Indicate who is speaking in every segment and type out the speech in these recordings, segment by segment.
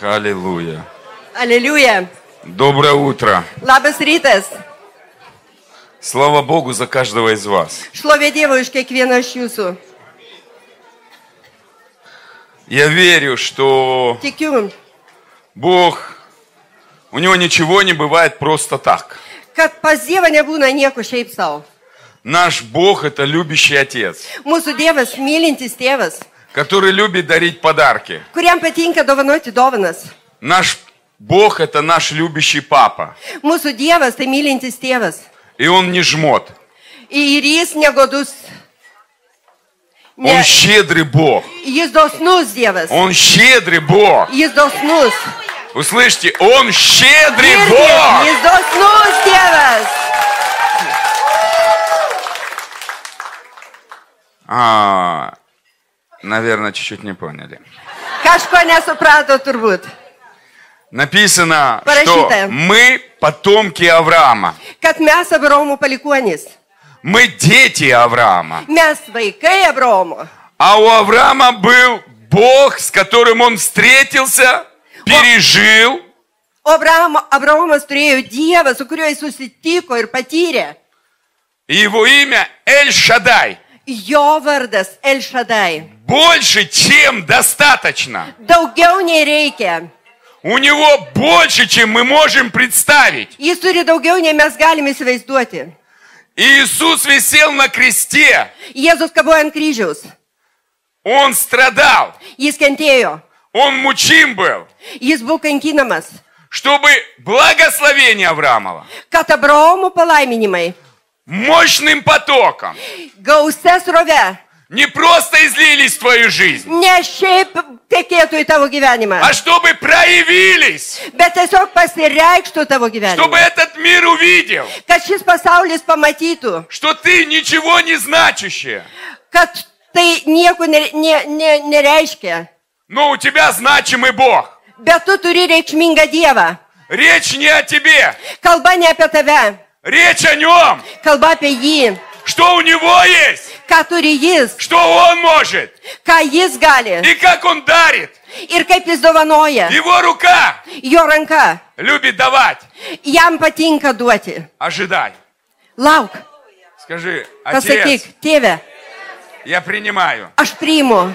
Speaker 1: Аллилуйя.
Speaker 2: Аллилуйя.
Speaker 1: Доброе утро.
Speaker 2: Labas rytas.
Speaker 1: Слава Богу за каждого из вас.
Speaker 2: Šlovė Dievui už kiekvieną iš jūsų.
Speaker 1: Я верю, что
Speaker 2: Tikiu,
Speaker 1: Бог, у него ничего не бывает просто так.
Speaker 2: kad pas Dievą nebūna nieko šiaip savo.
Speaker 1: Наш Бог – это любящий Отец,
Speaker 2: Mūsų Dievas mylintis tėvas,
Speaker 1: который любит дарить подарки.
Speaker 2: kuriam patinka dovanoti dovanas.
Speaker 1: Наш Бог – это наш любящий Папа,
Speaker 2: Mūsų Dievas tai mylintis tėvas.
Speaker 1: и Он не жмот.
Speaker 2: Ir jis negodus. Ne,
Speaker 1: Он щедрый Бог.
Speaker 2: jis dosnus Dievas.
Speaker 1: Он щедрый Бог.
Speaker 2: Jis dosnus.
Speaker 1: Услышите, Он щедрый
Speaker 2: Irgi,
Speaker 1: Бог.
Speaker 2: jis dosnus Dievas.
Speaker 1: А, наверное, чуть-чуть не поняли.
Speaker 2: Kažko nesuprato turbūt.
Speaker 1: Написано,
Speaker 2: Прочитаем.
Speaker 1: что мы потомки Авраама.
Speaker 2: Kad mes Abraomo palikuonys.
Speaker 1: Мы дети Авраама.
Speaker 2: Mes vaikai Abraomo.
Speaker 1: А у Авраама был Бог, с которым он встретился, пережил,
Speaker 2: O Abraomo- Abraomas turėjo Dievą, su kuriuo jis susitiko ir patyrė.
Speaker 1: и его имя Эль-Шадай.
Speaker 2: Jo vardas Elšadai.
Speaker 1: Больше, чем достаточно.
Speaker 2: Daugiau nei reikia.
Speaker 1: У него больше, чем мы можем представить.
Speaker 2: Jis turi daugiau nei mes galime įsivaizduoti.
Speaker 1: И Иисус висел на кресте,
Speaker 2: Jėzus kabojo ant kryžiaus.
Speaker 1: он страдал,
Speaker 2: Jis kentėjo.
Speaker 1: он мучим был,
Speaker 2: Jis buvo kankinamas.
Speaker 1: чтобы благословение Авраамова
Speaker 2: Kad Abraomo palaiminimai
Speaker 1: мощным потоком
Speaker 2: gausia srove
Speaker 1: не просто излились в твою жизнь,
Speaker 2: ne šiaip tekėtų į tavo gyvenimą,
Speaker 1: а чтобы проявились,
Speaker 2: bet tiesiog pasireikštų
Speaker 1: чтобы
Speaker 2: tavo gyvenimą.
Speaker 1: этот мир увидел,
Speaker 2: Kad šis pasaulis pamatytų,
Speaker 1: что ты ничего не значащая,
Speaker 2: kad tai nieko ne, ne, ne, nereiškia.
Speaker 1: но у тебя значимый Бог.
Speaker 2: Bet tu turi reikšmingą Dievą.
Speaker 1: Речь не о тебе,
Speaker 2: Kalba ne apie tave,
Speaker 1: речь о нем,
Speaker 2: kalba apie jį.
Speaker 1: что у него есть,
Speaker 2: Ką turi jis,
Speaker 1: что он может
Speaker 2: ką jis gali
Speaker 1: и как он дарит.
Speaker 2: ir kaip jis dovanoja.
Speaker 1: Его рука
Speaker 2: Jo ranka,
Speaker 1: любит давать.
Speaker 2: jam patinka duoti.
Speaker 1: Ожидай.
Speaker 2: Lauk,
Speaker 1: Скажи, отец,
Speaker 2: pasakyk, tėve,
Speaker 1: я принимаю
Speaker 2: aš priimu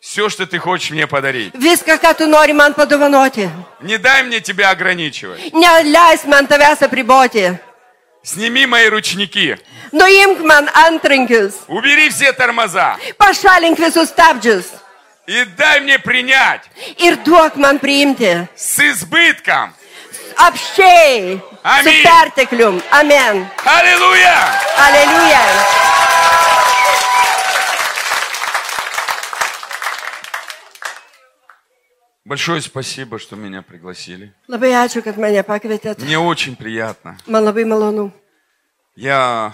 Speaker 1: все, что ты хочешь мне подарить.
Speaker 2: viską, ką tu nori man padovanoti.
Speaker 1: Не дай мне тебя ограничивать.
Speaker 2: Neleis man tavęs apriboti.
Speaker 1: Сними мои ручники.
Speaker 2: Nuimk man antrankius,
Speaker 1: Убери все тормоза.
Speaker 2: pašalink visus stabdžius
Speaker 1: И дай мне принять
Speaker 2: ir duok man priimti.
Speaker 1: с избытком.
Speaker 2: apšiai.
Speaker 1: Amen.
Speaker 2: Su perteklium. Amen.
Speaker 1: Аллилуйя!
Speaker 2: Aleliuja.
Speaker 1: Большое спасибо, что меня пригласили.
Speaker 2: Labai ačiū, kad mane pakvietėt.
Speaker 1: Мне очень приятно.
Speaker 2: Man labai malonu.
Speaker 1: Я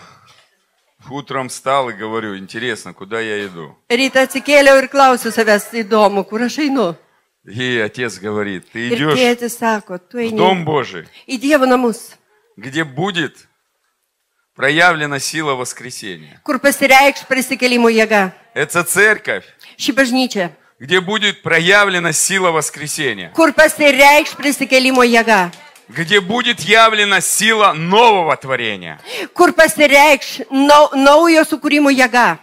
Speaker 1: утром встал и говорю, интересно, куда я иду?
Speaker 2: Ryte atsikėliau ir klausiu savęs įdomu, kur aš einu.
Speaker 1: И отец говорит, ты
Speaker 2: Ir
Speaker 1: идешь
Speaker 2: tėtis sako, tu
Speaker 1: в
Speaker 2: eini
Speaker 1: Дом Божий,
Speaker 2: į Dievo namus,
Speaker 1: где будет проявлена сила воскресения.
Speaker 2: kur pasireikš prisikelimo jėga.
Speaker 1: Это церковь,
Speaker 2: Ši bažnyčia,
Speaker 1: где будет проявлена сила воскресения,
Speaker 2: kur pasireikš prisikelimo jėga,
Speaker 1: где будет явлена сила нового творения.
Speaker 2: kur pasireikš nau, naujo sukūrimo jėga.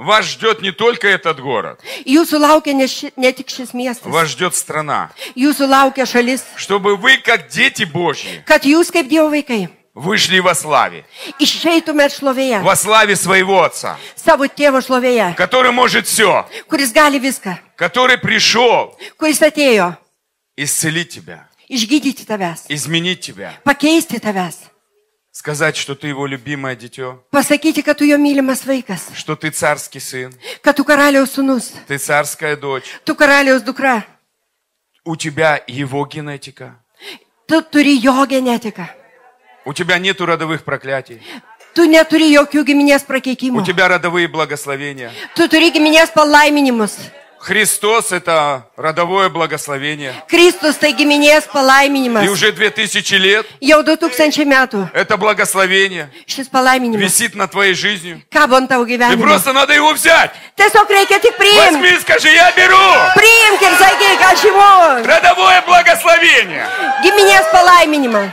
Speaker 1: Вас ждет не только этот город,
Speaker 2: Jūsų laukia ne, ši, ne tik šis miestas,
Speaker 1: вас ждет страна,
Speaker 2: jūsų laukia šalis,
Speaker 1: чтобы вы, как дети Божьи,
Speaker 2: kad jūs kaip Dievo vaikai
Speaker 1: вышли во славе.
Speaker 2: išeitumėt šlovėje.
Speaker 1: Во славе своего Отца,
Speaker 2: savo tėvo šlovėje,
Speaker 1: который может все,
Speaker 2: kuris gali viską,
Speaker 1: который пришел
Speaker 2: kuris atėjo
Speaker 1: исцелить тебя,
Speaker 2: išgydyti tavęs,
Speaker 1: изменить тебя,
Speaker 2: pakeisti tavęs,
Speaker 1: сказать, что ты его любимое дитё,
Speaker 2: pasakyti, kad tu jo mylimas vaikas,
Speaker 1: что ты царский сын,
Speaker 2: kad tu karaliaus sunus,
Speaker 1: ты царская дочь,
Speaker 2: tu karaliaus dukra,
Speaker 1: у тебя его генетика,
Speaker 2: tu turi jo genetiką,
Speaker 1: у тебя нету родовых проклятий,
Speaker 2: tu neturi jokių giminės
Speaker 1: у
Speaker 2: prakeikimų,
Speaker 1: тебя родовые благословения,
Speaker 2: tu turi giminės palaiminimus,
Speaker 1: Христос – это родовое благословение.
Speaker 2: Kristus taigi minės
Speaker 1: И
Speaker 2: palaiminimas.
Speaker 1: уже 2000 лет
Speaker 2: Jau 2000 metų
Speaker 1: это благословение
Speaker 2: šis palaiminimas.
Speaker 1: висит над твоей жизнью.
Speaker 2: Kabo ant tavo
Speaker 1: И
Speaker 2: gyvenimo.
Speaker 1: просто надо его взять.
Speaker 2: Tiesiog reikia tik priimti.
Speaker 1: Возьми и скажи, я беру
Speaker 2: Priimk ir sakyk, aš įmu.
Speaker 1: родовое благословение.
Speaker 2: Giminės palaiminimą.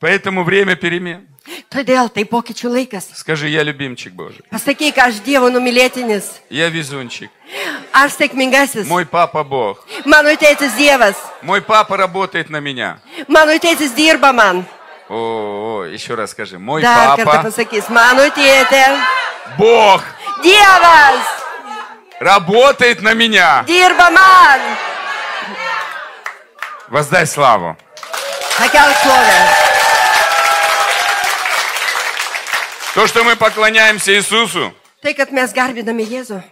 Speaker 1: Поэтому время перемен.
Speaker 2: Todėl tai pokyčių laikas.
Speaker 1: Skажи, я любимчик Божий.
Speaker 2: Pasakyk, aš Dievo numylėtinis.
Speaker 1: Я везунчик.
Speaker 2: Aš sėkmingasis.
Speaker 1: Мой папа Бог.
Speaker 2: Mano tėtis Dievas.
Speaker 1: Мой папа работает на меня.
Speaker 2: Mano tėtis dirba man.
Speaker 1: О, о, еще раз скажи. Мой
Speaker 2: Dar kartą
Speaker 1: папа
Speaker 2: pasakys, mano tėtė.
Speaker 1: Бог
Speaker 2: Dievas
Speaker 1: работает на меня.
Speaker 2: dirba man.
Speaker 1: Воздай славу.
Speaker 2: Pakelk šlovę.
Speaker 1: То, что мы поклоняемся Иисусу,
Speaker 2: Tai, kad mes garbiname Jėzų.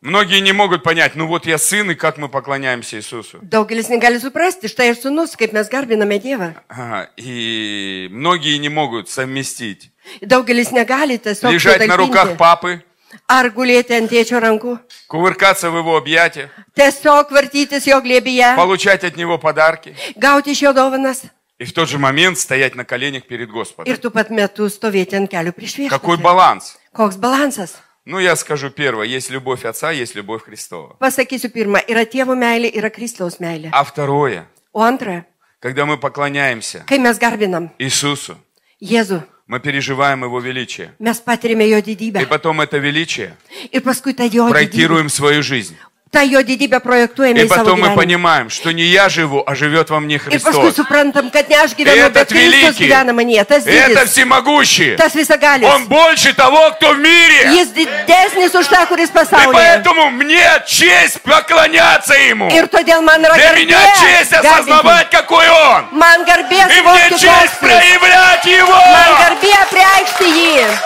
Speaker 1: многие не могут понять. Ну вот я сын, и как мы поклоняемся Иисусу.
Speaker 2: Daugelis negali suprasti, štai ir sunus, kaip mes garbiname Dievą.
Speaker 1: Ага, И многие не могут совместить.
Speaker 2: Daugelis negali tiesiog
Speaker 1: Лежать на руках
Speaker 2: sutalpinti.
Speaker 1: папы,
Speaker 2: ar gulėti ant tėčio rankų,
Speaker 1: кувыркаться в его объятиях,
Speaker 2: tiesiog vartytis jo glėbyje,
Speaker 1: получать от него подарки.
Speaker 2: gauti iš jo dovanas
Speaker 1: И в тот же момент стоять на коленях перед
Speaker 2: ir
Speaker 1: Господом.
Speaker 2: tu pat metu stovėti ant kelių prieš
Speaker 1: Какой
Speaker 2: viešą.
Speaker 1: баланс?
Speaker 2: Koks balansas?
Speaker 1: Ну, я скажу первое. Есть любовь Отца, есть любовь Христова.
Speaker 2: Pasakysiu pirmą, yra tėvo meilė, yra Kristaus meilė.
Speaker 1: А второе,
Speaker 2: O antra,
Speaker 1: когда мы поклоняемся
Speaker 2: kai mes garbinam
Speaker 1: Иисусу,
Speaker 2: Jėzų,
Speaker 1: мы переживаем Его величие.
Speaker 2: mes patirime jo
Speaker 1: И
Speaker 2: didybę
Speaker 1: потом это величие
Speaker 2: ir paskui tą jo didybę,
Speaker 1: проектируем в свою жизнь.
Speaker 2: tą jo didybę projektuojame
Speaker 1: И
Speaker 2: į savo
Speaker 1: потом мы
Speaker 2: gyvenimą.
Speaker 1: понимаем, что не я живу, а живет во мне
Speaker 2: Ir paskui
Speaker 1: Христос.
Speaker 2: suprantam, kad ne aš gyvenu, bet
Speaker 1: Этот
Speaker 2: Kristus
Speaker 1: великий,
Speaker 2: gyvena manyje, tas
Speaker 1: это
Speaker 2: didis,
Speaker 1: всемогущий.
Speaker 2: tas visagalis.
Speaker 1: Он больше того, кто в мире.
Speaker 2: Jis didesnis už tą, kuris
Speaker 1: И
Speaker 2: pasaulyje.
Speaker 1: поэтому мне честь поклоняться Ему.
Speaker 2: Ir todėl man yra
Speaker 1: Для меня честь
Speaker 2: garbė. garbinti.
Speaker 1: осознавать, какой Он.
Speaker 2: Man garbė
Speaker 1: И мне
Speaker 2: suvokti
Speaker 1: честь
Speaker 2: Kristų.
Speaker 1: проявлять
Speaker 2: Man
Speaker 1: Его.
Speaker 2: garbė preikšti jį.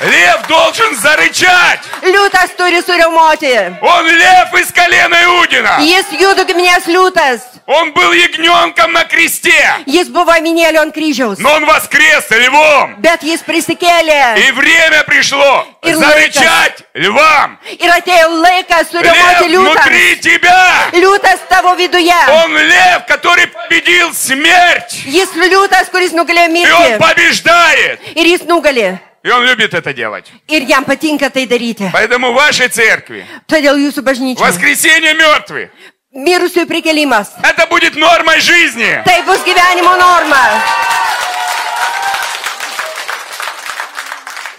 Speaker 1: Лев должен зарычать.
Speaker 2: Liūtas turi suriaumoti.
Speaker 1: Он лев из колена Иудина.
Speaker 2: Jis judų giminės liūtas.
Speaker 1: Он был ягненком на кресте,
Speaker 2: Jis buvo minėlio ant kryžiaus.
Speaker 1: но он воскрес львом.
Speaker 2: Bet jis prisikėlė.
Speaker 1: И время пришло
Speaker 2: И
Speaker 1: зарычать львам.
Speaker 2: Ir atėjo
Speaker 1: Лев
Speaker 2: laikas suriaumoti liūtą.
Speaker 1: внутри тебя.
Speaker 2: Liūtas tavo viduje.
Speaker 1: Он лев, который победил смерть.
Speaker 2: Jis liūtas, kuris nugalėjo
Speaker 1: И он
Speaker 2: mirtį.
Speaker 1: побеждает.
Speaker 2: Ir jis nugalė.
Speaker 1: И он любит это делать.
Speaker 2: Ir jam patinka tai daryti.
Speaker 1: Поэтому в вашей церкви
Speaker 2: Todėl jūsų bažnyčia.
Speaker 1: воскресение мертвых.
Speaker 2: Mirusiųjų prikelimas.
Speaker 1: Это будет нормой жизни.
Speaker 2: Tai bus gyvenimo norma.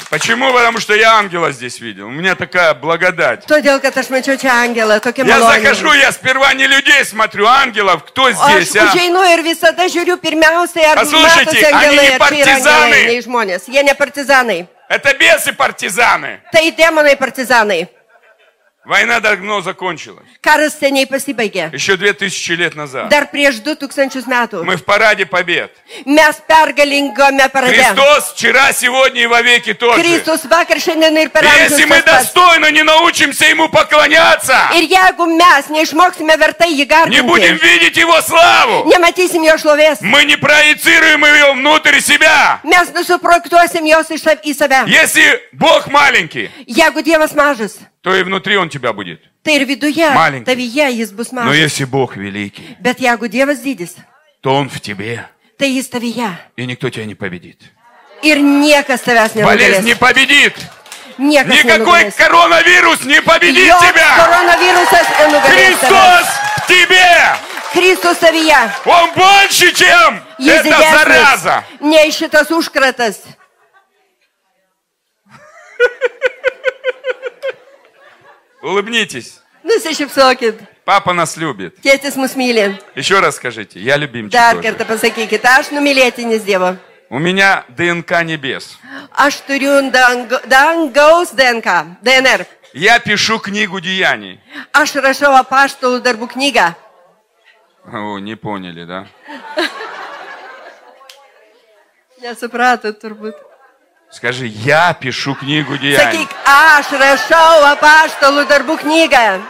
Speaker 1: Почему? Потому что я ангела здесь видел. У меня такая благодать.
Speaker 2: Todėl, kad aš mačiau čia angelą, tokia
Speaker 1: Я
Speaker 2: malonė.
Speaker 1: захожу, я сперва не людей смотрю, а ангелов. Кто
Speaker 2: Aš
Speaker 1: здесь, а?
Speaker 2: užeinu ir visada žiūriu pirmiausiai, ar
Speaker 1: Послушайте,
Speaker 2: matosi angelai,
Speaker 1: они не
Speaker 2: ar čia yra angelai,
Speaker 1: partizanai.
Speaker 2: nei žmonės. Jie ne partizanai.
Speaker 1: Это бесы-партизаны.
Speaker 2: Tai demonai partizanai.
Speaker 1: Война давно закончилась.
Speaker 2: Karas seniai pasibaigė.
Speaker 1: Еще две тысячи лет назад.
Speaker 2: Dar prieš 2000 metų.
Speaker 1: Мы в параде побед.
Speaker 2: Mes pergalingame parade.
Speaker 1: Христос вчера, сегодня и вовеки тот же.
Speaker 2: Kristus vakar, šiandien ir per amžius
Speaker 1: Если мы
Speaker 2: tas pats.
Speaker 1: достойно не научимся Ему поклоняться,
Speaker 2: Ir jeigu mes neišmoksime vertai jį
Speaker 1: не будем
Speaker 2: garbinti,
Speaker 1: видеть Его славу,
Speaker 2: nematysim jo šlovės,
Speaker 1: мы не проецируем Его внутрь себя.
Speaker 2: mes nusiprojektuosim jos iš sav- į save.
Speaker 1: Если Бог маленький,
Speaker 2: Jeigu Dievas mažas,
Speaker 1: то и внутри Он тебя будет.
Speaker 2: tai ir viduje,
Speaker 1: Маленький.
Speaker 2: tavyje jis bus
Speaker 1: Но
Speaker 2: mažas.
Speaker 1: если Бог великий,
Speaker 2: Bet jeigu Dievas didis,
Speaker 1: то Он в тебе,
Speaker 2: tai jis tavyje.
Speaker 1: и никто тебя не победит.
Speaker 2: Ir niekas tavęs
Speaker 1: Болезнь
Speaker 2: nenugalės.
Speaker 1: не победит.
Speaker 2: Niekas
Speaker 1: Никакой
Speaker 2: nenugalės.
Speaker 1: коронавирус не победит
Speaker 2: Joks
Speaker 1: тебя.
Speaker 2: Koronavirusas nenugalės. tavęs.
Speaker 1: Христос в тебе!
Speaker 2: Kristus savyje.
Speaker 1: Он больше, чем
Speaker 2: Jis
Speaker 1: эта
Speaker 2: didesnis.
Speaker 1: зараза.
Speaker 2: Nei šitas užkratas.
Speaker 1: Улыбнитесь.
Speaker 2: Nusišypsokit.
Speaker 1: Papa нас любит.
Speaker 2: Tėtis mus myli.
Speaker 1: Еще раз скажите, я любимчик
Speaker 2: Dar
Speaker 1: Божий.
Speaker 2: kartą pasakykit, aš numylėtinis Dievo.
Speaker 1: У меня ДНК небес.
Speaker 2: Aš turiu dang dangaus DNK, DNR.
Speaker 1: Я пишу книгу деяний.
Speaker 2: Aš rašau apaštalų darbų knygą.
Speaker 1: О, не поняли, да?
Speaker 2: Nesupratot turbūt.
Speaker 1: Скажи, я пишу книгу деяний.
Speaker 2: Sakyk, aš rašau apaštalų darbų knygą.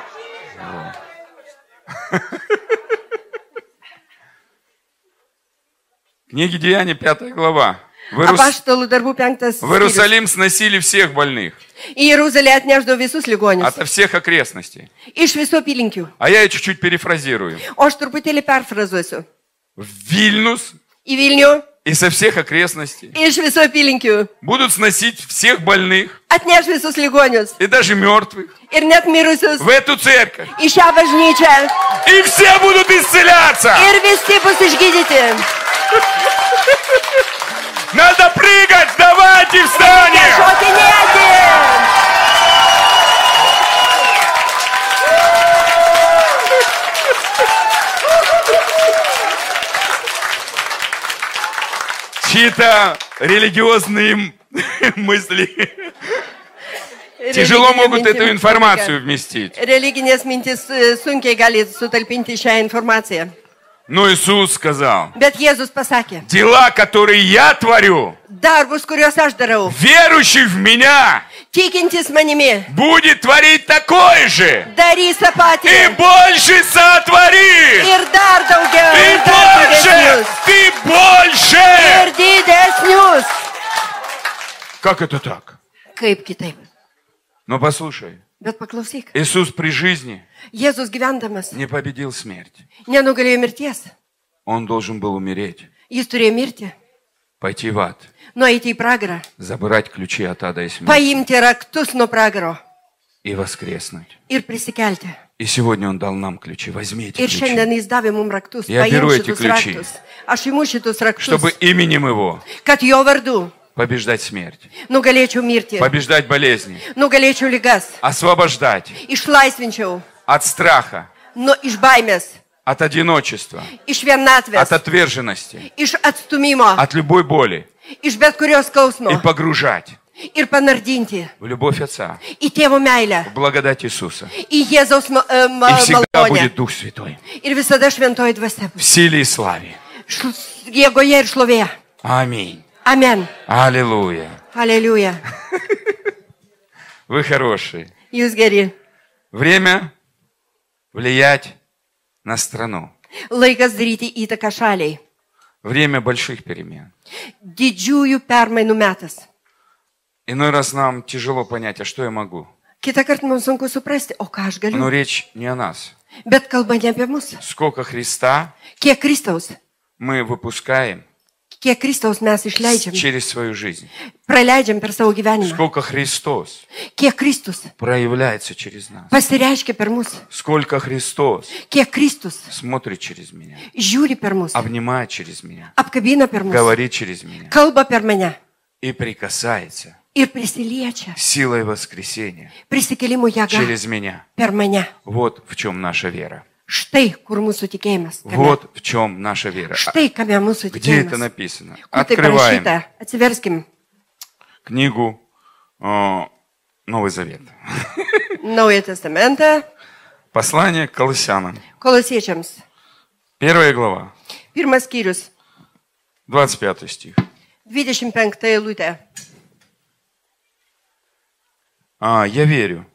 Speaker 1: Книги деяний, пятая глава. В,
Speaker 2: А
Speaker 1: Иерус-
Speaker 2: Apaštalų darbų penktas.
Speaker 1: в Иерусалим сносили всех больных.
Speaker 2: skyrius. Į Jeruzalę atneždavo visus ligonius.
Speaker 1: Ото всех окрестностей.
Speaker 2: Iš visų apylinkių.
Speaker 1: А я ее чуть-чуть перефразирую.
Speaker 2: O aš truputėlį perfrazuosiu.
Speaker 1: В Вильнюс
Speaker 2: Į Vilnių.
Speaker 1: и со всех окрестностей
Speaker 2: Iš visų apylinkių.
Speaker 1: будут сносить всех больных
Speaker 2: Atneš visus ligonius.
Speaker 1: и даже мертвых
Speaker 2: Ir net mirusius.
Speaker 1: в эту церковь.
Speaker 2: Į šią bažnyčią.
Speaker 1: И все будут исцеляться.
Speaker 2: Ir visi bus išgydyti.
Speaker 1: Надо прыгать, давайте встанем.
Speaker 2: Šokinėti.
Speaker 1: Чьи-то религиозные м- мысли тяжело
Speaker 2: Religinė
Speaker 1: могут
Speaker 2: mintim
Speaker 1: эту информацию
Speaker 2: sunkia.
Speaker 1: вместить.
Speaker 2: Religinės mintis e, sunkiai gali sutalpinti šią informaciją.
Speaker 1: Но Иисус сказал,
Speaker 2: Bet Jėzus pasakė,
Speaker 1: дела, которые я творю,
Speaker 2: darbus, kuriuos aš darau,
Speaker 1: верующий в меня
Speaker 2: tikintis manimi,
Speaker 1: будет творить такое же.
Speaker 2: darys tą patį.
Speaker 1: И больше сотвори!
Speaker 2: Ir dar daugiau.
Speaker 1: Ты
Speaker 2: Ir dar
Speaker 1: больше!
Speaker 2: didesnius.
Speaker 1: Ты больше!
Speaker 2: Ir didesnius.
Speaker 1: Как это так?
Speaker 2: Kaip kitaip.
Speaker 1: Но послушай,
Speaker 2: Bet paklausyk.
Speaker 1: Иисус при жизни
Speaker 2: Jėzus gyvendamas
Speaker 1: не победил смерть.
Speaker 2: nenugalėjo mirties.
Speaker 1: Он должен был умереть,
Speaker 2: Jis turėjo mirti,
Speaker 1: пойти в ад,
Speaker 2: nueiti Nu į pragarą,
Speaker 1: Nu. забрать ключи от ада и смерти
Speaker 2: paimti raktus nuo pragaro
Speaker 1: и воскреснуть.
Speaker 2: ir prisikelti.
Speaker 1: И сегодня Он дал нам ключи. Возьми эти
Speaker 2: Ir
Speaker 1: ключи,
Speaker 2: šiandien jis davė mums raktus.
Speaker 1: Я
Speaker 2: paimk
Speaker 1: беру эти
Speaker 2: šitus
Speaker 1: ключи.
Speaker 2: raktus. Aš įmu šitus raktus,
Speaker 1: чтобы именем Его
Speaker 2: kad jo vardu
Speaker 1: побеждать смерть,
Speaker 2: nugalėčiau mirtį,
Speaker 1: побеждать болезни,
Speaker 2: nugalėčiau ligas,
Speaker 1: освобождать
Speaker 2: išlaisvinčiau
Speaker 1: от страха,
Speaker 2: nuo iš baimės,
Speaker 1: от одиночества,
Speaker 2: iš
Speaker 1: от
Speaker 2: vienatvės,
Speaker 1: отверженности,
Speaker 2: iš atstumimo,
Speaker 1: от любой боли
Speaker 2: iš bet kurios skausmo
Speaker 1: и погружать
Speaker 2: ir panardinti
Speaker 1: в любовь Отца,
Speaker 2: į tėvo meilę,
Speaker 1: в благодать Иисуса.
Speaker 2: į Jėzaus ma- e, ma-
Speaker 1: И всегда
Speaker 2: malonę.
Speaker 1: будет Дух Святой
Speaker 2: Ir visada šventoji dvasia.
Speaker 1: в силе и славе.
Speaker 2: Šl- Jėgoje ir šlovėje.
Speaker 1: Аминь.
Speaker 2: Amen.
Speaker 1: Аллилуйя.
Speaker 2: Aleliuja.
Speaker 1: Вы хорошие.
Speaker 2: Jūs geri.
Speaker 1: Время влиять на страну.
Speaker 2: Laikas daryti įtaką šaliai.
Speaker 1: Время больших перемен.
Speaker 2: Didžiųjų permainų metas.
Speaker 1: Иной раз нам тяжело понять, а что я могу.
Speaker 2: Kita kart mums sunku suprasti, o ką aš
Speaker 1: Но
Speaker 2: galiu.
Speaker 1: речь не о нас.
Speaker 2: Bet kalba ne apie mus.
Speaker 1: Сколько Христа
Speaker 2: Kiek Kristaus,
Speaker 1: мы выпускаем
Speaker 2: kiek Kristaus mes išleidžiam,
Speaker 1: через свою жизнь.
Speaker 2: praleidžiam per savo gyvenimą.
Speaker 1: Сколько Христос
Speaker 2: Kiek Kristus
Speaker 1: проявляется через нас.
Speaker 2: pasireiškia per mus.
Speaker 1: Сколько Христос
Speaker 2: Kiek Kristus
Speaker 1: смотрит через меня,
Speaker 2: žiūri per mus.
Speaker 1: обнимает через меня,
Speaker 2: Apkabina per mus.
Speaker 1: говорит через меня
Speaker 2: Kalba per mane.
Speaker 1: и прикасается
Speaker 2: Ir prisiliečia.
Speaker 1: силой воскресения
Speaker 2: Prisikėlimų jėga.
Speaker 1: через меня.
Speaker 2: Per mane.
Speaker 1: Вот в чем наша вера.
Speaker 2: Štai kur mūsų tikėjimas. kame.
Speaker 1: Вот в чем наша вера. А
Speaker 2: Štai kame mūsų
Speaker 1: Где это
Speaker 2: tikėjimas.
Speaker 1: написано?
Speaker 2: Kur tai
Speaker 1: Открываем
Speaker 2: parašyta? Atsiverskim
Speaker 1: книгу э, Новый Завет.
Speaker 2: Naują Testamentą
Speaker 1: Послание к Колоссянам.
Speaker 2: kolosiečiams.
Speaker 1: Первая глава,
Speaker 2: Pirmas skyrius,
Speaker 1: 25 стих.
Speaker 2: 25 eilutė.
Speaker 1: А, я верю,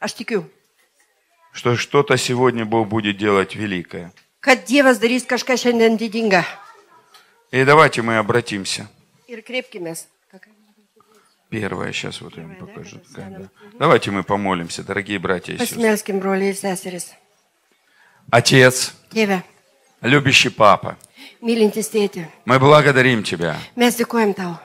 Speaker 2: Aš tikiu,
Speaker 1: что что-то сегодня Бог будет делать великое.
Speaker 2: kad Dievas darys kažką šiandien didingą.
Speaker 1: И давайте мы обратимся.
Speaker 2: Ir kreipkimės.
Speaker 1: Первое, сейчас вот я вам покажу. ткань, да. Давайте мы помолимся, дорогие братья и сестры.
Speaker 2: Pasimelskim, broliai ir seserys.
Speaker 1: Отец,
Speaker 2: Tėve,
Speaker 1: любящий папа,
Speaker 2: mylintis tėti,
Speaker 1: мы благодарим Тебя,
Speaker 2: mes dėkojam tau,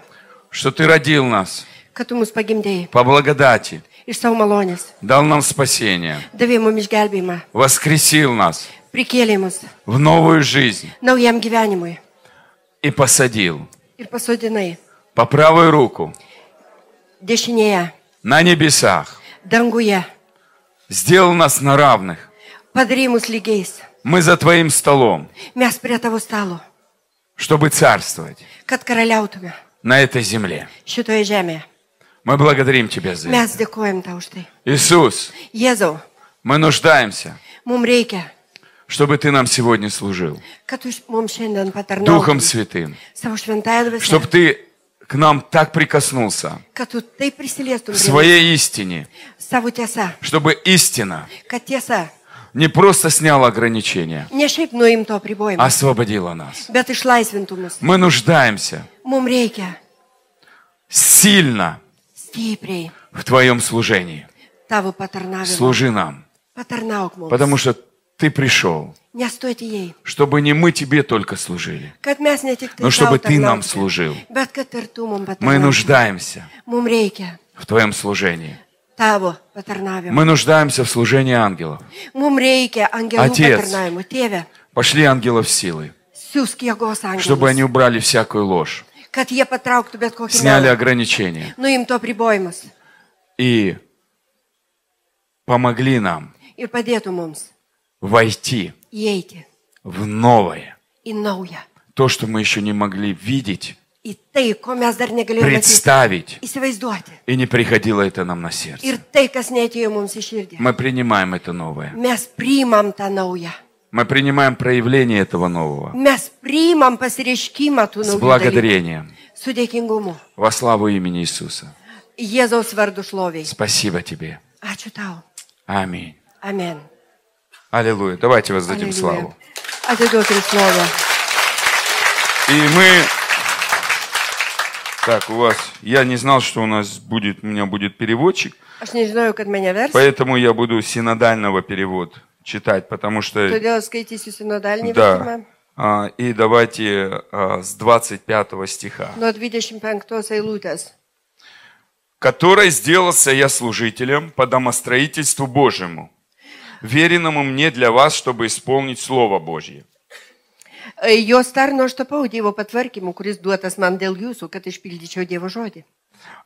Speaker 1: что Ты родил нас
Speaker 2: kad tu mus pagimdėjai
Speaker 1: по благодати,
Speaker 2: iš savo malonės,
Speaker 1: дал нам спасение,
Speaker 2: davė mums išgelbėjimą,
Speaker 1: воскресил нас
Speaker 2: prikėlė mus
Speaker 1: в новую жизнь
Speaker 2: naujam gyvenimui
Speaker 1: и посадил
Speaker 2: ir pasodinai
Speaker 1: по правую руку
Speaker 2: dešinėje,
Speaker 1: на небесах,
Speaker 2: danguje,
Speaker 1: сделал нас на равных.
Speaker 2: padarė mus lygiais,
Speaker 1: Мы за Твоим столом,
Speaker 2: mes prie tavo stalo,
Speaker 1: чтобы царствовать
Speaker 2: kad karaliautume
Speaker 1: на этой земле.
Speaker 2: šitoje žemėje.
Speaker 1: Мы благодарим Тебя за это.
Speaker 2: Mes dėkojam tau už tai.
Speaker 1: Иисус,
Speaker 2: Jėzau,
Speaker 1: мы нуждаемся,
Speaker 2: mums reikia,
Speaker 1: чтобы Ты нам сегодня служил
Speaker 2: kad tu š- mums šiandien
Speaker 1: Духом
Speaker 2: patarnautum
Speaker 1: Святым,
Speaker 2: savo šventąją dvasią,
Speaker 1: чтобы Ты к нам так прикоснулся
Speaker 2: kad tu taip prisiliestum
Speaker 1: в
Speaker 2: prie mūsų,
Speaker 1: своей истине,
Speaker 2: savo tiesą,
Speaker 1: чтобы истина
Speaker 2: kad tiesa
Speaker 1: не просто сняла ограничения,
Speaker 2: Не šiaip nuimto apribojimo,
Speaker 1: а освободила нас.
Speaker 2: bet išlaisvintų mus.
Speaker 1: Мы нуждаемся
Speaker 2: Mums reikia
Speaker 1: сильно
Speaker 2: stipriai
Speaker 1: в Твоем служении.
Speaker 2: tavo patarnavimo.
Speaker 1: Служи нам,
Speaker 2: Patarnauk mums.
Speaker 1: потому что Ты пришел,
Speaker 2: Nes tu atėjai,
Speaker 1: чтобы не мы Тебе только служили,
Speaker 2: kad mes ne tik tai
Speaker 1: но
Speaker 2: tau
Speaker 1: Nu, чтобы Ты нам
Speaker 2: tarnautum,
Speaker 1: служил.
Speaker 2: bet kad ir tu
Speaker 1: Мы
Speaker 2: mums patarnautum.
Speaker 1: нуждаемся
Speaker 2: Mums reikia
Speaker 1: в Твоем служении.
Speaker 2: tavo patarnavimo.
Speaker 1: Мы нуждаемся в служении ангелов.
Speaker 2: Mums reikia angelų
Speaker 1: Отец.
Speaker 2: patarnavimo. Tėve,
Speaker 1: Пошли ангелов силой,
Speaker 2: siūsk jėgos
Speaker 1: чтобы они
Speaker 2: angelus,
Speaker 1: убрали всякую ложь,
Speaker 2: kad jie patrauktų bet kokį
Speaker 1: сняли
Speaker 2: melą,
Speaker 1: ограничения
Speaker 2: nuimtų apribojimus
Speaker 1: и помогли нам
Speaker 2: ir padėtų mums
Speaker 1: войти
Speaker 2: įeiti
Speaker 1: в новое,
Speaker 2: į naują,
Speaker 1: то, что мы еще не могли видеть,
Speaker 2: į tai, ko mes dar negalėjome matyti,
Speaker 1: представить,
Speaker 2: įsivaizduoti.
Speaker 1: и не приходило это нам на сердце.
Speaker 2: Ir tai, kas neatėjo mums į širdį.
Speaker 1: Мы принимаем это новое.
Speaker 2: Mes priimam tą naują.
Speaker 1: Мы принимаем проявление этого нового
Speaker 2: Mes priimam pasireiškimą tų
Speaker 1: с
Speaker 2: naujų. dalykų.
Speaker 1: благодарением
Speaker 2: Su dėkingumu.
Speaker 1: во славу имени Иисуса.
Speaker 2: Jėzaus vardu šloviai.
Speaker 1: Спасибо тебе.
Speaker 2: Ačiū tau.
Speaker 1: Аминь.
Speaker 2: Amen.
Speaker 1: Аллилуйя. Давайте воздадим
Speaker 2: Aleliuja.
Speaker 1: славу.
Speaker 2: Atiduokim šlovę.
Speaker 1: И мы... Так, у вас... Я не знал, что у нас будет... У меня будет переводчик,
Speaker 2: Aš nežinojau, kad mane vers.
Speaker 1: поэтому я буду синодального перевод читать, потому что...
Speaker 2: Todėl skaitysiu sinodalinį vertimą
Speaker 1: Да. А, И давайте а, с 25 стиха.
Speaker 2: nuo 25 eilutės.
Speaker 1: который сделался я служителем по домостроительству Божьему, веренному мне для вас, чтобы исполнить Слово Божье.
Speaker 2: E, Jos tarno aš tapau Dievo patvarkymu, kuris duotas man dėl jūsų, kad išpildyčiau Dievo žodį.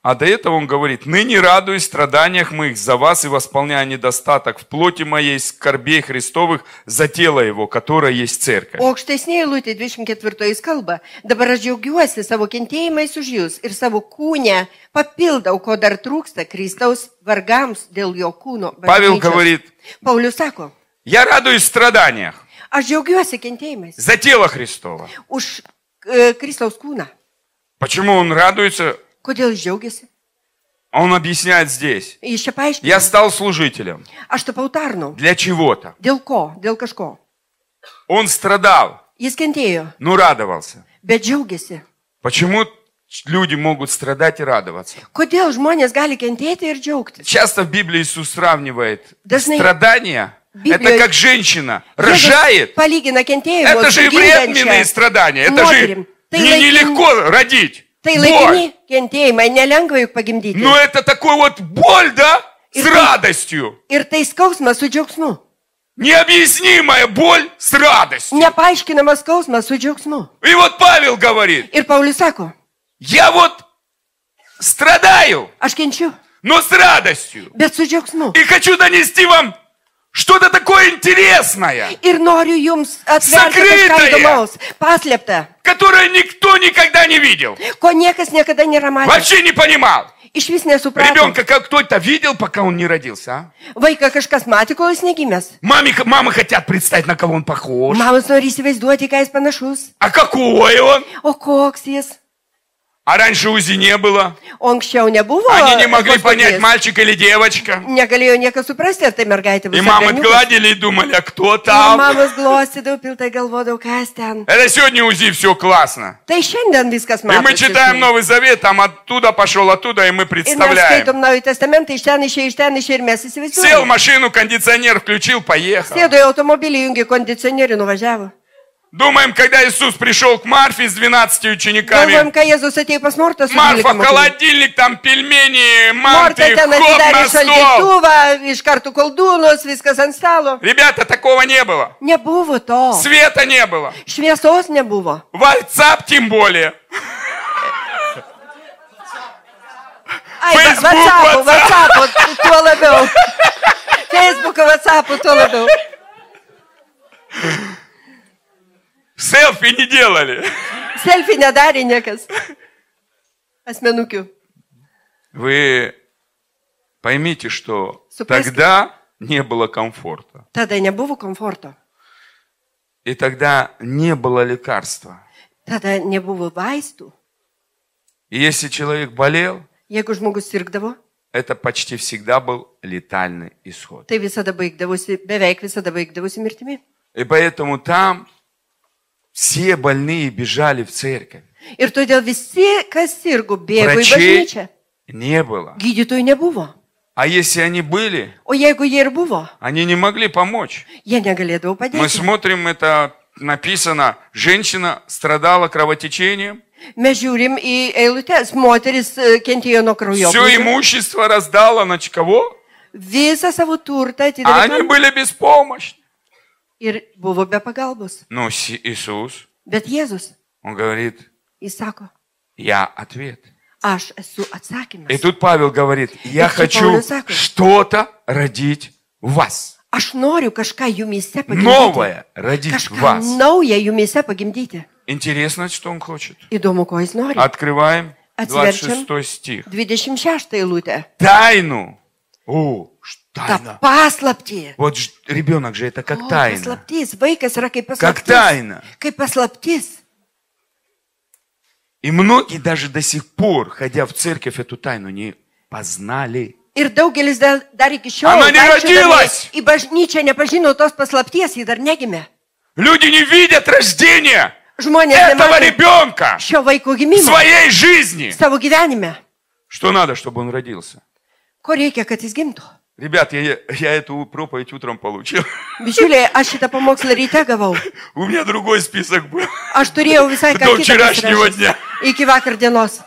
Speaker 1: А до этого он говорит, «Ныне радуюсь в страданиях моих за вас и восполняю недостаток в плоти моей скорбей Христовых за тело его, которое есть церковь».
Speaker 2: O aukštesnėje lūtė 24 jis kalba, dabar aš džiaugiuosi savo kentėjimais už jūs ir savo kūnę papildau, ko dar trūksta Kristaus vargams dėl jo kūno.
Speaker 1: Павел
Speaker 2: bažnyčios.
Speaker 1: говорит,
Speaker 2: Paulius sako,
Speaker 1: «Я радуюсь в страданиях
Speaker 2: aš džiaugiuosi kentėjimais
Speaker 1: за тело Христова».
Speaker 2: už e, Kristaus kūną.
Speaker 1: Почему он радуется?
Speaker 2: Kodėl jis džiaugiasi?
Speaker 1: Он объясняет здесь.
Speaker 2: Jis čia
Speaker 1: «Я
Speaker 2: paaiškina.
Speaker 1: стал служителем
Speaker 2: Aš tapau tarnu.
Speaker 1: для чего-то».
Speaker 2: Dėl ko? Dėl kažko.
Speaker 1: Он страдал,
Speaker 2: Jis kentėjo,
Speaker 1: но радовался.
Speaker 2: bet džiaugiasi.
Speaker 1: Почему люди могут страдать и радоваться?
Speaker 2: Kodėl žmonės gali kentėti ir džiaugtis?
Speaker 1: Часто в Библии Иисус сравнивает
Speaker 2: Даже на-
Speaker 1: страдания.
Speaker 2: Библия-
Speaker 1: Это как женщина
Speaker 2: Jėzus
Speaker 1: рожает.
Speaker 2: Palygina kentėjimą.
Speaker 1: Это же и временные страдания. Это
Speaker 2: Смотрим.
Speaker 1: же
Speaker 2: Ты
Speaker 1: не,
Speaker 2: лайкни.
Speaker 1: нелегко родить.
Speaker 2: Tai laikini
Speaker 1: Боль.
Speaker 2: kentėjimai, nelengva juk pagimdyti.
Speaker 1: Но это такой вот боль, да?
Speaker 2: И
Speaker 1: С
Speaker 2: ты-
Speaker 1: радостью.
Speaker 2: Ir tai skausmas su džiaugsmu.
Speaker 1: Необъяснимая боль с радостью.
Speaker 2: Nepaaiškinamas skausmas su džiaugsmu.
Speaker 1: И вот Павел говорит,
Speaker 2: Ir Paulius sako,
Speaker 1: я вот страдаю,
Speaker 2: aš kenčiu,
Speaker 1: но с радостью.
Speaker 2: bet su džiaugsmu.
Speaker 1: И хочу донести вам что-то такое интересное.
Speaker 2: Ir noriu jums atverti kažką
Speaker 1: Sakrytąją.
Speaker 2: įdomaus, paslėptą,
Speaker 1: которое никто никогда не видел,
Speaker 2: ko niekas niekada nėra matęs.
Speaker 1: вообще не понимал.
Speaker 2: Iš vis nesuprato.
Speaker 1: Ребенка как кто-то видел, пока он не родился, а?
Speaker 2: Vaiką kažkas matė, kol jis negimęs.
Speaker 1: Маме, мамы хотят представить, на кого он похож.
Speaker 2: Mamas nori įsivaizduoti, ką jis panašus.
Speaker 1: А какой он?
Speaker 2: O koks jis?
Speaker 1: А раньше УЗИ не было.
Speaker 2: O anksčiau nebuvo.
Speaker 1: Они не mogли
Speaker 2: echoskopijos?
Speaker 1: понять, мальчик или девочка.
Speaker 2: Negalėjo niekas suprasti, ar tai mergaitė
Speaker 1: И
Speaker 2: bus.
Speaker 1: мамы гладили и думали, а кто там?
Speaker 2: Mamas glostydavo, piltai galvodavau, kas ten.
Speaker 1: Это сегодня УЗИ, все классно.
Speaker 2: Tai šiandien viskas
Speaker 1: И
Speaker 2: matosi.
Speaker 1: мы читаем
Speaker 2: žinai.
Speaker 1: Новый Завет, там оттуда пошел, оттуда, и мы
Speaker 2: Ir mes
Speaker 1: представляем.
Speaker 2: skaitom Naują Testamentą, iš ten išėjo, iš ten išėjo ir mes
Speaker 1: Сел в
Speaker 2: įsivaizduojame.
Speaker 1: машину, кондиционер включил, поехал.
Speaker 2: Sėdo į automobilį, jungi kondicionierių, nuvažiavo.
Speaker 1: Думаем, когда Иисус пришел к Марфе с 12 учениками,
Speaker 2: Galvojam, kai Jėzus atėjo pas Mortą su
Speaker 1: Марфа,
Speaker 2: 12 mokiniais.
Speaker 1: холодильник, там пельмени,
Speaker 2: Morta
Speaker 1: манты,
Speaker 2: ten
Speaker 1: хоп
Speaker 2: atidarė
Speaker 1: на стол.
Speaker 2: šaldytuvą, iš karto koldūnus, viskas ant stalo.
Speaker 1: Ребята, такого не было.
Speaker 2: Nebuvo to.
Speaker 1: Света не было.
Speaker 2: Šviesos nebuvo.
Speaker 1: WhatsApp тем более.
Speaker 2: Ai, va-
Speaker 1: Facebook,
Speaker 2: WhatsApp'u,
Speaker 1: WhatsApp.
Speaker 2: WhatsApp'u, tuo labiau. Facebook'o, WhatsApp'u, tuo labiau.
Speaker 1: Селфи не делали.
Speaker 2: Selfie nedarė niekas. Asmenukių.
Speaker 1: Вы поймите, что
Speaker 2: Супружеский.
Speaker 1: тогда не было комфорта.
Speaker 2: Tada nebuvo komforto.
Speaker 1: И тогда не было лекарства.
Speaker 2: Tada nebuvo vaistų.
Speaker 1: И если человек болел,
Speaker 2: Jeigu žmogus sirgdavo,
Speaker 1: это почти всегда был летальный исход.
Speaker 2: Tai visada baigdavosi, beveik visada baigdavosi mirtimi.
Speaker 1: И поэтому там все больные bежали в церковь.
Speaker 2: Ir todėl visi, kas sirgo, bėgo į
Speaker 1: Врачей
Speaker 2: bažnyčią.
Speaker 1: не было.
Speaker 2: Gydytojų nebuvo.
Speaker 1: А если они были,
Speaker 2: O jeigu jie ir buvo,
Speaker 1: они не могли помочь.
Speaker 2: jie negalėdavo
Speaker 1: Мы
Speaker 2: padėti.
Speaker 1: смотрим, это написано, женщина страдала кровотечением,
Speaker 2: Mes žiūrim į eilutės, moteris e, kentėjo nuo
Speaker 1: все
Speaker 2: kraujoplūdžio.
Speaker 1: имущество раздала на ч- кого?
Speaker 2: Visą savo turtą
Speaker 1: А они
Speaker 2: atidavė kam-
Speaker 1: были беспомощны.
Speaker 2: ir buvo be pagalbos.
Speaker 1: Но Си- Иисус,
Speaker 2: Bet Jėzus,
Speaker 1: он говорит,
Speaker 2: jis sako,
Speaker 1: я ответ.
Speaker 2: aš esu
Speaker 1: И
Speaker 2: atsakymas.
Speaker 1: тут Павел говорит, я
Speaker 2: Это Павел
Speaker 1: хочу
Speaker 2: Исааков.
Speaker 1: что-то родить в вас.
Speaker 2: Aš noriu kažką jumise pagimdyti.
Speaker 1: Новое родить в
Speaker 2: Kažką
Speaker 1: вас.
Speaker 2: naują jumise pagimdyti.
Speaker 1: Интересно, что он хочет.
Speaker 2: Įdomu, ko jis nori.
Speaker 1: Открываем
Speaker 2: Отверчем.
Speaker 1: 26 стих.
Speaker 2: 26 eilutė.
Speaker 1: Тайну. О, ш-
Speaker 2: Ta
Speaker 1: тайна.
Speaker 2: paslapti.
Speaker 1: Вот ж- rебенок же это как
Speaker 2: O,
Speaker 1: тайна.
Speaker 2: Paslaptis, vaikas yra kaip
Speaker 1: Как
Speaker 2: paslaptis.
Speaker 1: тайна.
Speaker 2: Kaip paslaptis.
Speaker 1: И многие даже до сих пор, ходя в церковь, эту тайну не познали.
Speaker 2: Ir daugelis dar, dar iki šiol.
Speaker 1: Ana
Speaker 2: vaikščiodami
Speaker 1: nerodylas!
Speaker 2: Į bažnyčią nepažino tos paslapties, ji dar negimė.
Speaker 1: Люди не видят рождения
Speaker 2: Žmonės
Speaker 1: этого
Speaker 2: nemato
Speaker 1: ребенка
Speaker 2: šio vaiko
Speaker 1: в
Speaker 2: gimimo
Speaker 1: своей жизни.
Speaker 2: savo gyvenime.
Speaker 1: Что надо, чтобы он родился?
Speaker 2: Ko reikia, kad jis gimtų?
Speaker 1: Ребят, я, я эту проповедь утром получил.
Speaker 2: Bičiuliai, aš šitą pamokslą ryte gavau.
Speaker 1: У меня другой список был
Speaker 2: Aš turėjau visai ką
Speaker 1: до
Speaker 2: kitą.
Speaker 1: вчерашнего
Speaker 2: pasirašęs.
Speaker 1: дня.
Speaker 2: Iki vakar dienos.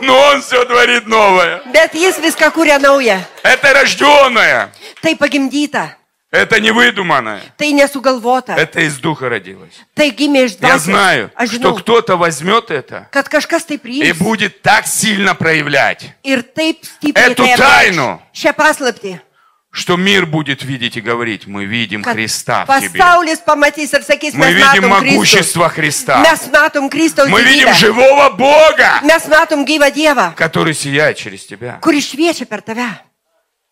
Speaker 1: Но он все творит новое.
Speaker 2: Bet jis viską kūrė naują.
Speaker 1: Это рожденное.
Speaker 2: Tai pagimdyta,
Speaker 1: Это не выдуманное.
Speaker 2: tai nesugalvota,
Speaker 1: Это из духа родилось.
Speaker 2: tai gimė iš
Speaker 1: Я
Speaker 2: dvasios.
Speaker 1: знаю,
Speaker 2: Aš žinau,
Speaker 1: что кто-то возьмет это
Speaker 2: kad kažkas tai
Speaker 1: и
Speaker 2: priims
Speaker 1: будет так сильно проявлять,
Speaker 2: ir taip stipriai
Speaker 1: Эту
Speaker 2: tai apreikš.
Speaker 1: тайну.
Speaker 2: šią paslaptį,
Speaker 1: что мир будет видеть и говорить, мы видим
Speaker 2: kad
Speaker 1: Христа в тебе.
Speaker 2: pasaulis pamatys ir sakys,
Speaker 1: Мы
Speaker 2: mes
Speaker 1: видим
Speaker 2: matom Kristų.
Speaker 1: могущество Христа.
Speaker 2: Mes matom Kristaus
Speaker 1: Мы видим
Speaker 2: gyvybę.
Speaker 1: живого Бога,
Speaker 2: Mes matom gyvą Dievą,
Speaker 1: который сияет через тебя.
Speaker 2: kuris šviečia per tave.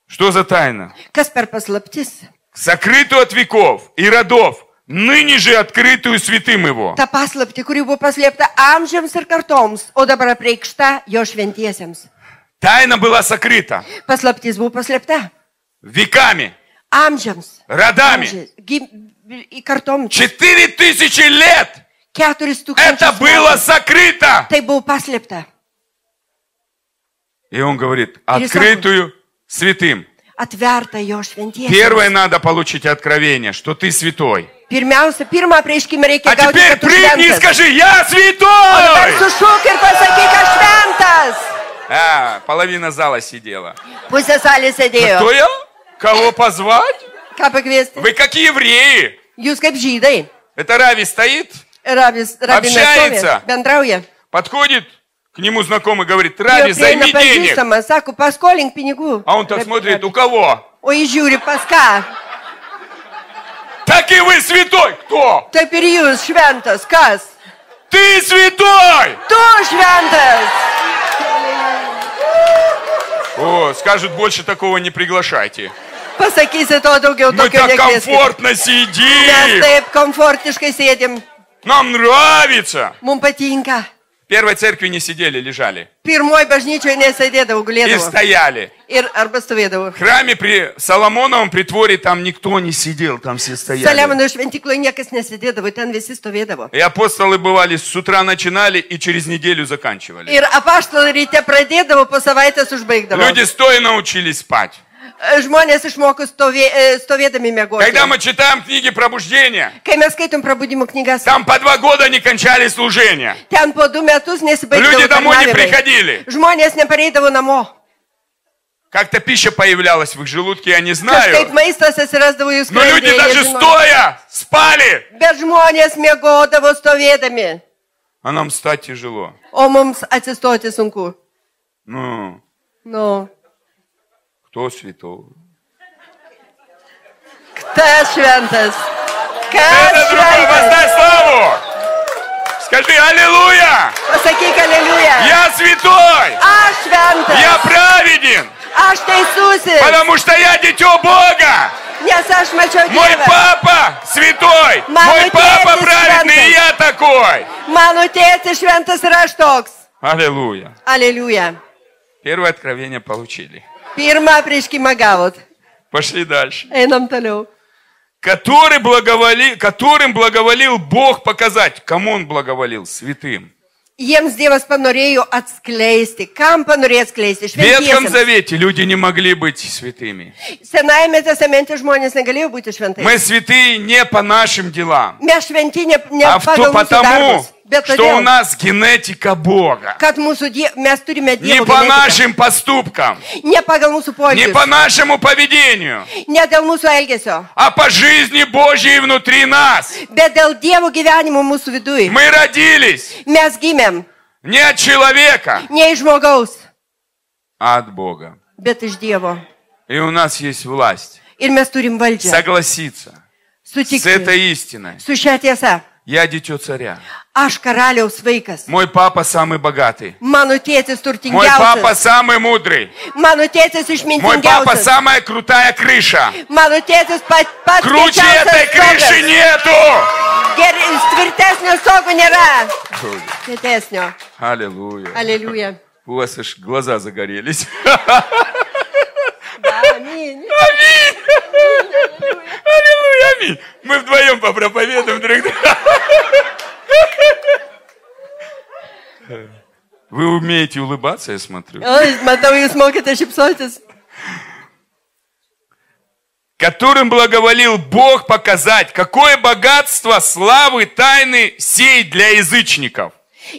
Speaker 1: Что за тайна?
Speaker 2: Kas per paslaptis?
Speaker 1: Сокрытую от веков и родов, ныне же открытую святым его.
Speaker 2: Ta paslapti, kuri buvo paslėpta amžiams ir kartoms, o dabar apreikšta jo šventiesiems.
Speaker 1: Тайна была сокрыта
Speaker 2: Paslaptis buvo paslėpta
Speaker 1: веками,
Speaker 2: amžiams.
Speaker 1: родами.
Speaker 2: Amžiai, gim, į kartom
Speaker 1: Четыре тысячи лет
Speaker 2: keturis
Speaker 1: это
Speaker 2: tūkstančius.
Speaker 1: было
Speaker 2: metų.
Speaker 1: сокрыто.
Speaker 2: Tai buvo paslėpta,
Speaker 1: И он говорит,
Speaker 2: Пересмотрим.
Speaker 1: открытую святым.
Speaker 2: atverta jo šventiesiems.
Speaker 1: Первое надо получить откровение, что ты святой.
Speaker 2: Pirmiausia, pirmą prieškimą reikia
Speaker 1: А
Speaker 2: gauti.
Speaker 1: теперь
Speaker 2: kad tu
Speaker 1: прыгни и
Speaker 2: šventas.
Speaker 1: скажи, я
Speaker 2: O dabar
Speaker 1: святой!
Speaker 2: sušūk ir pasakyk, aš šventas.
Speaker 1: А, половина зала сидела. А
Speaker 2: Pusė salės sėdėjo.
Speaker 1: Кто я? Kого позвать?
Speaker 2: Ką pakviesti?
Speaker 1: Вы как евреи.
Speaker 2: Jūs kaip žydai.
Speaker 1: Это Рави стоит,
Speaker 2: Rabis, rabinas
Speaker 1: Apšiaica.
Speaker 2: bendrauja.
Speaker 1: подходит к нему знакомый, говорит,
Speaker 2: Jo
Speaker 1: Рави,
Speaker 2: prieina
Speaker 1: займи денег.
Speaker 2: pažįstamas, sako, paskolink pinigų.
Speaker 1: А он так
Speaker 2: Rabi-
Speaker 1: смотрит, у
Speaker 2: rabi.
Speaker 1: кого?
Speaker 2: O jis žiūri pas ką?
Speaker 1: Так и вы святой. Кто?
Speaker 2: Taip ir jūs šventas, kas?
Speaker 1: Ты святой!
Speaker 2: Tu šventas.
Speaker 1: О, скажут, больше такого не приглашайте.
Speaker 2: Pasakysi to daugiau
Speaker 1: Мы
Speaker 2: tokio
Speaker 1: так
Speaker 2: nekvieskit.
Speaker 1: комфортно
Speaker 2: Mes
Speaker 1: сидим.
Speaker 2: taip komfortiškai sėdim,
Speaker 1: Нам нравится.
Speaker 2: mums patinka.
Speaker 1: В первой церкви не сидели, лежали.
Speaker 2: Pirmoji bažnyčioje nesėdėdavau,
Speaker 1: И
Speaker 2: gulėdavau.
Speaker 1: стояли.
Speaker 2: Ir arba stovėdavau.
Speaker 1: В храме при Соломоновом притворе там никто не сидел, там все стояли.
Speaker 2: Saliamono šventykloje niekas nesėdėdavo, ten visi stovėdavo.
Speaker 1: И апостолы бывали, с утра начинали и через неделю заканчивали.
Speaker 2: Ir apaštalai ryte pradėdavo, po savaitės užbaigdavo.
Speaker 1: Люди стоя научились spать.
Speaker 2: Žmonės išmoko stovė, e, stovėdami
Speaker 1: Когда мы
Speaker 2: mėgoti.
Speaker 1: читаем книги пробуждения,
Speaker 2: Kai mes skaitom prabudimo knygas,
Speaker 1: там по два года не кончали служения.
Speaker 2: ten po du metus
Speaker 1: Люди
Speaker 2: nesibaigdavo.
Speaker 1: домой не
Speaker 2: tarnavimai.
Speaker 1: приходили.
Speaker 2: Žmonės nepareidavo namo.
Speaker 1: Как-то пища появлялась в их желудке, я не
Speaker 2: Kažkaip
Speaker 1: знаю.
Speaker 2: maistas atsirasdavo jūsų
Speaker 1: Но люди даже стоя спали.
Speaker 2: Bet žmonės mėgodavo stovėdami,
Speaker 1: А нам встать тяжело.
Speaker 2: o mums atsistoti sunku.
Speaker 1: Ну,
Speaker 2: Nu,
Speaker 1: кто святой?
Speaker 2: tas šventas. Kas
Speaker 1: Это другой
Speaker 2: šventas?
Speaker 1: воздай славу! Скажи Аллилуйя!
Speaker 2: Pasakyk aleliuja.
Speaker 1: Я святой!
Speaker 2: Aš šventas.
Speaker 1: Я праведен!
Speaker 2: Aš teisusis,
Speaker 1: Потому что я дитё Бога!
Speaker 2: nes aš mačiau
Speaker 1: Мой
Speaker 2: Dievą.
Speaker 1: папа святой!
Speaker 2: Мама,
Speaker 1: Мой папа
Speaker 2: ты
Speaker 1: праведный, и
Speaker 2: святой.
Speaker 1: я такой!
Speaker 2: Mano tėtis šventas ir aš toks.
Speaker 1: Аллилуйя!
Speaker 2: Aleliuja.
Speaker 1: Первое откровение получили.
Speaker 2: Pirmą prieškimą gavot.
Speaker 1: Пошли дальше.
Speaker 2: Einam toliau.
Speaker 1: Который благоволи, которым благоволил Бог показать. Кому он благоволил? Святым.
Speaker 2: Jiems Dievas panorėjo atskleisti. Kam panorėjo atskleisti?
Speaker 1: В Ветхом
Speaker 2: Šventiesiems.
Speaker 1: Завете люди не могли быть святыми.
Speaker 2: Senajame testamente žmonės negalėjo būti šventai.
Speaker 1: Мы святые не по нашим делам,
Speaker 2: Mes šventi ne, ne
Speaker 1: а в то
Speaker 2: pagal mūsų
Speaker 1: потому,
Speaker 2: darbus, bet
Speaker 1: что у
Speaker 2: todėl,
Speaker 1: нас генетика Бога.
Speaker 2: kad mūsų die, mes turime
Speaker 1: Не
Speaker 2: Dievo
Speaker 1: по
Speaker 2: genetiką.
Speaker 1: нашим поступкам,
Speaker 2: Ne pagal mūsų
Speaker 1: не
Speaker 2: požiūrį.
Speaker 1: по нашему поведению,
Speaker 2: Ne dėl mūsų elgesio.
Speaker 1: а по жизни Божьей внутри нас.
Speaker 2: Bet dėl Dievo gyvenimo mūsų viduje.
Speaker 1: Мы родились
Speaker 2: Mes gimėm
Speaker 1: не от человека,
Speaker 2: ne iš žmogaus,
Speaker 1: а от Бога.
Speaker 2: bet iš Dievo.
Speaker 1: И у нас есть власть
Speaker 2: Ir mes turim valdžią.
Speaker 1: согласиться с
Speaker 2: Sutikti
Speaker 1: этой истиной.
Speaker 2: su šia tiesa.
Speaker 1: Я дитё царя.
Speaker 2: Aš karaliaus vaikas.
Speaker 1: Мой папа самый богатый.
Speaker 2: Mano tėtis
Speaker 1: Мой папа
Speaker 2: turtingiausias.
Speaker 1: самый мудрый.
Speaker 2: Mano tėtis
Speaker 1: Мой папа
Speaker 2: išmintingiausias.
Speaker 1: самая крутая крыша.
Speaker 2: Mano tėtis pat, pats
Speaker 1: Круче этой крыши
Speaker 2: geriausias.
Speaker 1: нету!
Speaker 2: Geris, tvirtesnio stogo nėra. Tvirtesnio.
Speaker 1: Аллилуйя.
Speaker 2: Aleliuja.
Speaker 1: У вас аж глаза загорелись.
Speaker 2: Amin.
Speaker 1: Аллилуйя, аминь. Мы вдвоем попроповедуем друг друга. Вы умеете улыбаться, я смотрю.
Speaker 2: Oi, Matau, jūs mokate šipsotis.
Speaker 1: которым благоволил Бог показать, какое богатство славы тайны сей для язычников.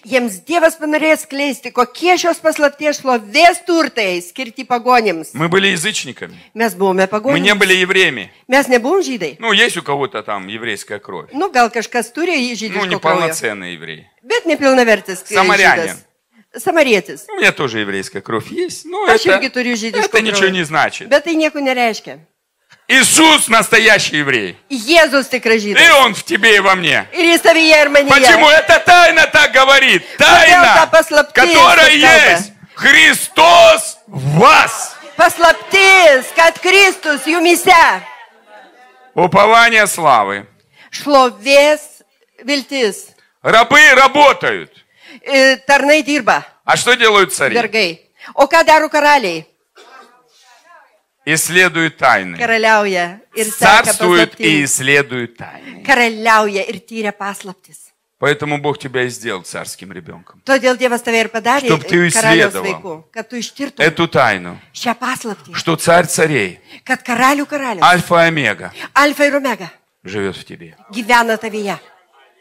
Speaker 2: Jiems Dievas panorės kleisti, kokie šios paslapties šlovės turtai skirti pagonims.
Speaker 1: Мы были язычниками,
Speaker 2: Mes buvome
Speaker 1: мы не
Speaker 2: pagonims.
Speaker 1: были евреями.
Speaker 2: Mes nebuvom žydai.
Speaker 1: Ну, есть у кого-то там еврейская кровь.
Speaker 2: Nu, gal kažkas turi jį
Speaker 1: Ну,
Speaker 2: žydiško kraujo.
Speaker 1: неполноценные евреи.
Speaker 2: Bet nepilnavertis. e,
Speaker 1: Samarianin.
Speaker 2: žydas. Samarietis.
Speaker 1: Ну, У меня тоже еврейская кровь есть, но
Speaker 2: Aš
Speaker 1: это,
Speaker 2: irgi turiu žydišką
Speaker 1: это ничего
Speaker 2: kraują.
Speaker 1: не значит.
Speaker 2: Bet tai nieko nereiškia.
Speaker 1: Иисус настоящий еврей.
Speaker 2: Jėzus tikras
Speaker 1: И
Speaker 2: žydas.
Speaker 1: Он в тебе и во мне.
Speaker 2: Ir jis savyje ir manyje.
Speaker 1: Почему эта тайна так говорит? Тайна,
Speaker 2: та послабее,
Speaker 1: которая
Speaker 2: сказал бы.
Speaker 1: есть Христос в вас.
Speaker 2: Paslaptis, kad Kristus jumise
Speaker 1: Упование славы.
Speaker 2: šlovės viltis.
Speaker 1: Рабы работают.
Speaker 2: E, Tarnai dirba,
Speaker 1: А что делают цари?
Speaker 2: vergai. O ką daro karaliai?
Speaker 1: Исследуют тайны.
Speaker 2: Karaliauja ir seka
Speaker 1: Царствуют и
Speaker 2: paslaptis.
Speaker 1: исследуют тайны.
Speaker 2: Karaliauja ir tyria paslaptis.
Speaker 1: Поэтому Бог тебя и сделал царским ребенком.
Speaker 2: Todėl Dievas tave ir padarė
Speaker 1: Чтоб ты
Speaker 2: karaliaus
Speaker 1: исследовал.
Speaker 2: vaikų, kad tu ištirtum
Speaker 1: Эту тайну,
Speaker 2: šią paslaptį,
Speaker 1: что царь царей,
Speaker 2: kad karalių karalius,
Speaker 1: альфа и омега,
Speaker 2: alfa ir omega,
Speaker 1: живет в тебе.
Speaker 2: gyvena tavyje.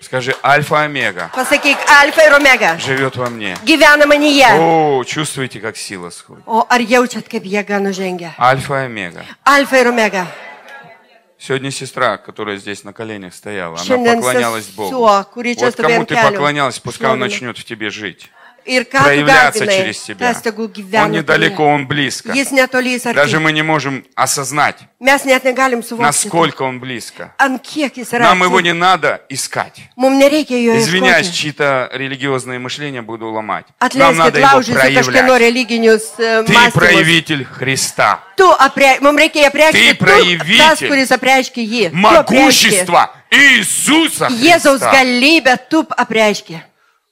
Speaker 1: Скажи, альфа и омега
Speaker 2: Pasakyk, alfa ir omega,
Speaker 1: живет во мне.
Speaker 2: gyvena manyje.
Speaker 1: О, чувствуете, как сила сходит.
Speaker 2: O ar jaučiat, kaip jėga nužengia?
Speaker 1: Альфа и омега.
Speaker 2: Alfa ir omega.
Speaker 1: Сегодня сестра, которая здесь на коленях стояла, она
Speaker 2: Šiandien
Speaker 1: поклонялась
Speaker 2: sesuo,
Speaker 1: Богу.
Speaker 2: kuri čia
Speaker 1: Вот
Speaker 2: stovėjo
Speaker 1: кому
Speaker 2: ant
Speaker 1: ты
Speaker 2: kelių,
Speaker 1: поклонялась, пускай он
Speaker 2: šlovino.
Speaker 1: начнет в тебе жить.
Speaker 2: Ir ką tu
Speaker 1: проявляться
Speaker 2: garbinai,
Speaker 1: через тебя.
Speaker 2: tas tegul
Speaker 1: Он
Speaker 2: gyvena.
Speaker 1: недалеко,
Speaker 2: tavyje.
Speaker 1: он близко.
Speaker 2: Jis netoli jis
Speaker 1: Даже
Speaker 2: arti.
Speaker 1: мы не можем осознать,
Speaker 2: Mes net negalim suvokti,
Speaker 1: насколько он близко.
Speaker 2: ant kiek jis yra.
Speaker 1: Нам его
Speaker 2: arti.
Speaker 1: не надо искать.
Speaker 2: Mums nereikia jo
Speaker 1: Извиняюсь,
Speaker 2: išgirsti.
Speaker 1: чьи-то религиозные мышления буду ломать. Нам
Speaker 2: Atleiskit,
Speaker 1: надо его
Speaker 2: laužysiu kažkieno
Speaker 1: проявлять.
Speaker 2: religinius e,
Speaker 1: Ты
Speaker 2: mąstymus.
Speaker 1: проявитель Христа.
Speaker 2: Tu apre... Mums reikia jį apreiškti.
Speaker 1: Ты проявитель.
Speaker 2: Tas, kuris apreiškia jį. Tu apreiški.
Speaker 1: Могущество Иисуса
Speaker 2: Jėzaus
Speaker 1: Христа.
Speaker 2: galybę tu apreiškia.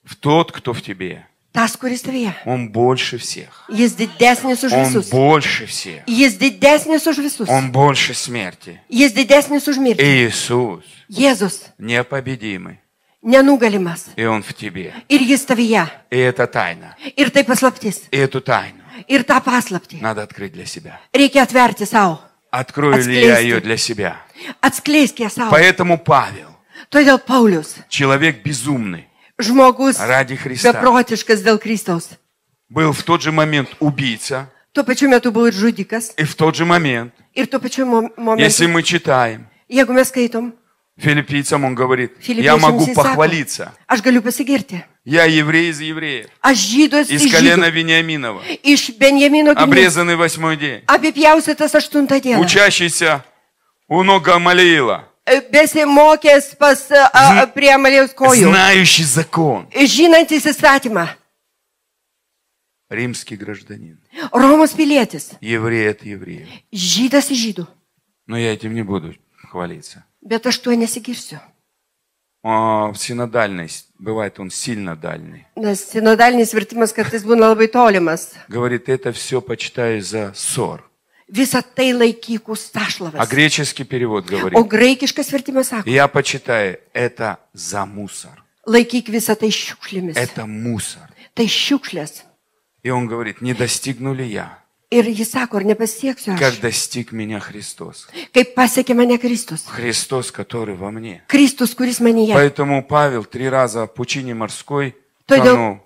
Speaker 1: В Тот, кто в тебе.
Speaker 2: Tas, kuris tavyje.
Speaker 1: Он больше всех.
Speaker 2: Jis didesnis už
Speaker 1: Он
Speaker 2: visus.
Speaker 1: больше всех.
Speaker 2: Jis didesnis už visus.
Speaker 1: Он больше смерти.
Speaker 2: Jis didesnis už mirtį.
Speaker 1: Иисус
Speaker 2: Jėzus
Speaker 1: непобедимый.
Speaker 2: nenugalimas.
Speaker 1: И Он в тебе.
Speaker 2: Ir jis tavyje.
Speaker 1: И это тайна.
Speaker 2: Ir tai paslaptis.
Speaker 1: И эту тайну
Speaker 2: Ir tą paslaptį.
Speaker 1: надо открыть для себя.
Speaker 2: Reikia atverti savo.
Speaker 1: Открою ли я ее для себя?
Speaker 2: Atskleisk ją savo.
Speaker 1: Поэтому Павел,
Speaker 2: Todėl Paulius,
Speaker 1: человек безумный,
Speaker 2: žmogus
Speaker 1: Radi Hrista.
Speaker 2: beprotiškas dėl Kristaus,
Speaker 1: был в тот же момент убийца,
Speaker 2: tuo pačiu metu buvo ir žudikas.
Speaker 1: и в тот же момент,
Speaker 2: Ir tuo pačiu mo-
Speaker 1: если
Speaker 2: momentu,
Speaker 1: мы читаем,
Speaker 2: jeigu mes skaitom,
Speaker 1: филиппийцам он говорит, я
Speaker 2: Filipiečiams
Speaker 1: могу
Speaker 2: jis sako,
Speaker 1: похвалиться,
Speaker 2: Aš galiu pasigirti.
Speaker 1: я еврей из евреев,
Speaker 2: Aš žydas
Speaker 1: из
Speaker 2: iš,
Speaker 1: колена
Speaker 2: žydų,
Speaker 1: Вениаминова,
Speaker 2: iš Benjamino gimės.
Speaker 1: обрезанный восьмой день,
Speaker 2: Apipjaustytas aštuntą dieną.
Speaker 1: учащийся у ног Амалиила,
Speaker 2: E, Besimokęs pas e, a, a, prie Marijos kojų.
Speaker 1: знающий закон,
Speaker 2: Žinantis įstatymą.
Speaker 1: римский гражданин,
Speaker 2: Romos pilietis.
Speaker 1: еврей от евреев.
Speaker 2: Žydas iš žydų.
Speaker 1: Но я этим не буду хвалиться.
Speaker 2: Bet aš tuo nesigirsiu.
Speaker 1: а, синодальный, бывает он сильно дальний.
Speaker 2: Nes sinodalinis vertimas kartais būna labai tolimas.
Speaker 1: Говорит, это все почитаю за ссор.
Speaker 2: Visą tai laikyk už
Speaker 1: А
Speaker 2: sašlavas.
Speaker 1: греческий перевод
Speaker 2: O
Speaker 1: говорит,
Speaker 2: graikiškas vertimas sako,
Speaker 1: я почитаю это за мусор.
Speaker 2: laikyk visą tai šiukšlėmis.
Speaker 1: Это мусор.
Speaker 2: Tai šiukšlės.
Speaker 1: И он говорит, не достигну ли я,
Speaker 2: Ir jis sako, ar nepasieksiu
Speaker 1: как
Speaker 2: aš,
Speaker 1: достиг меня Христос.
Speaker 2: kaip pasiekė mane Kristus.
Speaker 1: Христос, который во мне.
Speaker 2: Kristus, kuris manyje.
Speaker 1: Поэтому Павел три раза в пучине морской
Speaker 2: То дел-
Speaker 1: тонул.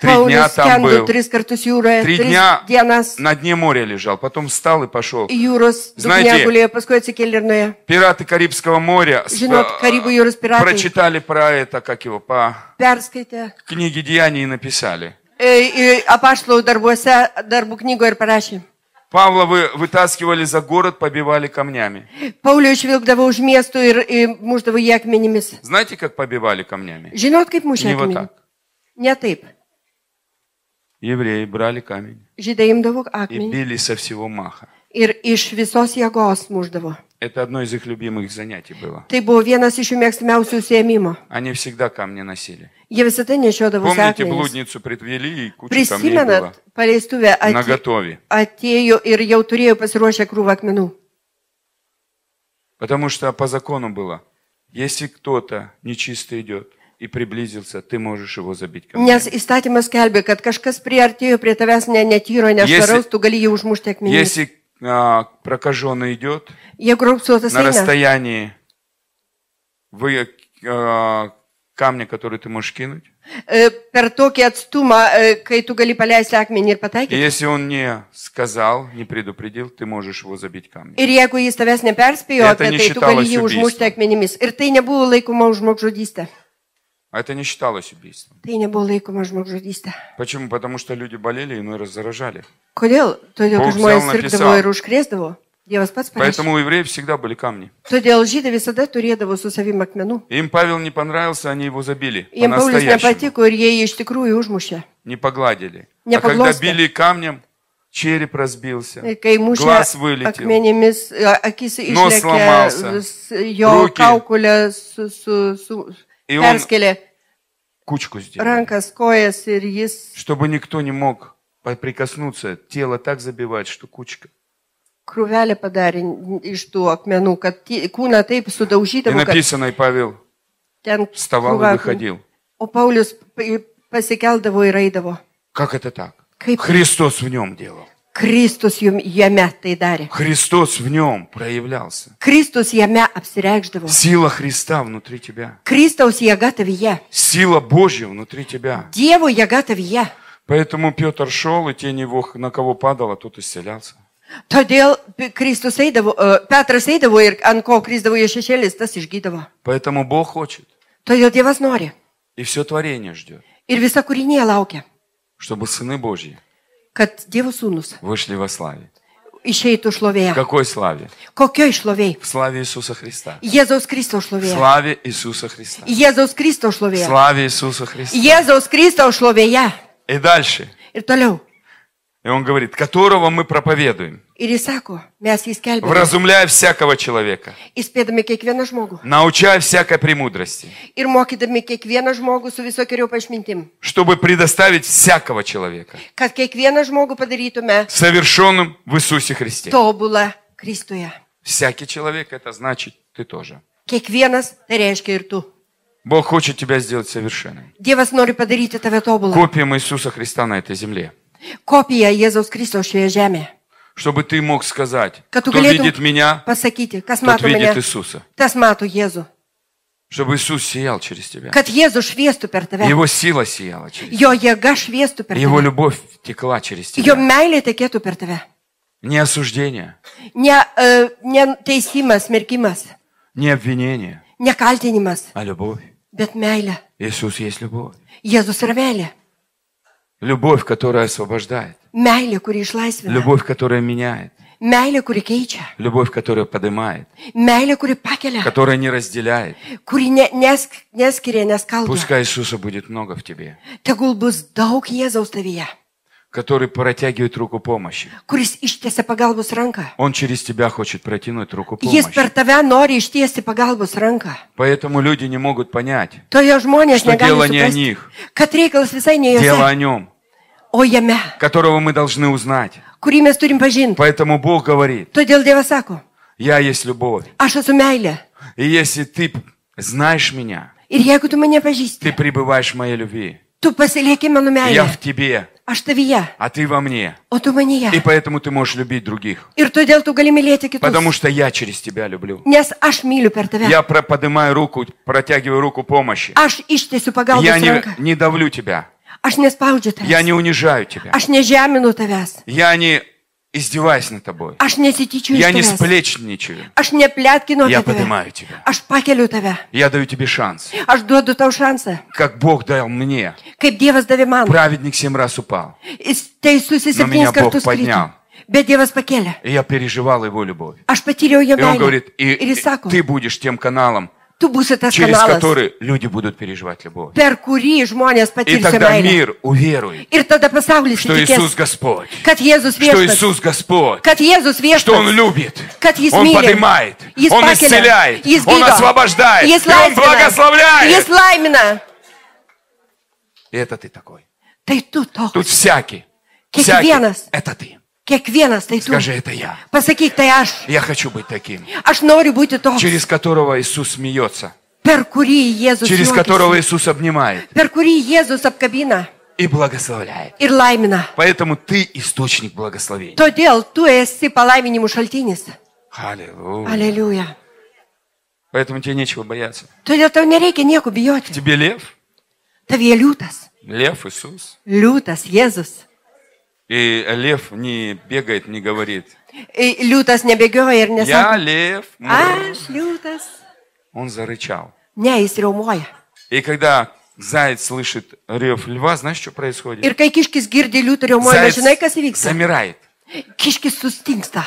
Speaker 1: Три дня
Speaker 2: Paulius
Speaker 1: там
Speaker 2: skendo
Speaker 1: был.
Speaker 2: tris kartus jūroje,
Speaker 1: Три
Speaker 2: tris
Speaker 1: дня
Speaker 2: dienas
Speaker 1: на дне моря лежал, потом встал и пошел.
Speaker 2: jūros dugne
Speaker 1: Знаете-
Speaker 2: gulėjo, paskui atsikėlė ir nuėjo.
Speaker 1: Пираты Карибского моря с-
Speaker 2: Žinot, Karibų jūros piratai
Speaker 1: прочитали про это, как его, по
Speaker 2: perskaitė
Speaker 1: книге Деяний написали.
Speaker 2: e, e, apaštalų darbuose, darbų knygoje ir parašė.
Speaker 1: Павла вы- вытаскивали за город, побивали камнями.
Speaker 2: Paulių išvilkdavo už miestų ir e, muždavo jį akmenimis.
Speaker 1: Знаете, как побивали камнями?
Speaker 2: Žinot, kaip mušė
Speaker 1: Не вот
Speaker 2: akmenį?
Speaker 1: так.
Speaker 2: Ne taip.
Speaker 1: Евреи брали камень
Speaker 2: Žydai imdavo
Speaker 1: и
Speaker 2: akmenį
Speaker 1: били со всего маха.
Speaker 2: ir iš visos jėgos muždavo.
Speaker 1: Это одно из их любимых занятий было.
Speaker 2: Tai buvo vienas iš jų mėgstamiausių užsiemimo.
Speaker 1: Они всегда камни носили.
Speaker 2: Jie visada nešiodavo
Speaker 1: Помните,
Speaker 2: akmenis.
Speaker 1: блудницу притвели и куча камней было.
Speaker 2: Prisimenat, paleistuvė
Speaker 1: На
Speaker 2: atė,
Speaker 1: готове.
Speaker 2: atėjo ir jau turėjo pasiruošę krūvą akmenų.
Speaker 1: Потому что по закону было, если кто-то нечисто идет и приблизился, ты можешь его забить камнями.
Speaker 2: Nes įstatymas kelbė, kad kažkas priartėjo prie tavęs ne netyro, nešvaraus,
Speaker 1: Jesi-
Speaker 2: tu gali jį užmušti akmenimis.
Speaker 1: Если а, прокаженный идет
Speaker 2: Jeigu raupsuotas
Speaker 1: на
Speaker 2: eina,
Speaker 1: расстоянии вы, а, камня, который ты можешь кинуть,
Speaker 2: e, per tokį atstumą, e, kai tu gali paleisti akmenį ir
Speaker 1: и
Speaker 2: pataikyti.
Speaker 1: если он не сказал, не предупредил, ты можешь его забить камнем.
Speaker 2: Ir jeigu jis tavęs neperspėjo
Speaker 1: Это
Speaker 2: apie
Speaker 1: не
Speaker 2: tai, tu gali
Speaker 1: считалось
Speaker 2: jį užmušti
Speaker 1: убийством.
Speaker 2: akmenimis. Ir tai nebuvo laikoma žmogžudystė.
Speaker 1: А это не считалось убийством.
Speaker 2: Tai nebuvo laikoma žmogžudystė.
Speaker 1: Почему? Потому что люди болели и ну, раз заражали.
Speaker 2: Kodėl? Todėl,
Speaker 1: Бог
Speaker 2: kad žmonės
Speaker 1: взял,
Speaker 2: sirgdavo
Speaker 1: написал.
Speaker 2: ir užkrėsdavo. Dievas pats parašė.
Speaker 1: Поэтому у евреев всегда были камни.
Speaker 2: Todėl žydai visada turėdavo su savimi akmenų.
Speaker 1: Им Павел не понравился, они его забили.
Speaker 2: Jiems Paulius
Speaker 1: По-настоящему.
Speaker 2: nepatiko ir jie jį iš tikrųjų užmušė.
Speaker 1: Не погладили.
Speaker 2: Не
Speaker 1: а когда
Speaker 2: погладили.
Speaker 1: били камнем, череп разбился,
Speaker 2: Ir Kai mušė
Speaker 1: глаз вылетел.
Speaker 2: akmenimis, e, akis
Speaker 1: Nos
Speaker 2: išlėkė,
Speaker 1: lamalsa.
Speaker 2: s- jo
Speaker 1: Ruki.
Speaker 2: kaukulę su, su, su,
Speaker 1: И он
Speaker 2: perskėlė
Speaker 1: кучку сделал.
Speaker 2: rankas, kojas ir jis
Speaker 1: Чтобы никто не мог по- прикоснуться, тело так забивает, что кучка.
Speaker 2: krūvelę padarė n- iš tų akmenų, kad ti- kūną taip
Speaker 1: И
Speaker 2: sudaužydavo, kad
Speaker 1: написано, и Павел
Speaker 2: ten
Speaker 1: вставал
Speaker 2: krūva
Speaker 1: и
Speaker 2: akmenų.
Speaker 1: выходил.
Speaker 2: O Paulius p- pasikeldavo ir eidavo.
Speaker 1: Как это так?
Speaker 2: Kaip
Speaker 1: Христос в нем делал.
Speaker 2: Kristus jum- jame tai darė.
Speaker 1: Христос в нем проявлялся.
Speaker 2: Kristus jame apsireikždavo.
Speaker 1: Сила Христа внутри тебя.
Speaker 2: Kristaus jėga tavyje.
Speaker 1: Сила Божья внутри тебя.
Speaker 2: Dievo jėga tavyje.
Speaker 1: Поэтому Петр шел, и тень его, на кого падала, тот исцелялся.
Speaker 2: Todėl P- Kristus eidavo, e, Petras eidavo ir ant ko krisdavo jo šešėlis, tas išgydavo.
Speaker 1: Поэтому Бог хочет,
Speaker 2: Todėl Dievas nori.
Speaker 1: и все творение ждет,
Speaker 2: Ir visa kūrinė laukia,
Speaker 1: чтобы сыны Божьи
Speaker 2: kad Dievo sūnus
Speaker 1: вышли во славе.
Speaker 2: išeitų
Speaker 1: В
Speaker 2: šlovėje.
Speaker 1: какой славе?
Speaker 2: Kokio išlovėjai?
Speaker 1: В славе Иисуса Христа.
Speaker 2: Jėzaus Kristo
Speaker 1: В
Speaker 2: šlovėje.
Speaker 1: славе Иисуса Христа.
Speaker 2: Jėzaus Kristo
Speaker 1: В
Speaker 2: šlovėje.
Speaker 1: славе Иисуса Христа.
Speaker 2: Jėzaus Kristo šlovėje.
Speaker 1: И дальше.
Speaker 2: Ir toliau.
Speaker 1: И он говорит, которого мы проповедуем,
Speaker 2: Ir jis sako, mes jį skelbėme,
Speaker 1: вразумляя всякого человека,
Speaker 2: įspėdami kiekvieną žmogų
Speaker 1: научая всякой премудрости,
Speaker 2: ir mokydami kiekvieną žmogų su visokiojo pašmintim,
Speaker 1: чтобы предоставить всякого человека
Speaker 2: kad kiekvieną žmogų padarytume
Speaker 1: совершенным в Иисусе Христе.
Speaker 2: tobulą Kristuje.
Speaker 1: Всякий человек, это значит ты тоже.
Speaker 2: Kiekvienas, tai reiškia ir tu.
Speaker 1: Бог хочет тебя сделать совершенным.
Speaker 2: Dievas nori padaryti tave tobulą.
Speaker 1: Копием Иисуса Христа на этой земле.
Speaker 2: Kopija Jėzaus Kristo šioje žemėje.
Speaker 1: Чтобы ты мог сказать,
Speaker 2: Kad tu
Speaker 1: кто видит
Speaker 2: galėtum
Speaker 1: меня,
Speaker 2: pasakyti, kas
Speaker 1: тот
Speaker 2: mato mane,
Speaker 1: видит Иисуса.
Speaker 2: tas mato Jėzų.
Speaker 1: Чтобы Иисус сиял через тебя.
Speaker 2: Kad Jėzus šviestų per tave.
Speaker 1: Его сила сияла через тебя.
Speaker 2: Jo jėga šviestų per
Speaker 1: Его
Speaker 2: tave.
Speaker 1: любовь текла через тебя.
Speaker 2: Jo meilė tekėtų per tave.
Speaker 1: Не осуждение,
Speaker 2: Ne, uh, ne teisimas, smerkimas,
Speaker 1: не обвинение,
Speaker 2: ne kaltinimas,
Speaker 1: а любовь.
Speaker 2: bet meilė.
Speaker 1: Иисус есть любовь.
Speaker 2: Jėzus yra meilė.
Speaker 1: Любовь, которая освобождает.
Speaker 2: Meilė, kuri išlaisvina.
Speaker 1: Любовь, которая меняет.
Speaker 2: Meilė, kuri keičia.
Speaker 1: Любовь, которая поднимает.
Speaker 2: Meilė, kuri pakelia.
Speaker 1: Которая не разделяет.
Speaker 2: Kuri ne, nesk, neskiria, neskaldo.
Speaker 1: Пускай Иисуса будет много в тебе.
Speaker 2: Tegul bus daug Jėzaus tavyje.
Speaker 1: который протягивает руку помощи.
Speaker 2: kuris ištiesia pagalbos ranką.
Speaker 1: Он через тебя хочет протянуть руку
Speaker 2: Jis
Speaker 1: помощи.
Speaker 2: per tave nori ištiesti pagalbos ranką.
Speaker 1: Поэтому люди не могут понять,
Speaker 2: Toje žmonės
Speaker 1: что дело
Speaker 2: negali
Speaker 1: не о
Speaker 2: suprasti,
Speaker 1: них,
Speaker 2: kad reikalas visai ne
Speaker 1: дело
Speaker 2: juose,
Speaker 1: о нем,
Speaker 2: o jame,
Speaker 1: которого мы должны узнать.
Speaker 2: kurį mes turim pažinti.
Speaker 1: Поэтому Бог говорит,
Speaker 2: Todėl Dievas sako,
Speaker 1: я есть любовь.
Speaker 2: aš esu meilė
Speaker 1: И если ты знаешь меня,
Speaker 2: ir jeigu tu
Speaker 1: ты
Speaker 2: mane pažįsti,
Speaker 1: пребываешь в моей любви.
Speaker 2: tu pasilieki mano
Speaker 1: И
Speaker 2: meilę,
Speaker 1: Я в тебе,
Speaker 2: aš tavyje,
Speaker 1: а ты во мне.
Speaker 2: o tu
Speaker 1: И
Speaker 2: manyje.
Speaker 1: поэтому ты можешь любить других.
Speaker 2: Ir todėl tu gali mylėti
Speaker 1: Потому
Speaker 2: kitus,
Speaker 1: что я через тебя люблю.
Speaker 2: nes aš myliu per tave,
Speaker 1: Я про- поднимаю руку, протягиваю руку помощи.
Speaker 2: aš
Speaker 1: Я
Speaker 2: ištiesiu pagalbos
Speaker 1: не,
Speaker 2: ranką,
Speaker 1: не давлю тебя.
Speaker 2: aš nespaudžiu
Speaker 1: Я
Speaker 2: tavęs,
Speaker 1: не унижаю тебя.
Speaker 2: aš nežeminu tavęs,
Speaker 1: Я не издеваюсь над тобой.
Speaker 2: aš nesityčiu
Speaker 1: Я не
Speaker 2: iš tavęs,
Speaker 1: сплечничаю.
Speaker 2: aš nepletkinu
Speaker 1: Я
Speaker 2: apie tave,
Speaker 1: поднимаю тебя.
Speaker 2: aš pakeliu tave,
Speaker 1: Я даю тебе шанс.
Speaker 2: aš duodu tau šansą,
Speaker 1: Как Бог дал мне.
Speaker 2: kaip Dievas davė man.
Speaker 1: Праведник семь раз упал.
Speaker 2: Jis teisusis
Speaker 1: Nu,
Speaker 2: septynis
Speaker 1: mane Bog
Speaker 2: kartus krito.
Speaker 1: padniau.
Speaker 2: Bet Dievas pakėlė.
Speaker 1: И я переживал его любовь.
Speaker 2: Aš patyriau jo
Speaker 1: И он
Speaker 2: meilę.
Speaker 1: говорит, и,
Speaker 2: ir jis sako,
Speaker 1: ты будешь тем каналом,
Speaker 2: tu būsi tas
Speaker 1: через
Speaker 2: kanalas,
Speaker 1: который люди будут переживать любовь.
Speaker 2: per kurį žmonės
Speaker 1: И
Speaker 2: patirs jo
Speaker 1: тогда
Speaker 2: meilę.
Speaker 1: мир уверует,
Speaker 2: Ir tada pasaulis
Speaker 1: что Иисус
Speaker 2: įtikės,
Speaker 1: Господь,
Speaker 2: kad Jėzus
Speaker 1: что
Speaker 2: viešpats,
Speaker 1: Иисус Господь,
Speaker 2: kad Jėzus
Speaker 1: что Он
Speaker 2: viešpats,
Speaker 1: любит,
Speaker 2: kad Jis
Speaker 1: Он
Speaker 2: myli,
Speaker 1: поднимает,
Speaker 2: Jis
Speaker 1: Он
Speaker 2: pakelia,
Speaker 1: исцеляет,
Speaker 2: Jis
Speaker 1: Он
Speaker 2: gydo,
Speaker 1: освобождает,
Speaker 2: Jis
Speaker 1: и Он
Speaker 2: laisvina, Jis
Speaker 1: благословляет.
Speaker 2: laimina.
Speaker 1: И это ты такой.
Speaker 2: Tai tu toks,
Speaker 1: Тут всякий,
Speaker 2: Как
Speaker 1: всякий,
Speaker 2: Венос.
Speaker 1: это ты.
Speaker 2: kiekvienas tai tu.
Speaker 1: Скажи, это я.
Speaker 2: Pasakyk, tai aš,
Speaker 1: Я хочу быть таким,
Speaker 2: aš noriu būti toks,
Speaker 1: через которого Иисус смеется,
Speaker 2: per kurį Jėzus,
Speaker 1: через
Speaker 2: juokiasi,
Speaker 1: которого Иисус обнимает
Speaker 2: per kurį Jėzus apkabina
Speaker 1: и благословляет.
Speaker 2: ir laimina.
Speaker 1: Поэтому ты источник благословения.
Speaker 2: Todėl tu esi palaiminimų šaltinis.
Speaker 1: Аллилуйя.
Speaker 2: Aleliuja.
Speaker 1: Поэтому тебе нечего бояться.
Speaker 2: Todėl tau nereikia nieko bijoti.
Speaker 1: Тебе лев,
Speaker 2: Tavie liūtas.
Speaker 1: лев Иисус.
Speaker 2: Liūtas Jėzus.
Speaker 1: И лев не бегает, не говорит.
Speaker 2: I- Liūtas nebėgioja ir
Speaker 1: Я
Speaker 2: nesako.
Speaker 1: лев. мру».
Speaker 2: Aš liūtas.
Speaker 1: Он зарычал.
Speaker 2: Ne, jis riaumoja.
Speaker 1: И когда заяц слышит рев льва, знаешь, что происходит?
Speaker 2: Ir kai kiškis girdi liūtų riaumojimą,
Speaker 1: Заяц
Speaker 2: žinai, kas įvyksta?
Speaker 1: замирает.
Speaker 2: Kiškis sustingsta.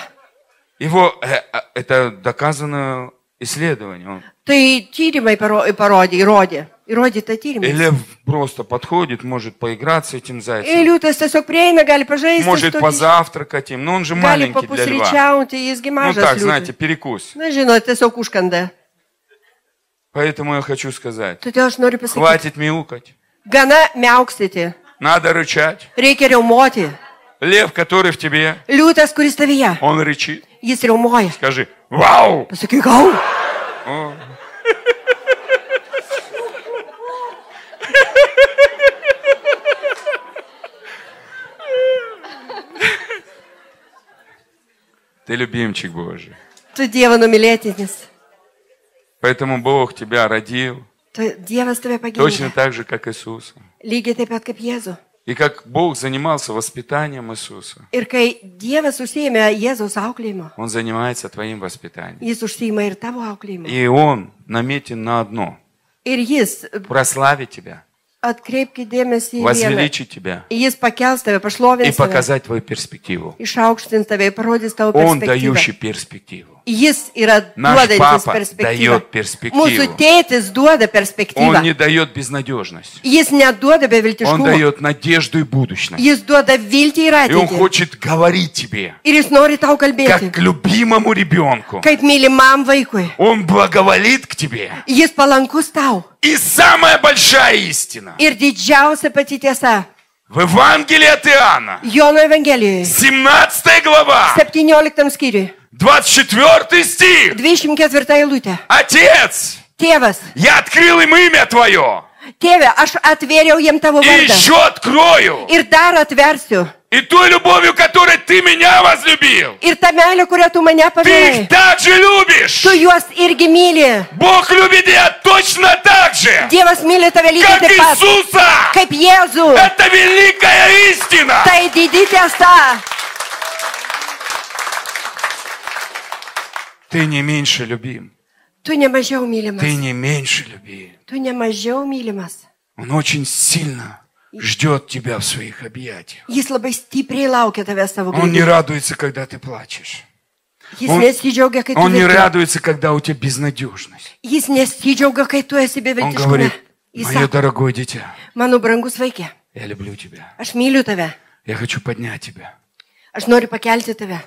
Speaker 1: Его, э, э, это доказано исследование. Он-
Speaker 2: Tai tyrimai paro- parodė, įrodė. Įrodyta
Speaker 1: И
Speaker 2: tyrimai.
Speaker 1: лев просто подходит, может поиграться этим
Speaker 2: Ir
Speaker 1: зайцем,
Speaker 2: liūtas tiesiog prieina, gali pažaisti. su
Speaker 1: может
Speaker 2: tuo
Speaker 1: позавтракать им. Но он же
Speaker 2: kiškiu, gali
Speaker 1: маленький для льва.
Speaker 2: papusryčiauti, jisgi
Speaker 1: Ну
Speaker 2: mažas.
Speaker 1: так,
Speaker 2: liūtas.
Speaker 1: знаете, перекус.
Speaker 2: Na, žinot, tiesiog užkanda.
Speaker 1: Поэтому я хочу сказать.
Speaker 2: Todėl aš noriu pasakyti.
Speaker 1: Хватит мяукать.
Speaker 2: Gana miauksyti,
Speaker 1: Надо рычать.
Speaker 2: reikia riaumoti.
Speaker 1: Лев, который в тебе,
Speaker 2: Liūtas, kuris tavyje,
Speaker 1: он рычит.
Speaker 2: jis riaumoja.
Speaker 1: Скажи, вау!
Speaker 2: Pasakyk, gau.
Speaker 1: О. Ты любимчик Божий.
Speaker 2: Tu Dievo numylėtinis.
Speaker 1: Поэтому Бог тебя родил
Speaker 2: Tu Dievas tave
Speaker 1: точно
Speaker 2: pagimdė.
Speaker 1: так же, как Иисуса.
Speaker 2: Lygiai taip pat kaip Jėzų.
Speaker 1: И как Бог занимался воспитанием Иисуса,
Speaker 2: Ir kai Dievas užsieimė Jėzaus auklėjimo,
Speaker 1: Он занимается твоим воспитанием.
Speaker 2: jis užsieima ir tavo auklėjimo.
Speaker 1: И Он наметен на одно –
Speaker 2: Ir jis,
Speaker 1: прославить тебя,
Speaker 2: atkreipkite дėmesį į Dievą.
Speaker 1: возвеличить тебя
Speaker 2: Jis pakels tave,
Speaker 1: и
Speaker 2: pašlovins tave,
Speaker 1: показать твою перспективу.
Speaker 2: išaukštins tave, parodys tavo
Speaker 1: Он
Speaker 2: perspektyvą.
Speaker 1: дающий перспективу.
Speaker 2: Jis yra
Speaker 1: Naš
Speaker 2: duodantis
Speaker 1: papa
Speaker 2: perspektyvą.
Speaker 1: dajot perspektyvą.
Speaker 2: Mūsų tėtis duoda
Speaker 1: Он
Speaker 2: perspektyvą.
Speaker 1: не дает безнадежность.
Speaker 2: Jis neduoda
Speaker 1: Он
Speaker 2: beviltiškumo.
Speaker 1: дает надежду и будущность.
Speaker 2: Jis duoda viltį ir
Speaker 1: И Он
Speaker 2: ateitį.
Speaker 1: хочет говорить тебе,
Speaker 2: Ir jis nori tau
Speaker 1: как
Speaker 2: kalbėti,
Speaker 1: к любимому ребенку.
Speaker 2: kaip mylimam vaikui.
Speaker 1: Он благоволит к тебе.
Speaker 2: Jis palankus tau.
Speaker 1: И самая большая истина.
Speaker 2: Ir didžiausia pati tiesa.
Speaker 1: В Евангелии от Иоанна,
Speaker 2: Jono Evangelijoje.
Speaker 1: 17 глава,
Speaker 2: 17 skyriui.
Speaker 1: 24 стих.
Speaker 2: 24 eilutė.
Speaker 1: Отец,
Speaker 2: Tėvas,
Speaker 1: я открыл им имя Твое.
Speaker 2: tėve, aš atvėriau jiem tavo
Speaker 1: И
Speaker 2: vardą.
Speaker 1: еще открою.
Speaker 2: Ir dar atversiu.
Speaker 1: И той любовью, которой ты меня возлюбил,
Speaker 2: Ir tą meilę, kurią tu mane
Speaker 1: ты
Speaker 2: pavėrėjai.
Speaker 1: их так же любишь.
Speaker 2: Tu juos irgi myli.
Speaker 1: Бог любит тебя точно так же,
Speaker 2: Dievas myli tave lygiai
Speaker 1: как
Speaker 2: taip pat.
Speaker 1: Иисуса.
Speaker 2: Kaip Jėzų.
Speaker 1: Это великая истина.
Speaker 2: Tai didį tiesa.
Speaker 1: Ты не меньше любим.
Speaker 2: Tu nemažiau mylimas.
Speaker 1: Ты не меньше любим.
Speaker 2: Tu nemažiau mylimas.
Speaker 1: Он очень сильно ждет тебя в своих объятиях.
Speaker 2: Jis labai stipriai laukia tave savo
Speaker 1: Он не
Speaker 2: gyvenime.
Speaker 1: радуется, когда ты плачешь.
Speaker 2: Jis
Speaker 1: on-
Speaker 2: nesidžiaugia, kai tu
Speaker 1: Он не
Speaker 2: verki.
Speaker 1: радуется, когда у тебя безнадежность.
Speaker 2: Jis nesidžiaugia, kai tu esi
Speaker 1: Он
Speaker 2: beviltiškume.
Speaker 1: говорит,
Speaker 2: Jis
Speaker 1: мое
Speaker 2: sako,
Speaker 1: дорогое дитя,
Speaker 2: mano brangus vaikė,
Speaker 1: я люблю тебя.
Speaker 2: aš myliu tave.
Speaker 1: Я хочу поднять тебя.
Speaker 2: Aš noriu pakelti tave.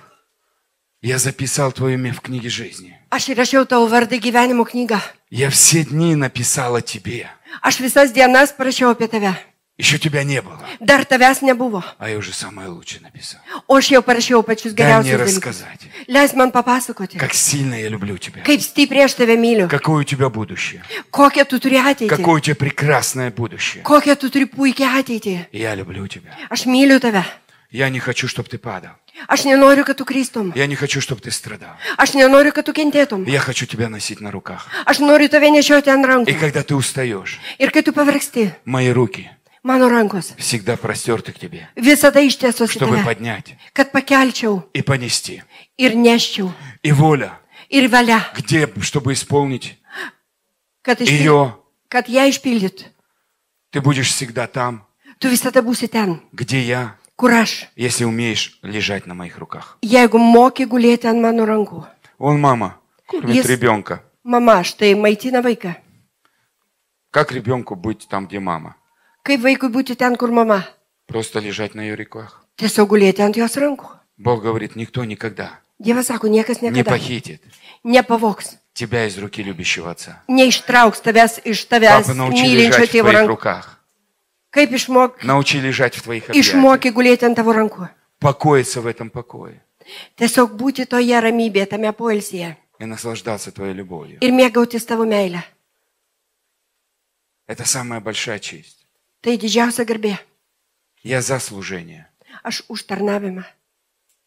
Speaker 1: Я записал твое имя в книге жизни.
Speaker 2: Aš įrašiau tavo vardą į gyvenimo knygą.
Speaker 1: Я все дни написал о тебе.
Speaker 2: Aš visas dienas prašiau apie tave.
Speaker 1: Еще тебя не было,
Speaker 2: Dar tavęs nebuvo.
Speaker 1: а я уже самое лучшее написал.
Speaker 2: O aš jau parašiau pačius
Speaker 1: Дай мне
Speaker 2: geriausius dalykus.
Speaker 1: рассказать,
Speaker 2: Leis man papasakoti,
Speaker 1: как сильно я люблю тебя.
Speaker 2: kaip stipriai aš tave myliu,
Speaker 1: Какое у тебя будущее.
Speaker 2: kokią tu turi ateitį,
Speaker 1: Какое у тебя прекрасное будущее.
Speaker 2: kokią tu turi puikią ateitį.
Speaker 1: Я люблю тебя.
Speaker 2: Aš myliu tave.
Speaker 1: Я не хочу, чтобы ты падал.
Speaker 2: Aš nenoriu, kad tu kristum.
Speaker 1: Я не хочу, чтобы ты страдал.
Speaker 2: Aš nenoriu, kad tu kentėtum.
Speaker 1: Я хочу тебя носить на руках.
Speaker 2: Aš noriu tave nešioti ant
Speaker 1: И
Speaker 2: rankų.
Speaker 1: когда ты устаешь,
Speaker 2: Ir kai tu pavargsti,
Speaker 1: мои руки
Speaker 2: mano rankos
Speaker 1: всегда простерты к тебе,
Speaker 2: visada ištiesos į
Speaker 1: чтобы
Speaker 2: tave,
Speaker 1: поднять
Speaker 2: kad pakelčiau
Speaker 1: и понести.
Speaker 2: ir neščiau.
Speaker 1: И воля,
Speaker 2: Ir valia,
Speaker 1: где, чтобы исполнить
Speaker 2: kad, išpil...
Speaker 1: ее,
Speaker 2: kad ją išpildyt.
Speaker 1: ты будешь всегда там,
Speaker 2: Tu visada būsi ten,
Speaker 1: где я,
Speaker 2: kur aš.
Speaker 1: если умеешь лежать на моих руках.
Speaker 2: Jeigu moki gulėti ant mano rankų.
Speaker 1: Он мама кормит
Speaker 2: Есть.
Speaker 1: ребенка.
Speaker 2: Mama, štai maitina vaiką.
Speaker 1: Как ребенку быть там, где мама?
Speaker 2: Kaip vaikui būti ten, kur mama?
Speaker 1: Просто лежать на ее руках.
Speaker 2: Tiesiog gulėti ant jos rankų.
Speaker 1: Бог говорит, никто никогда
Speaker 2: Dievas sako, niekas
Speaker 1: не
Speaker 2: niekada
Speaker 1: похитит
Speaker 2: nepavoks.
Speaker 1: тебя из руки любящего отца.
Speaker 2: Neištrauks tavęs iš tavęs
Speaker 1: Папа, научи
Speaker 2: mylinčio
Speaker 1: лежать в
Speaker 2: tėvo
Speaker 1: твоих
Speaker 2: rankų.
Speaker 1: руках.
Speaker 2: Kaip išmok,
Speaker 1: Научи лежать в твоих объятиях.
Speaker 2: išmoki gulėti ant tavo rankų.
Speaker 1: Покоиться в этом покое.
Speaker 2: Tiesiog būti toje ramybėje, tame poilsėje.
Speaker 1: И наслаждаться твоей любовью.
Speaker 2: Ir mėgautis tavo meilę.
Speaker 1: Это самая большая честь.
Speaker 2: Tai didžiausia garbė.
Speaker 1: Я за служение.
Speaker 2: Aš užtarnavimą.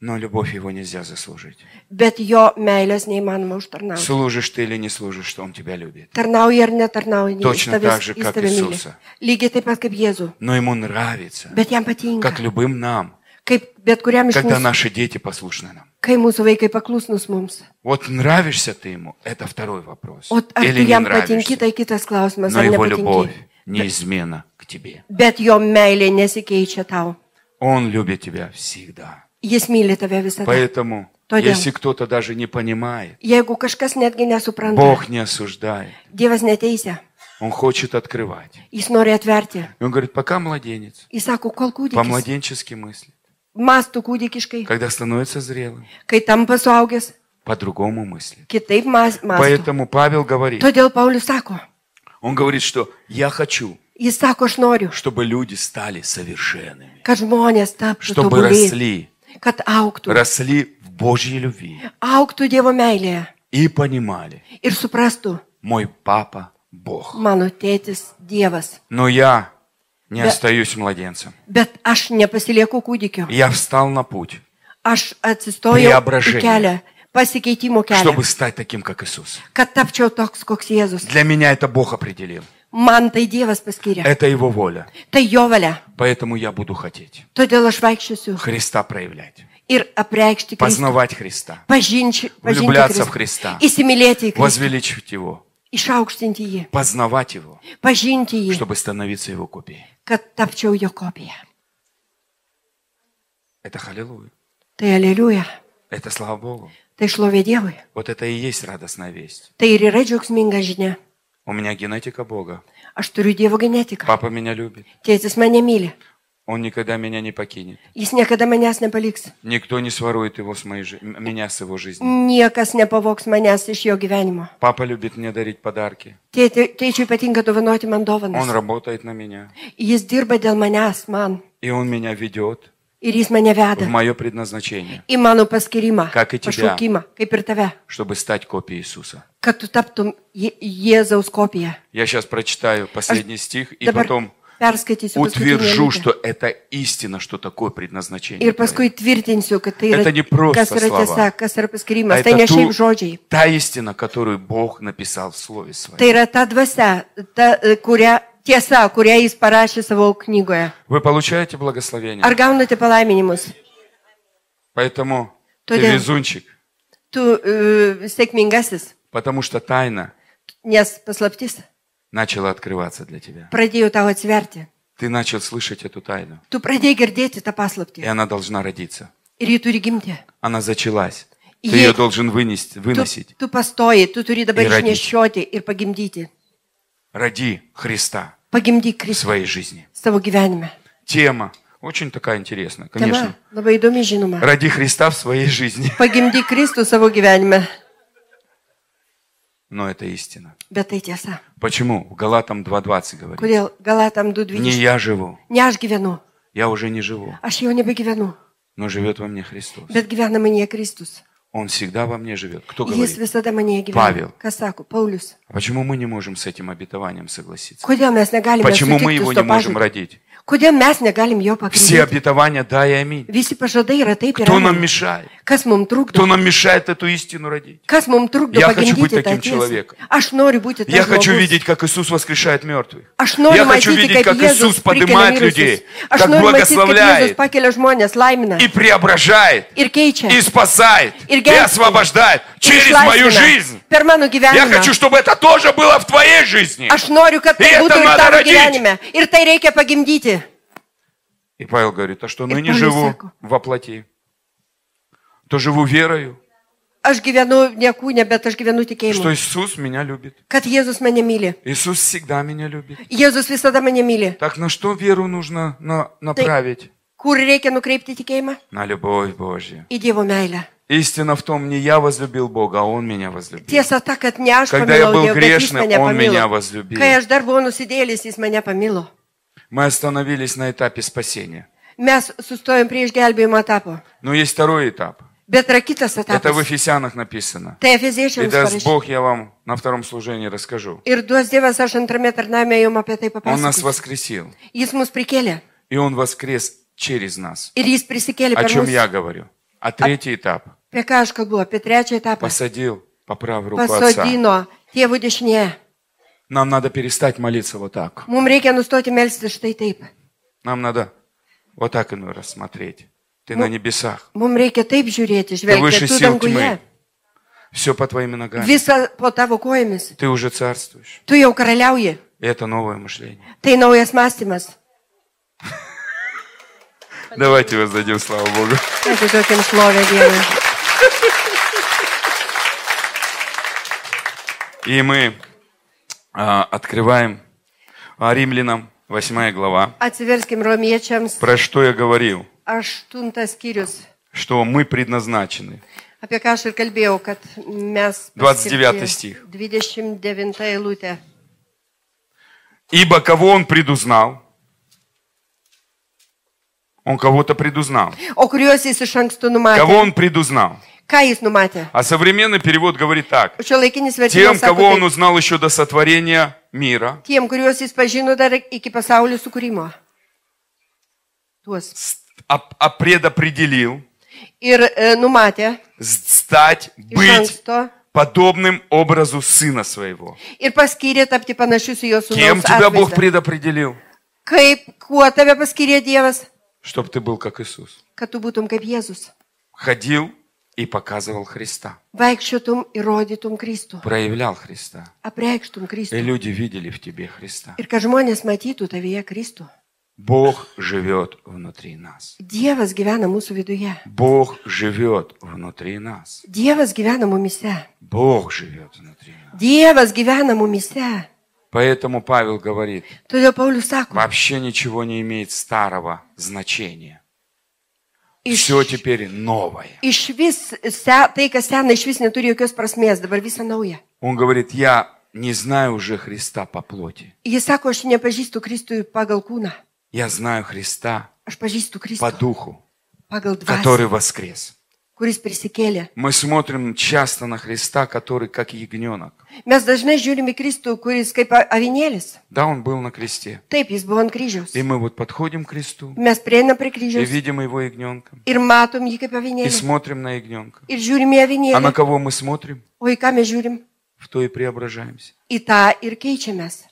Speaker 1: Но любовь его нельзя заслужить.
Speaker 2: Bet jo meilės neįmanoma užtarnauti.
Speaker 1: Служишь ты или не служишь, что он тебя любит.
Speaker 2: Tarnauji ar netarnauji, jis
Speaker 1: Точно
Speaker 2: tavęs-
Speaker 1: так же,
Speaker 2: jis
Speaker 1: как
Speaker 2: tave myli.
Speaker 1: Иисуса.
Speaker 2: Lygiai taip pat kaip Jėzų.
Speaker 1: Но ему нравится,
Speaker 2: Bet jam patinka.
Speaker 1: как любым нам,
Speaker 2: Kaip bet kuriam iš
Speaker 1: когда
Speaker 2: mūsų,
Speaker 1: наши дети послушны нам.
Speaker 2: kai mūsų vaikai paklusnus mums.
Speaker 1: Вот нравишься ты ему, это второй вопрос.
Speaker 2: O ar
Speaker 1: Или
Speaker 2: tu
Speaker 1: не
Speaker 2: jam
Speaker 1: нравишься.
Speaker 2: patinki, tai kitas klausimas,
Speaker 1: Но
Speaker 2: ar
Speaker 1: его любовь
Speaker 2: nepatinki.
Speaker 1: неизмена к тебе.
Speaker 2: Bet jo meilė nesikeičia tau.
Speaker 1: Он любит тебя всегда.
Speaker 2: Jis myli tave visada.
Speaker 1: Поэтому,
Speaker 2: Todėl.
Speaker 1: если кто-то даже не понимает,
Speaker 2: Jeigu kažkas netgi nesupranta,
Speaker 1: Бог не осуждает.
Speaker 2: Dievas neteisia,
Speaker 1: Он хочет открывать.
Speaker 2: jis nori atverti.
Speaker 1: И он говорит, пока младенец,
Speaker 2: Jis sako, kol kūdikis,
Speaker 1: по-младенчески мыслит.
Speaker 2: mastų kūdikiškai,
Speaker 1: Когда становится зрелым,
Speaker 2: kai tampa suaugęs,
Speaker 1: по-другому мыслит.
Speaker 2: kitaip mąsto.
Speaker 1: Поэтому Павел говорит,
Speaker 2: Todėl Paulius sako,
Speaker 1: он говорит, что я хочу,
Speaker 2: jis sako, aš noriu,
Speaker 1: чтобы люди стали совершенными,
Speaker 2: kad žmonės taptų
Speaker 1: чтобы
Speaker 2: tobulai,
Speaker 1: росли,
Speaker 2: kad auktų,
Speaker 1: росли в Божьей любви
Speaker 2: auktų Dievo meilėje
Speaker 1: и понимали,
Speaker 2: ir suprastų,
Speaker 1: мой папа Бог.
Speaker 2: mano tėtis Dievas.
Speaker 1: Но я не
Speaker 2: Да.
Speaker 1: остаюсь младенцем.
Speaker 2: Bet aš nepasilieku kūdikio.
Speaker 1: Я встал на путь,
Speaker 2: Aš atsistojau į
Speaker 1: Преображение.
Speaker 2: kelią, pasikeitimo
Speaker 1: чтобы
Speaker 2: kelią,
Speaker 1: стать таким, как Иисус.
Speaker 2: kad tapčiau toks, koks Jėzus.
Speaker 1: Для меня это Бог определил.
Speaker 2: Man tai Dievas paskyrė.
Speaker 1: Это Его воля.
Speaker 2: Tai jo valia.
Speaker 1: Поэтому я буду хотеть
Speaker 2: Todėl aš vaikščiosiu
Speaker 1: Христа проявлять.
Speaker 2: ir apreikšti Kristų.
Speaker 1: познавать Христа,
Speaker 2: Pažinti,
Speaker 1: влюбляться в
Speaker 2: pažinti
Speaker 1: Христа,
Speaker 2: įsimylėti į Kristų,
Speaker 1: возвеличивать Его,
Speaker 2: išaukštinti jį,
Speaker 1: познавать Его,
Speaker 2: pažinti jį,
Speaker 1: чтобы становиться Его копией.
Speaker 2: kad tapčiau jo kopiją.
Speaker 1: Это халилуя.
Speaker 2: Tai aleliuja,
Speaker 1: Это слава Богу.
Speaker 2: tai šlovė Dievui.
Speaker 1: Вот это и есть радостная весть.
Speaker 2: Tai ir yra džiaugsminga žinia.
Speaker 1: У меня генетика Бога.
Speaker 2: Aš turiu Dievo genetiką.
Speaker 1: Папа меня любит.
Speaker 2: Tėtis mane myli.
Speaker 1: Он никогда меня не покинет.
Speaker 2: Jis niekada manęs nepaliks.
Speaker 1: Никто не сворует его с моей жи- м- меня с его жизни.
Speaker 2: Niekas nepavoks manęs iš jo gyvenimo.
Speaker 1: Папа любит мне дарить подарки.
Speaker 2: Tėti- Tėčiui patinka dovanoti man
Speaker 1: Он
Speaker 2: dovanas.
Speaker 1: работает на меня.
Speaker 2: Jis dirba dėl manęs, man.
Speaker 1: И он меня ведет
Speaker 2: Ir jis mane
Speaker 1: в
Speaker 2: veda
Speaker 1: мое предназначение,
Speaker 2: į mano paskirimą,
Speaker 1: Ką kai tebe.
Speaker 2: pašaukimą, kaip ir tave,
Speaker 1: чтобы стать копией Иисуса.
Speaker 2: kad tu taptum Je- Jėzaus kopiją.
Speaker 1: Я сейчас прочитаю последний стих и
Speaker 2: Dabar
Speaker 1: потом
Speaker 2: perskaitysiu. paskutinį
Speaker 1: утвержу,
Speaker 2: eilutę.
Speaker 1: что это истина, что такое предназначение.
Speaker 2: Ir
Speaker 1: твое.
Speaker 2: paskui tvirtinsiu, kad tai
Speaker 1: Это не
Speaker 2: yra,
Speaker 1: просто
Speaker 2: kas yra
Speaker 1: слова.
Speaker 2: tiesa, kas
Speaker 1: А
Speaker 2: yra paskirimas. Tai ne
Speaker 1: это
Speaker 2: šiaip
Speaker 1: ту-
Speaker 2: žodžiai.
Speaker 1: та истина, которую Бог написал в Слове Своем.
Speaker 2: Tai yra ta dvasia, ta, e, kurią, tiesa, kurią jis parašė savo knygoje.
Speaker 1: Вы получаете благословение.
Speaker 2: Ar gaunate palaiminimus?
Speaker 1: Поэтому ты
Speaker 2: Тудя.
Speaker 1: везунчик,
Speaker 2: Tu uh, sėkmingasis,
Speaker 1: потому что тайна
Speaker 2: nes paslaptis
Speaker 1: начала открываться для тебя.
Speaker 2: pradėjo tau atsiverti.
Speaker 1: Ты начал слышать эту тайну,
Speaker 2: Tu pradėjai girdėti tą
Speaker 1: и
Speaker 2: paslaptį
Speaker 1: она должна родиться.
Speaker 2: ir ji turi gimti.
Speaker 1: Она зачалась. Ты
Speaker 2: И
Speaker 1: ее
Speaker 2: ей-
Speaker 1: должен вынести,
Speaker 2: Tu,
Speaker 1: выносить.
Speaker 2: tu pastoji, tu turi dabar
Speaker 1: Ir radyti.
Speaker 2: išnešioti ir pagimdyti.
Speaker 1: Роди Христа
Speaker 2: Pagimdyk
Speaker 1: в
Speaker 2: Kristų
Speaker 1: своей жизни.
Speaker 2: savo gyvenime.
Speaker 1: Тема Очень такая интересная,
Speaker 2: Tema
Speaker 1: конечно.
Speaker 2: labai įdomi žinoma.
Speaker 1: Ради Христа в своей жизни.
Speaker 2: Pagimdy Kristų savo gyvenime.
Speaker 1: Но это истина.
Speaker 2: Bet tai tiesa.
Speaker 1: Почему? В Галатам 2.20 говорит.
Speaker 2: Kodėl Galatam
Speaker 1: Не
Speaker 2: 2.20?
Speaker 1: я живу,
Speaker 2: Ne aš gyvenu,
Speaker 1: я уже не живу,
Speaker 2: aš jau nebegyvenu,
Speaker 1: но живет во мне Христос.
Speaker 2: bet gyvena manie Kristus.
Speaker 1: Он всегда во мне живет. Кто
Speaker 2: Jis
Speaker 1: говорит?
Speaker 2: visada manie
Speaker 1: Pavel.
Speaker 2: gyvena. Kas sako, Paulius?
Speaker 1: А Почему мы не можем с этим обетованием согласиться?
Speaker 2: Kodėl mes negalime
Speaker 1: Почему мы
Speaker 2: sutikti
Speaker 1: его
Speaker 2: su
Speaker 1: не
Speaker 2: to
Speaker 1: можем
Speaker 2: pažadu?
Speaker 1: родить?
Speaker 2: Kodėl mes negalim jo
Speaker 1: Все
Speaker 2: pakviesti?
Speaker 1: обетования, да и аминь.
Speaker 2: Visi pažadai yra taip ir
Speaker 1: Кто нам
Speaker 2: amen.
Speaker 1: мешает?
Speaker 2: Kas mums
Speaker 1: Кто
Speaker 2: trukdo?
Speaker 1: нам мешает эту истину родить?
Speaker 2: Kas mums trukdo
Speaker 1: Я хочу būti
Speaker 2: pagimdyti tą
Speaker 1: takim
Speaker 2: tiesą?
Speaker 1: človeku.
Speaker 2: Aš noriu būti
Speaker 1: Я
Speaker 2: tas
Speaker 1: хочу
Speaker 2: žmogus.
Speaker 1: видеть, как Иисус воскрешает мертвых.
Speaker 2: Aš
Speaker 1: Я
Speaker 2: noriu
Speaker 1: хочу
Speaker 2: matyti,
Speaker 1: видеть,
Speaker 2: kaip
Speaker 1: как Иисус
Speaker 2: Jėzus prikelia
Speaker 1: поднимает людей,
Speaker 2: mirusius. Aš
Speaker 1: как
Speaker 2: noriu matyti, kaip Jėzus
Speaker 1: благословляет
Speaker 2: pakelia žmonės, laimina
Speaker 1: и преображает,
Speaker 2: ir keičia.
Speaker 1: и спасает,
Speaker 2: Ir
Speaker 1: и
Speaker 2: gelbsti.
Speaker 1: освобождает
Speaker 2: ir
Speaker 1: через
Speaker 2: išlaisvina
Speaker 1: мою жизнь.
Speaker 2: Per mano
Speaker 1: Я
Speaker 2: gyvenimą.
Speaker 1: хочу, чтобы это тоже было в твоей жизни.
Speaker 2: Aš noriu, kad tai
Speaker 1: Ir
Speaker 2: būtų
Speaker 1: tą
Speaker 2: ir
Speaker 1: noriu
Speaker 2: tavo
Speaker 1: rodyti.
Speaker 2: gyvenime. Ir tai reikia pagimdyti.
Speaker 1: И Павел говорит, а что ныне
Speaker 2: Paulius
Speaker 1: живу
Speaker 2: sako.
Speaker 1: во плоти, то живу верою,
Speaker 2: Aš gyvenu ne kūne, bet aš gyvenu tikėjimu.
Speaker 1: что Иисус меня любит.
Speaker 2: Kad Jėzus mane myli.
Speaker 1: Иисус всегда меня любит.
Speaker 2: Jėzus visada mane myli.
Speaker 1: Так на что веру нужно на- направить?
Speaker 2: Kur reikia nukreipti tikėjimą?
Speaker 1: На любовь Божью.
Speaker 2: Į Dievo meilę.
Speaker 1: Истина в том, не я возлюбил Бога, а Он меня возлюбил.
Speaker 2: Tiesa ta, kad ne aš
Speaker 1: Когда я
Speaker 2: pamilau
Speaker 1: был
Speaker 2: Dievą, bet jis
Speaker 1: грешным,
Speaker 2: mane
Speaker 1: Он меня
Speaker 2: pamilo.
Speaker 1: возлюбил.
Speaker 2: Kai aš dar buvau nusidėlis, jis mane pamilo.
Speaker 1: Мы остановились на этапе спасения.
Speaker 2: Mes sustojom prie išgelbėjimo etapo.
Speaker 1: Но есть второй этап.
Speaker 2: Bet yra kitas
Speaker 1: Это в
Speaker 2: etapas.
Speaker 1: Ефесянах написано.
Speaker 2: Tai
Speaker 1: И
Speaker 2: Efeziečiams
Speaker 1: даст
Speaker 2: parašyta.
Speaker 1: Бог, я вам на втором служении расскажу.
Speaker 2: Ir duos Dievas, aš antrame tarname jums apie tai
Speaker 1: Он нас
Speaker 2: papasakosiu.
Speaker 1: воскресил.
Speaker 2: Jis mus prikėlė
Speaker 1: И Он воскрес через нас.
Speaker 2: ir jis prisikėlė
Speaker 1: О
Speaker 2: per
Speaker 1: чем
Speaker 2: mus.
Speaker 1: я говорю. А третий этап.
Speaker 2: Apie ką aš kalbu, apie trečią etapą.
Speaker 1: Посадил по правую руку Отца.
Speaker 2: Pasodino tėvų dešinėje.
Speaker 1: Нам надо перестать молиться вот так.
Speaker 2: Mums reikia nustoti melstis štai taip.
Speaker 1: Нам надо вот так иной рассмотреть. Ты
Speaker 2: Ну,
Speaker 1: на небесах.
Speaker 2: Mums reikia taip žiūrėti,
Speaker 1: Ты выше
Speaker 2: žvelgti. Tu
Speaker 1: сил
Speaker 2: danguje.
Speaker 1: тьмы. Все по твоими ногами.
Speaker 2: Visa po tavo kojomis.
Speaker 1: Ты уже царствуешь.
Speaker 2: Tu jau karaliauji.
Speaker 1: И это новое мышление.
Speaker 2: Tai naujas mąstymas.
Speaker 1: Давайте воздадим славу Богу.
Speaker 2: Atiduokim šlovę Dievui.
Speaker 1: И мы а, открываем а, Римлянам 8 глава.
Speaker 2: Atsiverskim romiečiams
Speaker 1: Про что я говорил?
Speaker 2: aštuntas skyrius.
Speaker 1: Что мы предназначены.
Speaker 2: Apie ką aš ir kalbėjau, kad mes.
Speaker 1: 29
Speaker 2: paskirti-
Speaker 1: stih.
Speaker 2: 29 eilutė.
Speaker 1: Ибо кого он предузнал? Он кого-то предузнал.
Speaker 2: O kuriuos jis iš anksto numatė?
Speaker 1: Кого он предузнал?
Speaker 2: Ką jis numatė?
Speaker 1: А современный перевод говорит так.
Speaker 2: Šio laikinis
Speaker 1: Тем,
Speaker 2: vertimas.
Speaker 1: кого
Speaker 2: sako
Speaker 1: он
Speaker 2: taip,
Speaker 1: узнал еще до сотворения мира,
Speaker 2: Tiem, kuriuos jis pažino dar iki pasaulio sukūrimo. Tuos.
Speaker 1: с- а- а предопределил
Speaker 2: Ir e, numatė
Speaker 1: с- стать,
Speaker 2: iš
Speaker 1: быть
Speaker 2: anksto.
Speaker 1: подобным образу Сына Своего.
Speaker 2: Ir paskyrė tapti panašius į jo
Speaker 1: Кем
Speaker 2: sūnų.
Speaker 1: тебя Бог предопределил?
Speaker 2: Kaip, kuo tave paskyrė Dievas,
Speaker 1: Чтоб ты был как Иисус.
Speaker 2: kad tu būtum kaip Jėzus.
Speaker 1: Ходил и показывал Христа.
Speaker 2: Vaikščiotum ir rodytum Kristų.
Speaker 1: Проявлял Христа.
Speaker 2: Apreikštum
Speaker 1: И
Speaker 2: Kristų.
Speaker 1: люди видели в тебе Христа.
Speaker 2: Ir kad žmonės matytų tavyje Kristų.
Speaker 1: Бог живет внутри нас.
Speaker 2: Dievas gyvena mūsų viduje.
Speaker 1: Бог живет внутри нас.
Speaker 2: Dievas gyvena mumise.
Speaker 1: Бог живет внутри нас.
Speaker 2: Dievas gyvena mumise.
Speaker 1: Поэтому Павел говорит,
Speaker 2: Todėl Paulius sako,
Speaker 1: вообще ничего не имеет старого значения.
Speaker 2: iš,
Speaker 1: Все теперь новое.
Speaker 2: iš vis, se, tai kas sena, iš vis neturi jokios prasmės, dabar visa nauja.
Speaker 1: Он говорит, я не знаю уже Христа по плоти.
Speaker 2: Jis sako, aš nepažįstu Kristui pagal kūną,
Speaker 1: Я знаю Христа
Speaker 2: aš pažįstu
Speaker 1: по
Speaker 2: Kristų
Speaker 1: духу,
Speaker 2: pagal dvasę,
Speaker 1: который воскрес.
Speaker 2: kuris prisikėlė.
Speaker 1: Мы смотрим часто на Христа, который как ягненок.
Speaker 2: Mes dažnai žiūrime į Kristų, kuris kaip a- avinėlis.
Speaker 1: Да, он был на кресте.
Speaker 2: Taip, jis buvo ant kryžiaus.
Speaker 1: И мы вот подходим к кресту
Speaker 2: Mes prieinam prie
Speaker 1: и
Speaker 2: kryžiaus
Speaker 1: видим его ягненком.
Speaker 2: ir matom jį kaip
Speaker 1: И
Speaker 2: avinėlį.
Speaker 1: смотрим на ягненка.
Speaker 2: Ir žiūrime į
Speaker 1: А на
Speaker 2: avinėlį.
Speaker 1: кого мы смотрим,
Speaker 2: O į ką mes žiūrim?
Speaker 1: в то и преображаемся.
Speaker 2: Į tą ir keičiamės.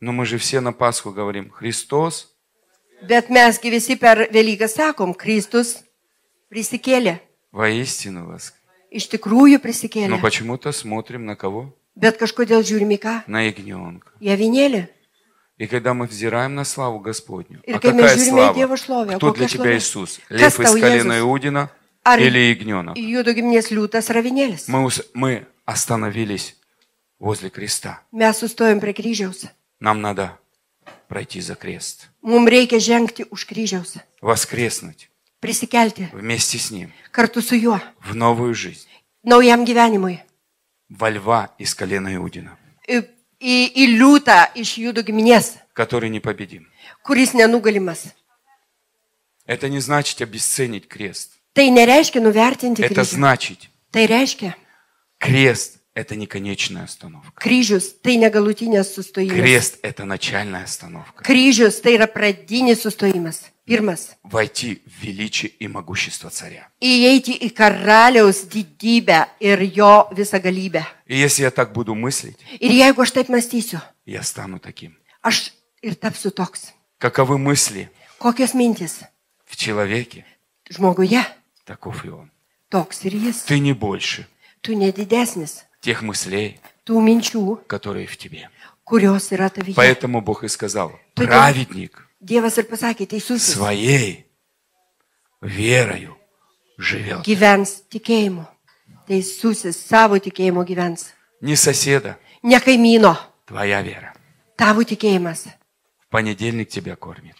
Speaker 1: Но мы же все на Пасху говорим, Христос
Speaker 2: Bet mesgi visi per Velyką sakom, Kristus prisikėlė.
Speaker 1: воистину воскрес.
Speaker 2: Iš tikrųjų
Speaker 1: Но
Speaker 2: prisikėlė.
Speaker 1: почему-то смотрим на кого?
Speaker 2: Bet kažkodėl žiūrim į ką?
Speaker 1: На ягненка.
Speaker 2: Į avinėlį.
Speaker 1: И когда мы взираем на славу Господню,
Speaker 2: Ir
Speaker 1: а
Speaker 2: kai
Speaker 1: какая
Speaker 2: mes žiūrime į
Speaker 1: слава?
Speaker 2: Dievo šlovę,
Speaker 1: Кто для
Speaker 2: kokia
Speaker 1: тебя
Speaker 2: šlovė?
Speaker 1: Иисус?
Speaker 2: Kas
Speaker 1: Лев из
Speaker 2: tau
Speaker 1: колена
Speaker 2: Jėzus?
Speaker 1: Иудина
Speaker 2: Ar
Speaker 1: или ягненок?
Speaker 2: Judo giminės liūtas ravinėlis?
Speaker 1: Мы, ус- мы остановились возле креста.
Speaker 2: Mes sustojom prie kryžiaus.
Speaker 1: Нам надо пройти за крест,
Speaker 2: Mums reikia žengti už kryžiaus,
Speaker 1: воскреснуть
Speaker 2: prisikelti
Speaker 1: вместе с Ним
Speaker 2: kartu su juo,
Speaker 1: в новую жизнь,
Speaker 2: naujam gyvenimui,
Speaker 1: во льва из колена Иудина,
Speaker 2: į, į, į liūtą iš judų giminės,
Speaker 1: который непобедим.
Speaker 2: kuris nenugalimas.
Speaker 1: Это не значит обесценить крест.
Speaker 2: Tai nereiškia nuvertinti
Speaker 1: Это
Speaker 2: kryžių.
Speaker 1: значит,
Speaker 2: Tai reiškia,
Speaker 1: крест – это не конечная остановка.
Speaker 2: kryžius tai negalutinės sustojimas.
Speaker 1: Крест – это начальная остановка.
Speaker 2: Kryžius tai yra pradinis sustojimas. Pirmas.
Speaker 1: Войти в величие и могущество царя.
Speaker 2: Įeiti į karaliaus didybę ir jo visą galybę.
Speaker 1: И если я так буду мыслить,
Speaker 2: Ir jeigu aš taip mąstysiu,
Speaker 1: я стану таким.
Speaker 2: aš ir tapsiu toks.
Speaker 1: Каковы мысли
Speaker 2: Kokios mintis
Speaker 1: в человеке,
Speaker 2: žmoguje,
Speaker 1: таков и он.
Speaker 2: toks ir jis.
Speaker 1: Ты не больше
Speaker 2: Tu nedidesnis
Speaker 1: тех мыслей,
Speaker 2: tų minčių,
Speaker 1: которые в тебе.
Speaker 2: kurios yra tavyje.
Speaker 1: Поэтому Бог и сказал,
Speaker 2: Ты-
Speaker 1: праведник
Speaker 2: Dievas ir pasakė, teisus
Speaker 1: своей верою живет.
Speaker 2: gyvens tikėjimu. Teisusis savo tikėjimu gyvens.
Speaker 1: Не соседа,
Speaker 2: Ne kaimyno,
Speaker 1: твоя вера.
Speaker 2: tavo tikėjimas.
Speaker 1: В понедельник тебя кормит,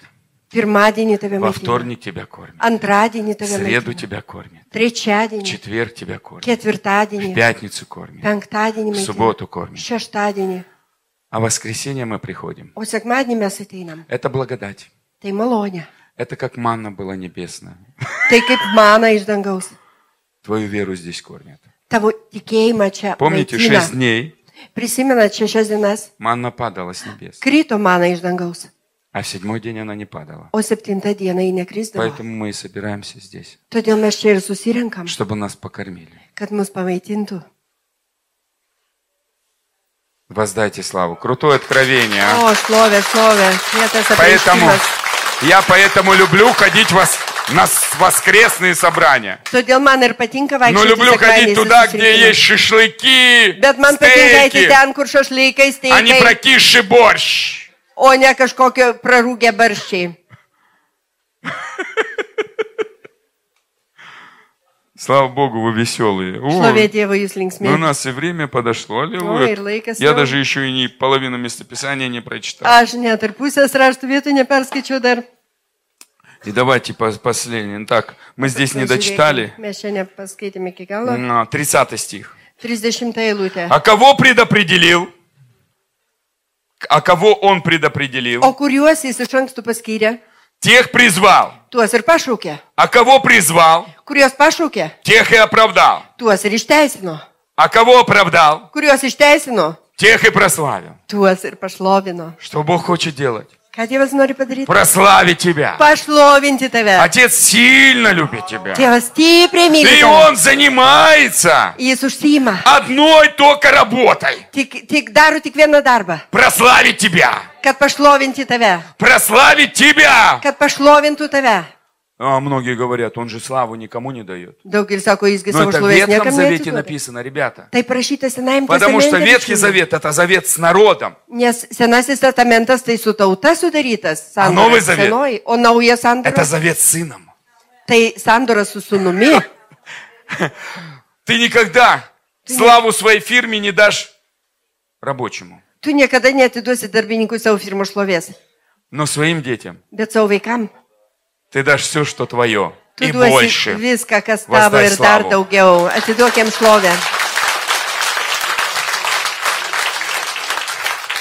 Speaker 2: Pirmadienį tave
Speaker 1: во
Speaker 2: maitina.
Speaker 1: вторник тебя
Speaker 2: А,
Speaker 1: кормит,
Speaker 2: Antradienį
Speaker 1: в
Speaker 2: tave
Speaker 1: среду
Speaker 2: maitina.
Speaker 1: тебя кормит, в
Speaker 2: Trečiadienį,
Speaker 1: четверг тебя кормит, в
Speaker 2: ketvirtadienį,
Speaker 1: пятницу кормит,
Speaker 2: penktadienį,
Speaker 1: в
Speaker 2: maitina,
Speaker 1: субботу кормит.
Speaker 2: šeštadienį.
Speaker 1: А в воскресенье мы приходим.
Speaker 2: O sekmadienį mes ateinam.
Speaker 1: Это благодать.
Speaker 2: Tai malonė.
Speaker 1: Это как манна была небесная.
Speaker 2: Tai kaip mana iš dangaus.
Speaker 1: Твою веру здесь кормят.
Speaker 2: Tavo tikėjimą čia.
Speaker 1: Помните,
Speaker 2: maitina.
Speaker 1: шесть дней
Speaker 2: Prisimenat šešias dienas?
Speaker 1: манна падала с небес,
Speaker 2: Krito mana iš dangaus.
Speaker 1: а в седьмой день она не падала.
Speaker 2: O septintą dieną jį nekrisdavo.
Speaker 1: Поэтому мы и собираемся здесь,
Speaker 2: Todėl mes čia ir susirinkam,
Speaker 1: чтобы нас покормили.
Speaker 2: kad mus pamaitintų.
Speaker 1: Воздайте славу. Крутое откровение. а.
Speaker 2: O, šlovė, šlovė, kietas
Speaker 1: Поэтому
Speaker 2: apreiškimas.
Speaker 1: я поэтому люблю ходить вас на с- воскресные собрания.
Speaker 2: Todėl man ir patinka
Speaker 1: Но
Speaker 2: vaikščioti.
Speaker 1: люблю ходить
Speaker 2: sekmadieniais į
Speaker 1: туда, где
Speaker 2: susirinkimus.
Speaker 1: есть шашлыки,
Speaker 2: Bet man patinka eiti
Speaker 1: стейки,
Speaker 2: ten, kur šašlykai
Speaker 1: а не
Speaker 2: steigia,
Speaker 1: прокисший борщ.
Speaker 2: o ne kažkokio prarūgę barščiai.
Speaker 1: Слава Богу, вы веселые. О,
Speaker 2: Šlovė Dievui, jūs
Speaker 1: ну, у
Speaker 2: linksmė.
Speaker 1: нас и время подошло, аллилуйя.
Speaker 2: Ой, Ирлыка,
Speaker 1: Я
Speaker 2: слава.
Speaker 1: даже еще и не половину местописания не прочитал.
Speaker 2: Aš net ir pusės raštų vietų neperskaičiau dar.
Speaker 1: И давайте пос- последний. Так, мы здесь не дочитали.
Speaker 2: Pažiūrėkim, Mes šiandien paskaitėme iki galo.
Speaker 1: М, 30 стих.
Speaker 2: 30 eilutė.
Speaker 1: А кого предопределил? А кого он предопределил?
Speaker 2: O kuriuos jis iš anksto paskyrė,
Speaker 1: Тех призвал.
Speaker 2: tuos ir pašaukė.
Speaker 1: А кого призвал,
Speaker 2: Kuriuos pašaukė,
Speaker 1: тех и оправдал.
Speaker 2: tuos ir išteisino.
Speaker 1: А кого оправдал,
Speaker 2: Kuriuos išteisino,
Speaker 1: тех и прославил.
Speaker 2: tuos ir pašlovino.
Speaker 1: Что Бог хочет делать?
Speaker 2: Ką Dievas nori padaryti?
Speaker 1: Прославить тебя.
Speaker 2: Pašlovinti tave.
Speaker 1: Отец сильно любит тебя.
Speaker 2: Dievas stipriai myli.
Speaker 1: И
Speaker 2: tave.
Speaker 1: он занимается
Speaker 2: Jis užsima.
Speaker 1: одной только работой.
Speaker 2: Tik, tik daro tik vieną darbą.
Speaker 1: Прославить тебя.
Speaker 2: Kad pašlovinti tave.
Speaker 1: Прославить тебя.
Speaker 2: Kad pašlovintų tave.
Speaker 1: А многие говорят, он же славу никому не дает.
Speaker 2: Daugelis sako, jisgi
Speaker 1: Но
Speaker 2: savo
Speaker 1: это в
Speaker 2: šlovės
Speaker 1: Ветхом
Speaker 2: niekam
Speaker 1: Завете
Speaker 2: neduoda.
Speaker 1: написано, ребята.
Speaker 2: Tai parašyta Senajame
Speaker 1: Потому что Ветхий
Speaker 2: bičiuliai.
Speaker 1: Завет – это завет с народом.
Speaker 2: Nes Senasis testamentas tai su tauta sudarytas. sandora,
Speaker 1: Anovai Zavietai.
Speaker 2: senoji, o nauja sandora.
Speaker 1: Это завет с сыном.
Speaker 2: Tai sandora su sunumi.
Speaker 1: Ты никогда славу своей фирме не дашь рабочему,
Speaker 2: Tu niekada netiduosi darbininkui savo firmos šlovės,
Speaker 1: но своим детям
Speaker 2: bet savo vaikam.
Speaker 1: ты дашь все, что твое,
Speaker 2: Tu
Speaker 1: и
Speaker 2: duosi
Speaker 1: больше.
Speaker 2: viską, kas
Speaker 1: Воздать
Speaker 2: tavo ir dar
Speaker 1: славу.
Speaker 2: daugiau. Atiduok jam šlovę.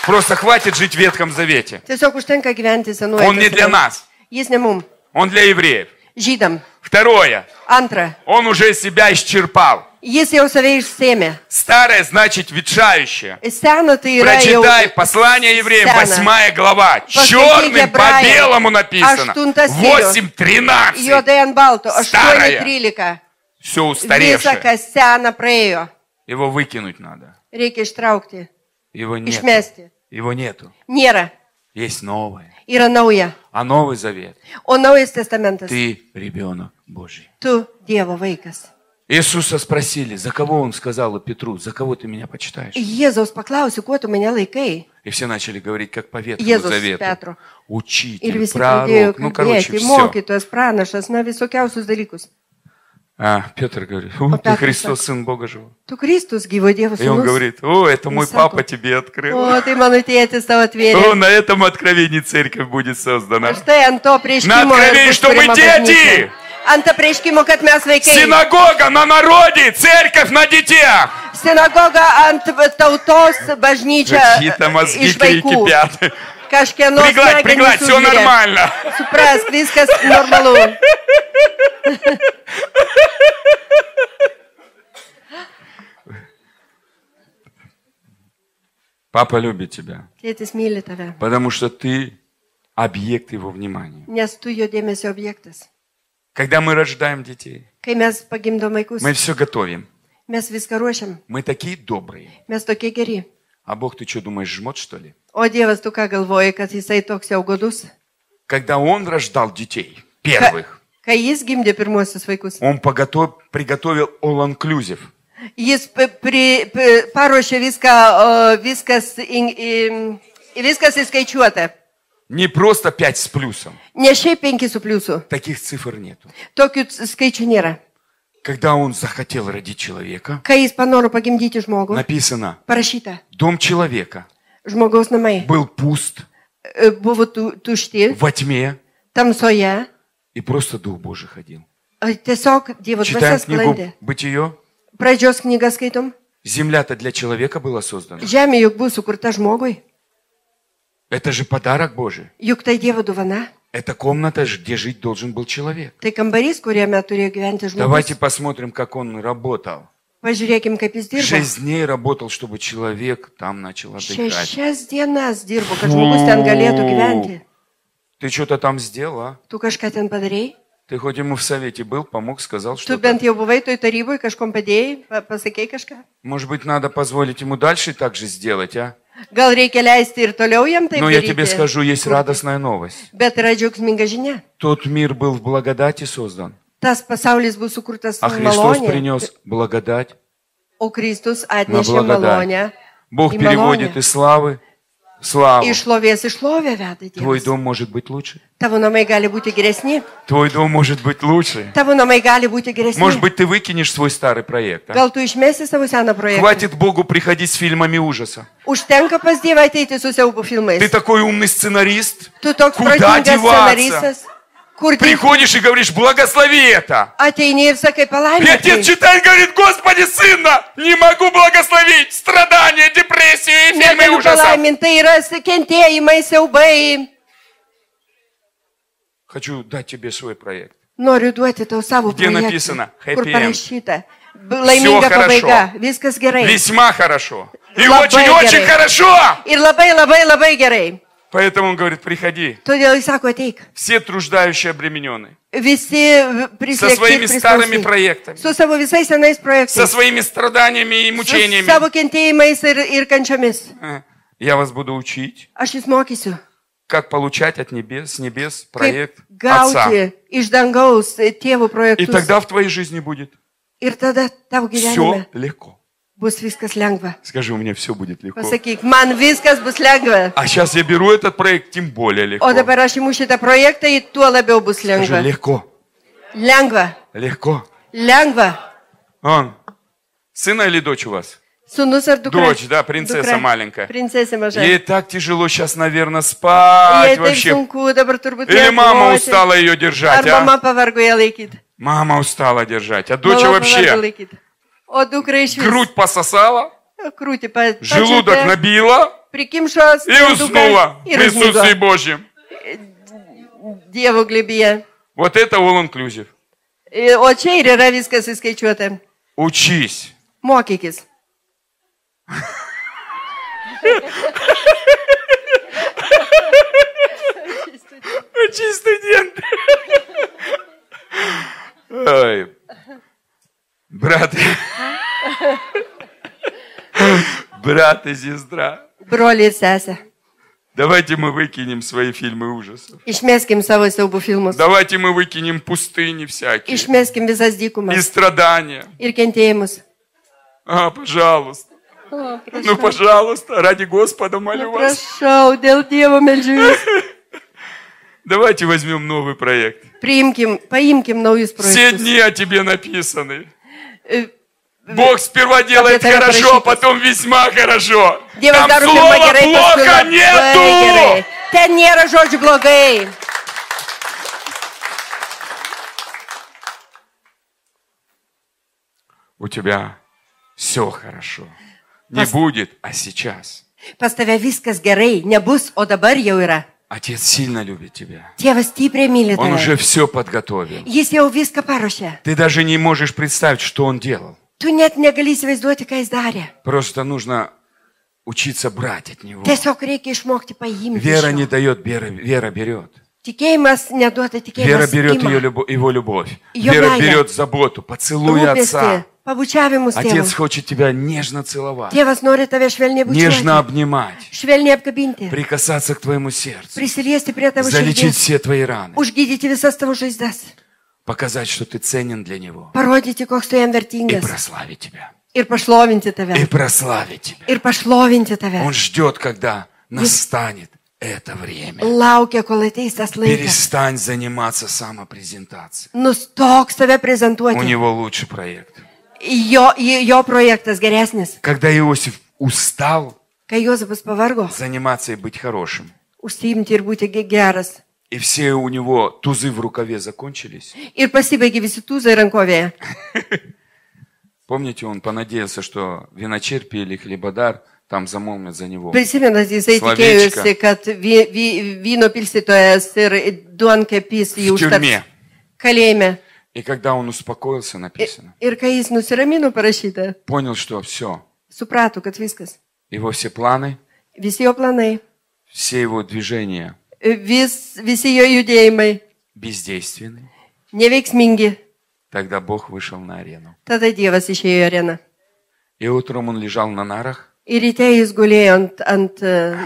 Speaker 1: Просто хватит жить в Ветхом Завете.
Speaker 2: Tiesiog užtenka gyventi senuoju.
Speaker 1: Он не для нас,
Speaker 2: Jis ne mum.
Speaker 1: он для евреев.
Speaker 2: Žydam.
Speaker 1: Второе,
Speaker 2: Antra.
Speaker 1: он уже себя исчерпал.
Speaker 2: Jis jau save išsėmė.
Speaker 1: Старое значит ветшающее.
Speaker 2: Sena tai yra jau.
Speaker 1: Прочитай послание евреям,
Speaker 2: Сцена.
Speaker 1: 8 глава,
Speaker 2: Послание
Speaker 1: черным по
Speaker 2: Ебраям.
Speaker 1: белому написано,
Speaker 2: Аштунта Сириус.
Speaker 1: 8.13,
Speaker 2: Juodai ant balto.
Speaker 1: Starąją.
Speaker 2: 8.13.
Speaker 1: все
Speaker 2: Visa,
Speaker 1: устаревшее.
Speaker 2: kas sena praėjo,
Speaker 1: Его выкинуть надо.
Speaker 2: reikia ištraukti,
Speaker 1: Его нет.
Speaker 2: išmesti.
Speaker 1: Его нету.
Speaker 2: Nėra,
Speaker 1: Есть новое.
Speaker 2: yra nauja.
Speaker 1: А Новый Завет.
Speaker 2: O naujas testamentas.
Speaker 1: Ты ребенок Божий.
Speaker 2: Tu Dievo vaikas.
Speaker 1: Иисуса спросили, за кого он сказал Петру, за кого ты меня почитаешь?
Speaker 2: Jėzaus paklausiu, kuo tu mane laikai?
Speaker 1: И все начали говорить, как по Ветхому
Speaker 2: Jėzus
Speaker 1: Завету.
Speaker 2: Petro.
Speaker 1: Учитель,
Speaker 2: Ir visi pradėjo
Speaker 1: пророк, ну короче,
Speaker 2: kalbėti,
Speaker 1: все.
Speaker 2: mokytojas, pranašas, na visokiausius dalykus.
Speaker 1: А, Петр говорит, «О, ты
Speaker 2: Опять
Speaker 1: Христос, Сын Бога Живого.
Speaker 2: Tu Kristus gyvo Dievo
Speaker 1: И он
Speaker 2: sūnus.
Speaker 1: говорит, о, это мой
Speaker 2: Исааку.
Speaker 1: папа тебе открыл.
Speaker 2: O, tai mano tėtis tavo atvėrė.
Speaker 1: О, на этом откровении церковь будет создана.
Speaker 2: Ir štai ant to prieškimo.
Speaker 1: Na, atkreipė,
Speaker 2: ir bus
Speaker 1: iš to
Speaker 2: kuriama
Speaker 1: vaidėti!
Speaker 2: bažnyčia. Ant to prieškimo, kad mes vaikai.
Speaker 1: Синагога на народе, церковь на детях.
Speaker 2: Sinagoga ant tautos bažnyčia.
Speaker 1: Какие-то мозги
Speaker 2: Iš vaikų.
Speaker 1: кипят.
Speaker 2: Kažkieno.
Speaker 1: Пригладь,
Speaker 2: smegenys
Speaker 1: пригладь, все
Speaker 2: sudūrė.
Speaker 1: нормально.
Speaker 2: Suprask, viskas normalu.
Speaker 1: Папа любит тебя,
Speaker 2: Tėtis myli tave,
Speaker 1: потому что ты объект его внимания.
Speaker 2: nes tu jo dėmesio objektas.
Speaker 1: Когда мы рождаем детей,
Speaker 2: Kai mes pagimdom vaikus,
Speaker 1: мы все готовим.
Speaker 2: mes viską ruošiam,
Speaker 1: Мы такие добрые.
Speaker 2: mes tokie geri.
Speaker 1: А Бог, ты что, думаешь, жмот, что ли?
Speaker 2: O Dievas, tu ką galvoji, kad jisai toks jau godus?
Speaker 1: Когда он рождал детей,
Speaker 2: Ka,
Speaker 1: первых,
Speaker 2: kai jis gimdė pirmuosius vaikus,
Speaker 1: он поготов- приготовил all-inclusive.
Speaker 2: jis pri, pri, pri, paruošė viską, o, viskas, in, in, viskas įskaičiuota.
Speaker 1: Не просто 5 с плюсом.
Speaker 2: Ne šiaip penki su pliusu,
Speaker 1: Таких цифр нету.
Speaker 2: tokių c- skaičių nėra.
Speaker 1: Когда он захотел родить человека,
Speaker 2: Kai jis panoro pagimdyti žmogų,
Speaker 1: написано,
Speaker 2: parašyta,
Speaker 1: дом человека
Speaker 2: žmogaus namai
Speaker 1: был пуст
Speaker 2: e, buvo tu, tušti,
Speaker 1: во тьме,
Speaker 2: tamsoje,
Speaker 1: и просто Дух Божий ходил.
Speaker 2: Ai, Tiesiog Dievo
Speaker 1: Читаем
Speaker 2: dvasia sklandė.
Speaker 1: книгу «Бытие».
Speaker 2: Pradžios knygą skaitom.
Speaker 1: Земля-то для человека была создана.
Speaker 2: Žemė juk bus sukurta žmogui,
Speaker 1: Это же подарок Божий.
Speaker 2: juk tai Dievo duvana.
Speaker 1: Это комната, ж- где жить должен был человек.
Speaker 2: Tai kambarys, kuriame turėjo gyventi žmogus.
Speaker 1: Давайте посмотрим, как он работал.
Speaker 2: Pažiūrėkim, kaip jis dirbo.
Speaker 1: Шесть дней работал, чтобы человек там начал отдыхать.
Speaker 2: Šešias dienas dirbo, kad žmogus ten galėtų gyventi.
Speaker 1: Ты что-то там сделал, а?
Speaker 2: Tu kažką ten padarėjai?
Speaker 1: Ты хоть ему в совете был, помог, сказал,
Speaker 2: Tu
Speaker 1: что...
Speaker 2: bent jau buvai toj taryboj, kažkom padėjai, pa- pasakėjai kažką?
Speaker 1: Может быть, надо позволить ему дальше так же сделать, а?
Speaker 2: Gal reikia leisti ir toliau jam tai
Speaker 1: Но я тебе skажу,
Speaker 2: daryti?
Speaker 1: есть радостная новость.
Speaker 2: Bet yra džiaugsminga žinia.
Speaker 1: Тот мир был в благодати создан,
Speaker 2: Tas pasaulis bus sukurtas
Speaker 1: а Христос
Speaker 2: malonė,
Speaker 1: принес благодать
Speaker 2: o Kristus
Speaker 1: на
Speaker 2: atnešė malonę.
Speaker 1: благодать. Бог
Speaker 2: и
Speaker 1: переводит
Speaker 2: малонья.
Speaker 1: из славы в славу.
Speaker 2: Iš šlovės į šlovę veda
Speaker 1: Твой
Speaker 2: Dievas.
Speaker 1: дом может быть лучше.
Speaker 2: Tavo namai gali būti geresni.
Speaker 1: Твой дом может быть лучше.
Speaker 2: Tavo namai gali būti geresni.
Speaker 1: Может быть, ты выкинешь свой старый проект. а?
Speaker 2: Gal tu išmesi savo seną projektą?
Speaker 1: Хватит Богу приходить с фильмами ужаса.
Speaker 2: Užtenka pas Dievą ateiti su siaubo filmais.
Speaker 1: Ты такой умный сценарист.
Speaker 2: Tu toks
Speaker 1: Куда
Speaker 2: protingas
Speaker 1: деваться?
Speaker 2: scenaristas. Kur tik
Speaker 1: Приходишь и говоришь, благослови это.
Speaker 2: ateini ir sakai
Speaker 1: И отец
Speaker 2: palaiminti.
Speaker 1: читает, говорит, Господи, сына, не могу благословить страдания, депрессию и фильмы
Speaker 2: Negaliu
Speaker 1: ужаса.
Speaker 2: palaiminti, tai yra kentėjimai, siaubai.
Speaker 1: Хочу дать тебе свой проект.
Speaker 2: Noriu duoti tau savo
Speaker 1: Где
Speaker 2: projektą,
Speaker 1: написано? Happy
Speaker 2: Kur
Speaker 1: end.
Speaker 2: parašyta. B-
Speaker 1: хорошо.
Speaker 2: Laiminga pabaiga. Viskas gerai.
Speaker 1: Весьма хорошо. И
Speaker 2: Лобэ
Speaker 1: очень-очень
Speaker 2: горит.
Speaker 1: хорошо.
Speaker 2: Ir labai labai labai gerai.
Speaker 1: Поэтому он говорит, приходи.
Speaker 2: Todėl jis sako ateik.
Speaker 1: Все труждающие обремененные.
Speaker 2: Visi
Speaker 1: Со своими
Speaker 2: prislėgti.
Speaker 1: старыми проектами.
Speaker 2: Su savo visais senais
Speaker 1: Со
Speaker 2: projektais.
Speaker 1: своими страданиями и
Speaker 2: Su
Speaker 1: мучениями.
Speaker 2: savo kentėjimais ir, ir kančiomis.
Speaker 1: Э, Я вас буду учить,
Speaker 2: Aš jūs mokysiu,
Speaker 1: как получать от небес, с небес
Speaker 2: kaip
Speaker 1: проект Отца.
Speaker 2: gauti iš dangaus tėvų
Speaker 1: И
Speaker 2: projektus.
Speaker 1: тогда в твоей жизни будет
Speaker 2: ir tada tavo gyvenime
Speaker 1: все легко.
Speaker 2: bus viskas lengva.
Speaker 1: Скажи, у меня все будет легко.
Speaker 2: Pasakyk, man viskas bus lengva.
Speaker 1: А сейчас я беру этот проект, тем более легко.
Speaker 2: O dabar aš įmu šitą projektą ir tuo labiau bus
Speaker 1: Скажи,
Speaker 2: lengva.
Speaker 1: легко,
Speaker 2: Lengva,
Speaker 1: легко.
Speaker 2: lengva.
Speaker 1: Он. Sына или дочь у вас?
Speaker 2: Sūnus ar dukra?
Speaker 1: Дочь, да, princesė
Speaker 2: Dukra.
Speaker 1: malenka.
Speaker 2: Princesė maža.
Speaker 1: Ей так тяжело сейчас, наверное, спать
Speaker 2: Jai taip
Speaker 1: вообще.
Speaker 2: sunku dabar turbūt.
Speaker 1: Или мама
Speaker 2: miegoti.
Speaker 1: устала ее держать,
Speaker 2: Ar
Speaker 1: а?
Speaker 2: mama pavargo ją laikyti?
Speaker 1: Мама устала держать, а дочь
Speaker 2: Mama pavargo
Speaker 1: вообще
Speaker 2: laikyt. O dukra iš vis-
Speaker 1: грудь пососала,
Speaker 2: Krūtį pa,
Speaker 1: желудок
Speaker 2: pačiuopė,
Speaker 1: набила
Speaker 2: Prikimšo
Speaker 1: и
Speaker 2: skranduką
Speaker 1: уснула в
Speaker 2: ir užmigo.
Speaker 1: присутствии Божьем.
Speaker 2: Dievo glebėje.
Speaker 1: Вот это all inclusive.
Speaker 2: O čia ir yra viskas įskaičiuota.
Speaker 1: Учись.
Speaker 2: Mokykis.
Speaker 1: Учись, студент. Ой. Брат. Брат и сестра.
Speaker 2: Broliai ir sesė.
Speaker 1: Давайте мы выкинем свои фильмы ужасов.
Speaker 2: Išmeskim savo siaubų filmus.
Speaker 1: Давайте мы выкинем пустыни всякие.
Speaker 2: Išmeskim visas
Speaker 1: И
Speaker 2: dykumas.
Speaker 1: страдания.
Speaker 2: Ir kentėjimus.
Speaker 1: А, пожалуйста. Ну,
Speaker 2: Ну,
Speaker 1: пожалуйста, ради Господа молю вас.
Speaker 2: Prašau, dėl Dievo melžiu. jūs.
Speaker 1: Давайте возьмем новый проект.
Speaker 2: Priimkim, paimkim naujus
Speaker 1: Все
Speaker 2: projektus.
Speaker 1: дни о тебе написаны.
Speaker 2: E,
Speaker 1: Бог сперва делает
Speaker 2: это я
Speaker 1: хорошо, а
Speaker 2: просчитываюсь.
Speaker 1: потом весьма хорошо.
Speaker 2: Dievas
Speaker 1: Там
Speaker 2: daro pirmą
Speaker 1: слова
Speaker 2: gerai, paskui
Speaker 1: плохо
Speaker 2: labai gerai.
Speaker 1: нету.
Speaker 2: Ten nėra žodžių blogai.
Speaker 1: У тебя все хорошо. Не будет, а сейчас.
Speaker 2: Pas tave viskas gerai, nebus, o dabar jau yra.
Speaker 1: Отец сильно любит тебя.
Speaker 2: Tėvas stipriai myli
Speaker 1: Он уже
Speaker 2: tave.
Speaker 1: все подготовил.
Speaker 2: Jis jau viską paruošė.
Speaker 1: Ты даже не можешь представить, что он делал.
Speaker 2: Tu net negali įsivaizduoti, ką jis darė.
Speaker 1: Просто нужно учиться брать от него.
Speaker 2: Tiesiog reikia išmokti paimti. iš
Speaker 1: Вера
Speaker 2: jo.
Speaker 1: не дает, вера, вера берет.
Speaker 2: Tikėjimas neduota
Speaker 1: Вера
Speaker 2: tikėjimas.
Speaker 1: берет
Speaker 2: ima.
Speaker 1: ее любо- его любовь.
Speaker 2: Её
Speaker 1: Вера
Speaker 2: Гая.
Speaker 1: берет заботу, поцелуй
Speaker 2: Rūpestį,
Speaker 1: отца.
Speaker 2: pabučiavimus
Speaker 1: Отец
Speaker 2: tėvų.
Speaker 1: хочет тебя нежно целовать,
Speaker 2: Tėvas nori tave švelniai
Speaker 1: нежно
Speaker 2: bučiuoti.
Speaker 1: обнимать,
Speaker 2: Švelniai apkabinti.
Speaker 1: прикасаться к твоему сердцу,
Speaker 2: Prisiliesti prie tavo
Speaker 1: залечить
Speaker 2: širdies.
Speaker 1: все твои раны,
Speaker 2: Užgydyti visas tavo žaizdas.
Speaker 1: показать, что ты ценен для него,
Speaker 2: Parodyti, koks tu jam
Speaker 1: и
Speaker 2: vertingas.
Speaker 1: прославить тебя,
Speaker 2: Ir pašlovinti tave.
Speaker 1: и прославить тебя.
Speaker 2: Ir pašlovinti tave.
Speaker 1: Он ждет, когда настанет это время.
Speaker 2: Laukia, kol ateis tas laikas.
Speaker 1: Перестань заниматься самопрезентацией.
Speaker 2: Nustok save
Speaker 1: У
Speaker 2: prezentuoti.
Speaker 1: него лучший проект.
Speaker 2: Jo, jo projektas geresnis.
Speaker 1: Когда Иосиф устал
Speaker 2: Kai Jozapas pavargo,
Speaker 1: заниматься и быть хорошим,
Speaker 2: užsiimti ir būti ge- geras.
Speaker 1: и все у него тузы в рукаве закончились,
Speaker 2: Ir pasibaigė visi tūzai rankovėje.
Speaker 1: помните, он понадеялся, что виночерпий или хлебодар там замолвят за него.
Speaker 2: Prisimenat, jisai
Speaker 1: Slavička.
Speaker 2: tikėjusi, kad vy, vy, vyno pilstytojas ir duonkepys jį
Speaker 1: В
Speaker 2: užtaps
Speaker 1: тюрьме.
Speaker 2: kalėjime.
Speaker 1: И когда он успокоился,
Speaker 2: Ir,
Speaker 1: написано,
Speaker 2: ir kai jis nusiramino parašyta,
Speaker 1: понял, что все,
Speaker 2: suprato, kad viskas.
Speaker 1: его все планы,
Speaker 2: Visi jo planai,
Speaker 1: все его движения
Speaker 2: vis, visi jo judėjimai
Speaker 1: бездейственны,
Speaker 2: neveiksmingi.
Speaker 1: тогда Бог вышел на арену.
Speaker 2: Tada Dievas išėjo į areną.
Speaker 1: И утром он лежал на нарах,
Speaker 2: Ir ryte jis gulėjo ant, ant, e,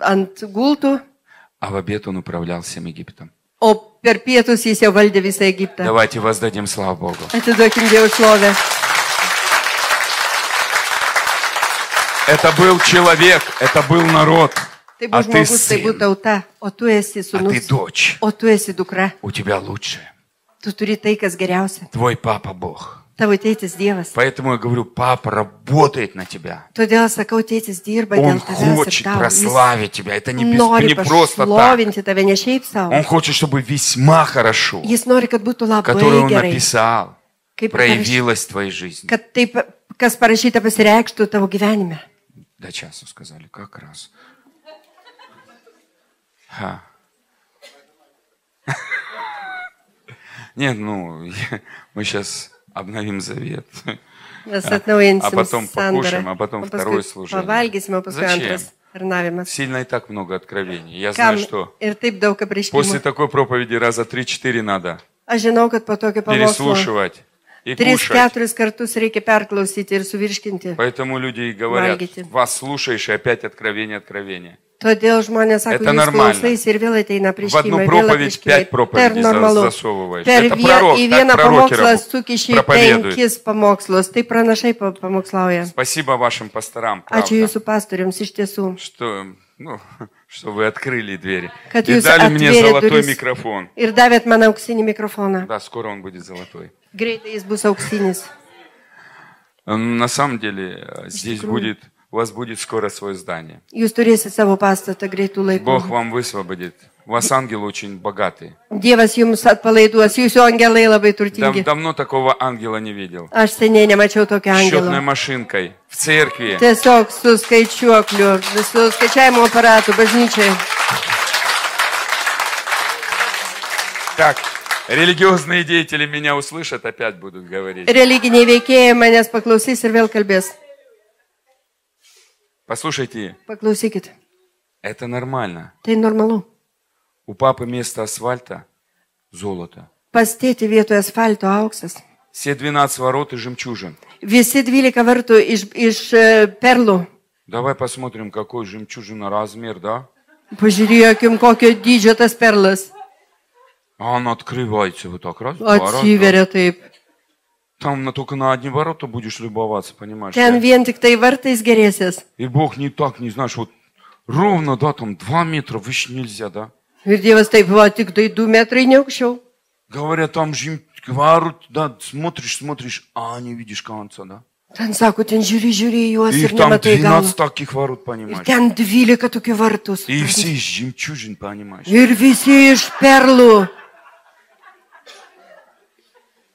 Speaker 2: ant gultų,
Speaker 1: а в обед он управлял всем Египтом.
Speaker 2: o per pietus jis jau valdė visą Egiptą.
Speaker 1: Давайте воздадим славу Богу.
Speaker 2: Atiduokim Dievo šlovę.
Speaker 1: Это был человек, это был народ,
Speaker 2: Tai buvo
Speaker 1: а ты
Speaker 2: žmogus, tai buvo
Speaker 1: сын,
Speaker 2: tauta, o tu esi
Speaker 1: а ты
Speaker 2: sunus,
Speaker 1: дочь.
Speaker 2: o tu esi dukra.
Speaker 1: У тебя лучше.
Speaker 2: Tu turi tai, kas geriausia.
Speaker 1: Твой папа Бог.
Speaker 2: Tavo tėtis Dievas.
Speaker 1: Поэтому я говорю, папа работает на тебя.
Speaker 2: Todėl sakau, tėtis dirba
Speaker 1: Он
Speaker 2: dėl tavęs ir
Speaker 1: хочет
Speaker 2: tau. Jis
Speaker 1: прославить тебя. Это не, без-
Speaker 2: nori
Speaker 1: не просто так.
Speaker 2: pašlovinti tave ne šiaip savo.
Speaker 1: Он хочет, чтобы весьма хорошо,
Speaker 2: Jis nori, kad būtų labai
Speaker 1: которую он
Speaker 2: gerai.
Speaker 1: написал,
Speaker 2: Kaip paraš-
Speaker 1: проявилось в твоей жизни.
Speaker 2: kad taip, kas parašyta, pasireikštų tavo gyvenime.
Speaker 1: До часу сказали, как раз. Ха. Нет, ну, я- мы сейчас обновим завет.
Speaker 2: Mes atnaujinsim.
Speaker 1: а потом
Speaker 2: sandarą.
Speaker 1: покушаем, а потом
Speaker 2: O paskui
Speaker 1: второе служение.
Speaker 2: Pavalgysim, o paskui
Speaker 1: Зачем?
Speaker 2: antras tarnavimas.
Speaker 1: Сильно и так много откровений. Я
Speaker 2: Kam
Speaker 1: знаю, что
Speaker 2: ir taip daug
Speaker 1: после
Speaker 2: apriškimų.
Speaker 1: такой проповеди раза 3-4 надо
Speaker 2: Aš žinau, kad po tokio pamokslo
Speaker 1: переслушивать и
Speaker 2: tris,
Speaker 1: кушать.
Speaker 2: keturis kartus reikia perklausyti ir suvirškinti.
Speaker 1: Поэтому люди и говорят,
Speaker 2: Вальгите.
Speaker 1: вас слушаешь, и опять откровение, откровение.
Speaker 2: Todėl žmonės sako,
Speaker 1: Это
Speaker 2: jūs
Speaker 1: нормально.
Speaker 2: klausais ir vėl ateina
Speaker 1: В одну
Speaker 2: prieškimai, vėl
Speaker 1: проповедь
Speaker 2: apriškimai.
Speaker 1: пять
Speaker 2: Per
Speaker 1: проповедей за-
Speaker 2: normalu.
Speaker 1: засовываешь.
Speaker 2: Per
Speaker 1: Это
Speaker 2: vie-
Speaker 1: пророк,
Speaker 2: į
Speaker 1: так
Speaker 2: vieną
Speaker 1: пророки
Speaker 2: pamokslą
Speaker 1: раб-
Speaker 2: sukiši
Speaker 1: проповедуют.
Speaker 2: penkis pamokslus. Tai pranašai pa- pamokslauja.
Speaker 1: Спасибо вашим пасторам,
Speaker 2: Ačiū
Speaker 1: правда,
Speaker 2: jūsų pastoriams iš tiesų,
Speaker 1: что, ну, что вы открыли двери.
Speaker 2: kad
Speaker 1: И
Speaker 2: jūs
Speaker 1: дали мне
Speaker 2: atvėrėte
Speaker 1: золотой
Speaker 2: duris
Speaker 1: микрофон.
Speaker 2: ir davėt man auksinį mikrofoną.
Speaker 1: Да, скоро он будет золотой.
Speaker 2: Greitai jis bus auksinis.
Speaker 1: М, На самом деле э, здесь будет, у вас будет скоро свое здание.
Speaker 2: Jūs turėsite savo pastatą greitų laikų.
Speaker 1: Бог вам высвободит. У вас ангелы очень богатые.
Speaker 2: Dievas jums atpalaiduos, jūsų angelai
Speaker 1: Дав-
Speaker 2: labai turtingi.
Speaker 1: давно такого ангела не видел.
Speaker 2: Aš seniai nemačiau tokio
Speaker 1: С
Speaker 2: angelo.
Speaker 1: счетной машинкой в церкви.
Speaker 2: Tiesiog su skaičiuokliu, su skaičiavimo aparatu bažnyčiai.
Speaker 1: Так, религиозные деятели меня услышат, опять будут говорить.
Speaker 2: Religiniai veikėjai manęs paklausys ir vėl kalbės.
Speaker 1: Послушайте,
Speaker 2: Paklausykit,
Speaker 1: это нормально.
Speaker 2: tai normalu.
Speaker 1: У папы вместо асфальта золото.
Speaker 2: Pastėti vietoje asfalto auksas.
Speaker 1: Все 12 ворот и жемчужин.
Speaker 2: Visi 12 vartų iš, iš e, perlų.
Speaker 1: Давай посмотрим, какой жемчужина размер, да?
Speaker 2: Pažiūrėjokim, kokio dydžio tas perlas.
Speaker 1: А он открывается вот так раз, два, раз, да.
Speaker 2: Atsiveria taip.
Speaker 1: Там на- только на одни ворота будешь любоваться, понимаешь? Э,
Speaker 2: Ten vien tik tai vartais gerėsis.
Speaker 1: И Бог не так, не знаешь, вот ровно, да, там два метра выше нельзя, да?
Speaker 2: Ir Dievas taip buvo tik tai du metrai ne aukščiau.
Speaker 1: Говорят, там же им кварут, да, смотришь, смотришь, а не видишь конца, да?
Speaker 2: Ten sako, ten žiūri, žiūri į juos
Speaker 1: И
Speaker 2: ir,
Speaker 1: их
Speaker 2: ir
Speaker 1: там
Speaker 2: nematai galo.
Speaker 1: 12 таких ворот,
Speaker 2: Ir
Speaker 1: понимаешь?
Speaker 2: ten dvylika tokių vartus.
Speaker 1: И все из жемчужин, понимаешь?
Speaker 2: Ir visi iš perlų.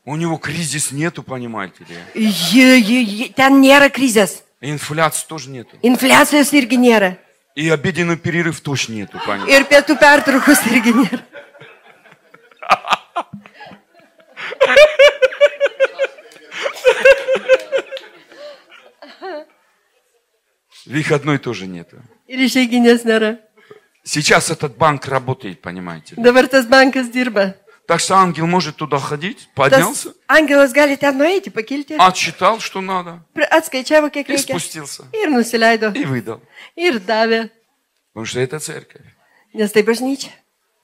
Speaker 1: У него кризис нету, понимаете ли?
Speaker 2: Ji- ji- ji- Ten nėra krizės.
Speaker 1: И инфляции тоже нету.
Speaker 2: Infliacijos irgi nėra.
Speaker 1: И обеденный перерыв тоже нету, понимаешь?
Speaker 2: Ir pietų pertraukos irgi nėra.
Speaker 1: Выходной тоже нету.
Speaker 2: Ir išeiginės nėra.
Speaker 1: Сейчас этот банк работает, понимаете ли?
Speaker 2: Dabar tas bankas dirba.
Speaker 1: Так что ангел может туда ходить,
Speaker 2: Tas
Speaker 1: поднялся,
Speaker 2: angelas gali ten nueiti, pakilti.
Speaker 1: отчитал, что надо,
Speaker 2: Pri- Atskaičiavo, kiek
Speaker 1: и
Speaker 2: reikia.
Speaker 1: спустился,
Speaker 2: Ir nusileido.
Speaker 1: и выдал.
Speaker 2: Ir davė.
Speaker 1: Потому что это церковь.
Speaker 2: Nes tai bažnyčia.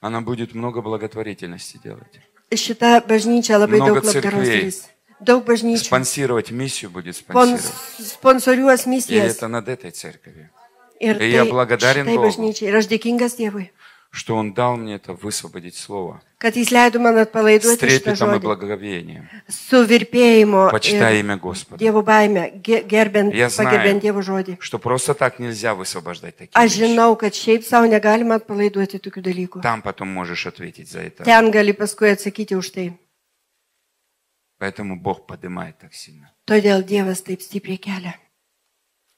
Speaker 1: Она будет много благотворительности делать.
Speaker 2: Šita bažnyčia labai
Speaker 1: Много
Speaker 2: daug labdaros
Speaker 1: cerkvių.
Speaker 2: darys. Daug bažnyčių.
Speaker 1: Спонсировать миссию будет
Speaker 2: Spons,
Speaker 1: спонсировать.
Speaker 2: sponsoriuos
Speaker 1: И
Speaker 2: misijas.
Speaker 1: это над этой церковью.
Speaker 2: Ir
Speaker 1: Jie благодарен
Speaker 2: tai
Speaker 1: Bogu.
Speaker 2: bažnyčiai. Ir aš dėkingas Dievui,
Speaker 1: что Он дал мне это высвободить слово
Speaker 2: kad Jis leido man
Speaker 1: с
Speaker 2: atpalaiduoti šitą
Speaker 1: трепетом и
Speaker 2: žodį.
Speaker 1: благоговением,
Speaker 2: Su virpėjimo.
Speaker 1: почитая
Speaker 2: ir
Speaker 1: имя Господа,
Speaker 2: Dievo baime, ge- gerbent,
Speaker 1: Jie znaja.
Speaker 2: pagerbent Dievo žodį.
Speaker 1: что просто так нельзя высвобождать такие
Speaker 2: Aš
Speaker 1: вещи.
Speaker 2: žinau, kad šiaip savo negalima atpalaiduoti tokių dalykų.
Speaker 1: Там потом можешь ответить за это.
Speaker 2: Ten gali paskui atsakyti už tai.
Speaker 1: Поэтому Бог поднимает так сильно.
Speaker 2: Todėl Dievas taip stipriai kelia.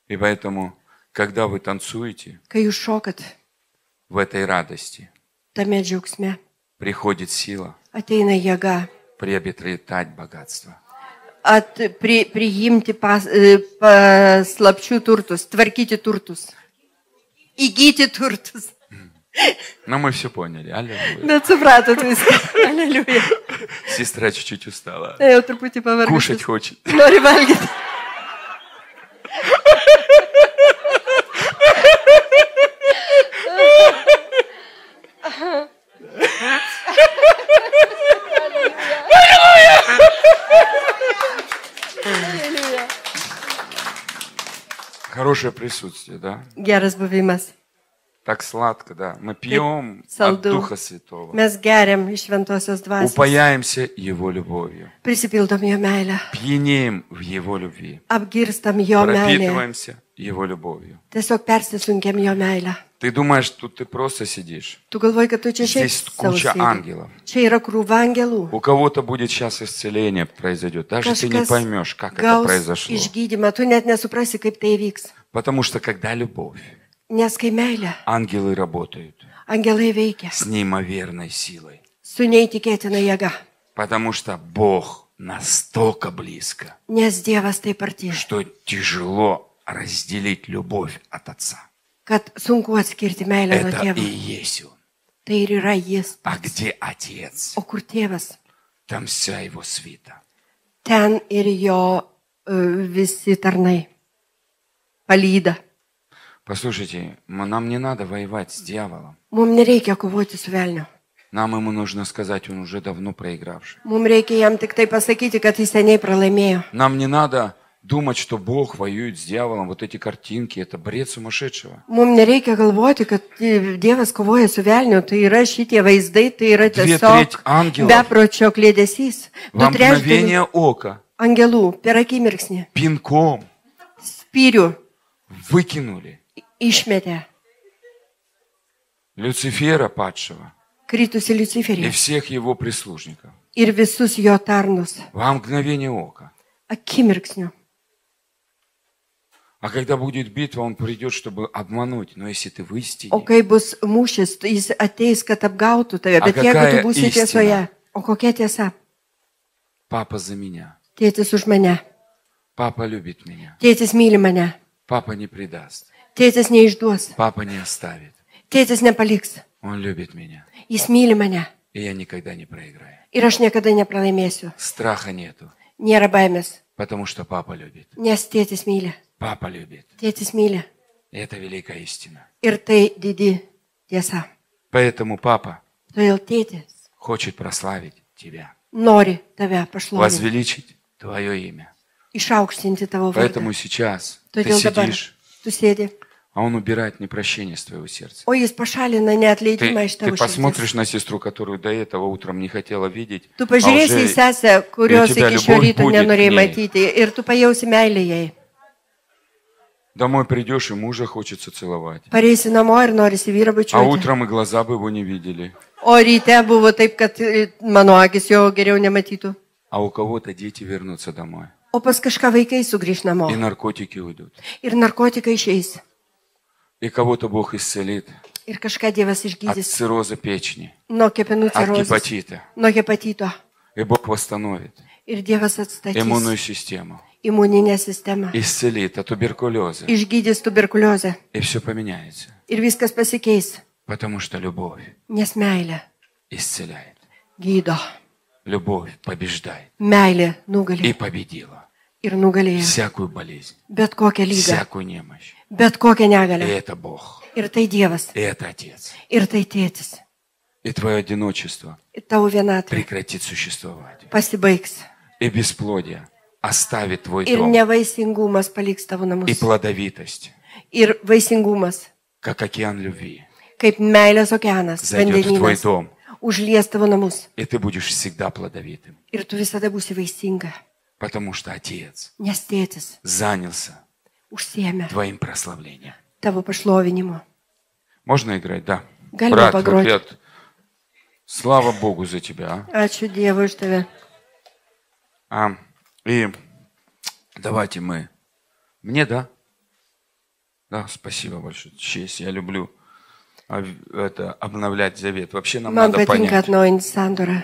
Speaker 1: И поэтому, когда вы танцуете
Speaker 2: Kai jūs šokat
Speaker 1: в этой радости,
Speaker 2: tame džiaugsme,
Speaker 1: приходит сила
Speaker 2: ateina jėga
Speaker 1: приобретать богатство.
Speaker 2: at, pri, priimti pas, e, paslapčių turtus, tvarkyti turtus, įgyti turtus.
Speaker 1: Но Ну, мы все поняли. Аллилуйя.
Speaker 2: Bet supratot viską. Aleliuja.
Speaker 1: Сестра чуть-чуть устала.
Speaker 2: Jau truputį
Speaker 1: Кушать
Speaker 2: pavargau.
Speaker 1: хочет.
Speaker 2: Nori valgyti.
Speaker 1: Хорошее присутствие, да?
Speaker 2: Geras buvimas.
Speaker 1: Так сладко, да. Мы пьем от
Speaker 2: солду.
Speaker 1: Духа Святого.
Speaker 2: Mes geriam iš šventosios dvasios.
Speaker 1: Упаяемся Его любовью.
Speaker 2: Prisipildom jo meilę.
Speaker 1: пьянеем в Его любви,
Speaker 2: Apgirstam jo meilę.
Speaker 1: пропитываемся Его любовью.
Speaker 2: Tiesiog persisunkiam jo meilę.
Speaker 1: Ты думаешь, тут ты просто сидишь.
Speaker 2: Tu galvoji, kad tu čia šiaip
Speaker 1: Здесь
Speaker 2: sau
Speaker 1: куча
Speaker 2: sėdi.
Speaker 1: ангелов.
Speaker 2: Čia yra krūva angelų.
Speaker 1: У кого-то будет сейчас исцеление произойдет. Даже ты не
Speaker 2: Kažkas
Speaker 1: поймешь, как это
Speaker 2: gaus
Speaker 1: произошло.
Speaker 2: išgydymą, tu net nesuprasi, kaip tai vyks.
Speaker 1: Потому что когда любовь,
Speaker 2: Nes kai meilė,
Speaker 1: ангелы работают
Speaker 2: angelai veikia
Speaker 1: с неимоверной силой.
Speaker 2: su neįtikėtina jėga,
Speaker 1: Потому что Бог настолько близко,
Speaker 2: nes Dievas taip arti,
Speaker 1: что тяжело разделить любовь от Отца.
Speaker 2: kad sunku atskirti meilę nuo
Speaker 1: Это и
Speaker 2: tėvo.
Speaker 1: есть Он.
Speaker 2: Tai ir yra jis.
Speaker 1: А где Отец?
Speaker 2: O kur tėvas?
Speaker 1: Там вся Его свита.
Speaker 2: Ten ir jo e, visi tarnai. Palyda.
Speaker 1: Послушайте, м- нам не надо воевать с дьяволом.
Speaker 2: Mums nereikia kovoti su velniu.
Speaker 1: Нам ему нужно сказать, он уже давно проигравший.
Speaker 2: Mums reikia jam tik tai pasakyti, kad jis seniai pralaimėjo.
Speaker 1: Нам не надо думать, что Бог воюет с дьяволом. Вот эти картинки, это бред сумасшедшего.
Speaker 2: Mums nereikia galvoti, kad e, Dievas kovoja su velniu, tai yra šitie vaizdai, tai yra
Speaker 1: Dvi
Speaker 2: tiesiog
Speaker 1: tretj angelų.
Speaker 2: bepročio klėdėsys. Du
Speaker 1: Во
Speaker 2: trečdaliai
Speaker 1: мгновение ока
Speaker 2: angelų per akimirksnį
Speaker 1: пинком
Speaker 2: spyrių
Speaker 1: выкинули
Speaker 2: išmetė
Speaker 1: Люцифера падшего
Speaker 2: kritusi
Speaker 1: и
Speaker 2: Luciferį
Speaker 1: всех его прислужников.
Speaker 2: ir visus jo tarnus
Speaker 1: Во мгновение ока.
Speaker 2: akimirksniu.
Speaker 1: А когда будет битва, он придет, чтобы обмануть. Но если ты в истине,
Speaker 2: O kai bus mūšis, tai jis ateis, kad apgautų tave,
Speaker 1: A
Speaker 2: bet jeigu
Speaker 1: kakaja
Speaker 2: tu būsi
Speaker 1: istina?
Speaker 2: tiesoje, o kokia tiesa?
Speaker 1: папа за меня,
Speaker 2: Tėtis už mane,
Speaker 1: папа любит меня,
Speaker 2: tėtis myli mane,
Speaker 1: папа не предаст,
Speaker 2: tėtis neišduos,
Speaker 1: папа не оставит,
Speaker 2: tėtis nepaliks,
Speaker 1: он любит меня.
Speaker 2: jis myli mane
Speaker 1: И я никогда не проиграю.
Speaker 2: ir aš niekada nepralaimėsiu.
Speaker 1: Страха нету,
Speaker 2: Nėra baimės,
Speaker 1: потому что папа любит.
Speaker 2: nes tėtis myli,
Speaker 1: Папа любит.
Speaker 2: tėtis myli
Speaker 1: И это великая истина.
Speaker 2: ir tai didi tiesa.
Speaker 1: Poэтому папа
Speaker 2: Todėl tėtis
Speaker 1: хочет прославить тебя,
Speaker 2: nori tave pašlovinti.
Speaker 1: возвеличить твое имя.
Speaker 2: išaukštinti tavo vardą.
Speaker 1: Поэтому сейчас ты
Speaker 2: Todėl dabar
Speaker 1: сидишь,
Speaker 2: tu sėdi,
Speaker 1: а он убирает непрощение с твоего сердца.
Speaker 2: O jis pašalina neatleidimą
Speaker 1: Ты,
Speaker 2: iš
Speaker 1: ты
Speaker 2: tavo širdies.
Speaker 1: посмотришь на сестру, которую до этого утром не хотела видеть,
Speaker 2: Tu
Speaker 1: а
Speaker 2: pažiūrėsi į
Speaker 1: уже
Speaker 2: sesę, kurios
Speaker 1: тебя
Speaker 2: iki šio
Speaker 1: любовь
Speaker 2: ryto
Speaker 1: будет
Speaker 2: nenorėjai
Speaker 1: к ней.
Speaker 2: matyti ir tu pajausi meilį jai.
Speaker 1: домой придешь, и мужа хочется целовать.
Speaker 2: Pareisi namo ir norisi vyrą
Speaker 1: А
Speaker 2: bučiuoti.
Speaker 1: утром и глаза бы его не видели.
Speaker 2: O ryte buvo taip, kad e, mano akis jo geriau nematytų.
Speaker 1: А у кого-то дети вернутся домой.
Speaker 2: O pas kažką vaikai sugrįž namo.
Speaker 1: И наркотики уйдут.
Speaker 2: Ir narkotikai išeis.
Speaker 1: И кого-то Бог исцелит
Speaker 2: Ir kažką Dievas
Speaker 1: от
Speaker 2: išgydys.
Speaker 1: цирроза печени,
Speaker 2: Nuo kepenų
Speaker 1: от
Speaker 2: cirozės.
Speaker 1: гепатита.
Speaker 2: Nuo hepatito.
Speaker 1: А И Бог восстановит
Speaker 2: Ir Dievas
Speaker 1: иммунную
Speaker 2: atstatys
Speaker 1: систему,
Speaker 2: imuninę sistemą.
Speaker 1: исцелит от туберкулеза.
Speaker 2: Išgydys tuberkuliozę.
Speaker 1: И все поменяется.
Speaker 2: Ir viskas pasikeis.
Speaker 1: Потому что любовь
Speaker 2: Nes meilė
Speaker 1: исцеляет.
Speaker 2: gydo.
Speaker 1: Любовь побеждает.
Speaker 2: Meilė
Speaker 1: И
Speaker 2: nugalėjo.
Speaker 1: победила
Speaker 2: Ir nugalėjo.
Speaker 1: всякую болезнь,
Speaker 2: Bet kokią lygą.
Speaker 1: всякую немощь.
Speaker 2: Bet kokią
Speaker 1: И
Speaker 2: negalę.
Speaker 1: это Бог.
Speaker 2: Ir tai Dievas.
Speaker 1: И это Отец.
Speaker 2: Ir tai tėtis.
Speaker 1: И твое одиночество
Speaker 2: Ir tavo vienatvė
Speaker 1: прекратит существовать.
Speaker 2: pasibaigs.
Speaker 1: И бесплодие оставит твой
Speaker 2: Ir
Speaker 1: дом.
Speaker 2: nevaisingumas paliks tavo
Speaker 1: И
Speaker 2: namus.
Speaker 1: плодовитость,
Speaker 2: Ir vaisingumas,
Speaker 1: как океан любви,
Speaker 2: kaip meilės okeanas,
Speaker 1: зайдет в твой
Speaker 2: vandenynas,
Speaker 1: дом.
Speaker 2: užlies tavo namus.
Speaker 1: И ты будешь всегда плодовитым.
Speaker 2: Ir tu visada būsi vaisinga,
Speaker 1: Потому что Отец
Speaker 2: nes tėtis
Speaker 1: занялся
Speaker 2: užsiemė
Speaker 1: твоим прославлением.
Speaker 2: tavo pašlovinimu.
Speaker 1: Можно играть, да?
Speaker 2: Галина
Speaker 1: Брат, вот
Speaker 2: Багротик.
Speaker 1: я- слава Богу за тебя.
Speaker 2: Ačiū Dievui už tave.
Speaker 1: а. А, и давайте мы. Мне, да? Да, спасибо большое. Честь, я люблю а, это, обновлять завет. Вообще нам
Speaker 2: Man
Speaker 1: надо
Speaker 2: patinka
Speaker 1: понять,
Speaker 2: atnaujinti sandorą.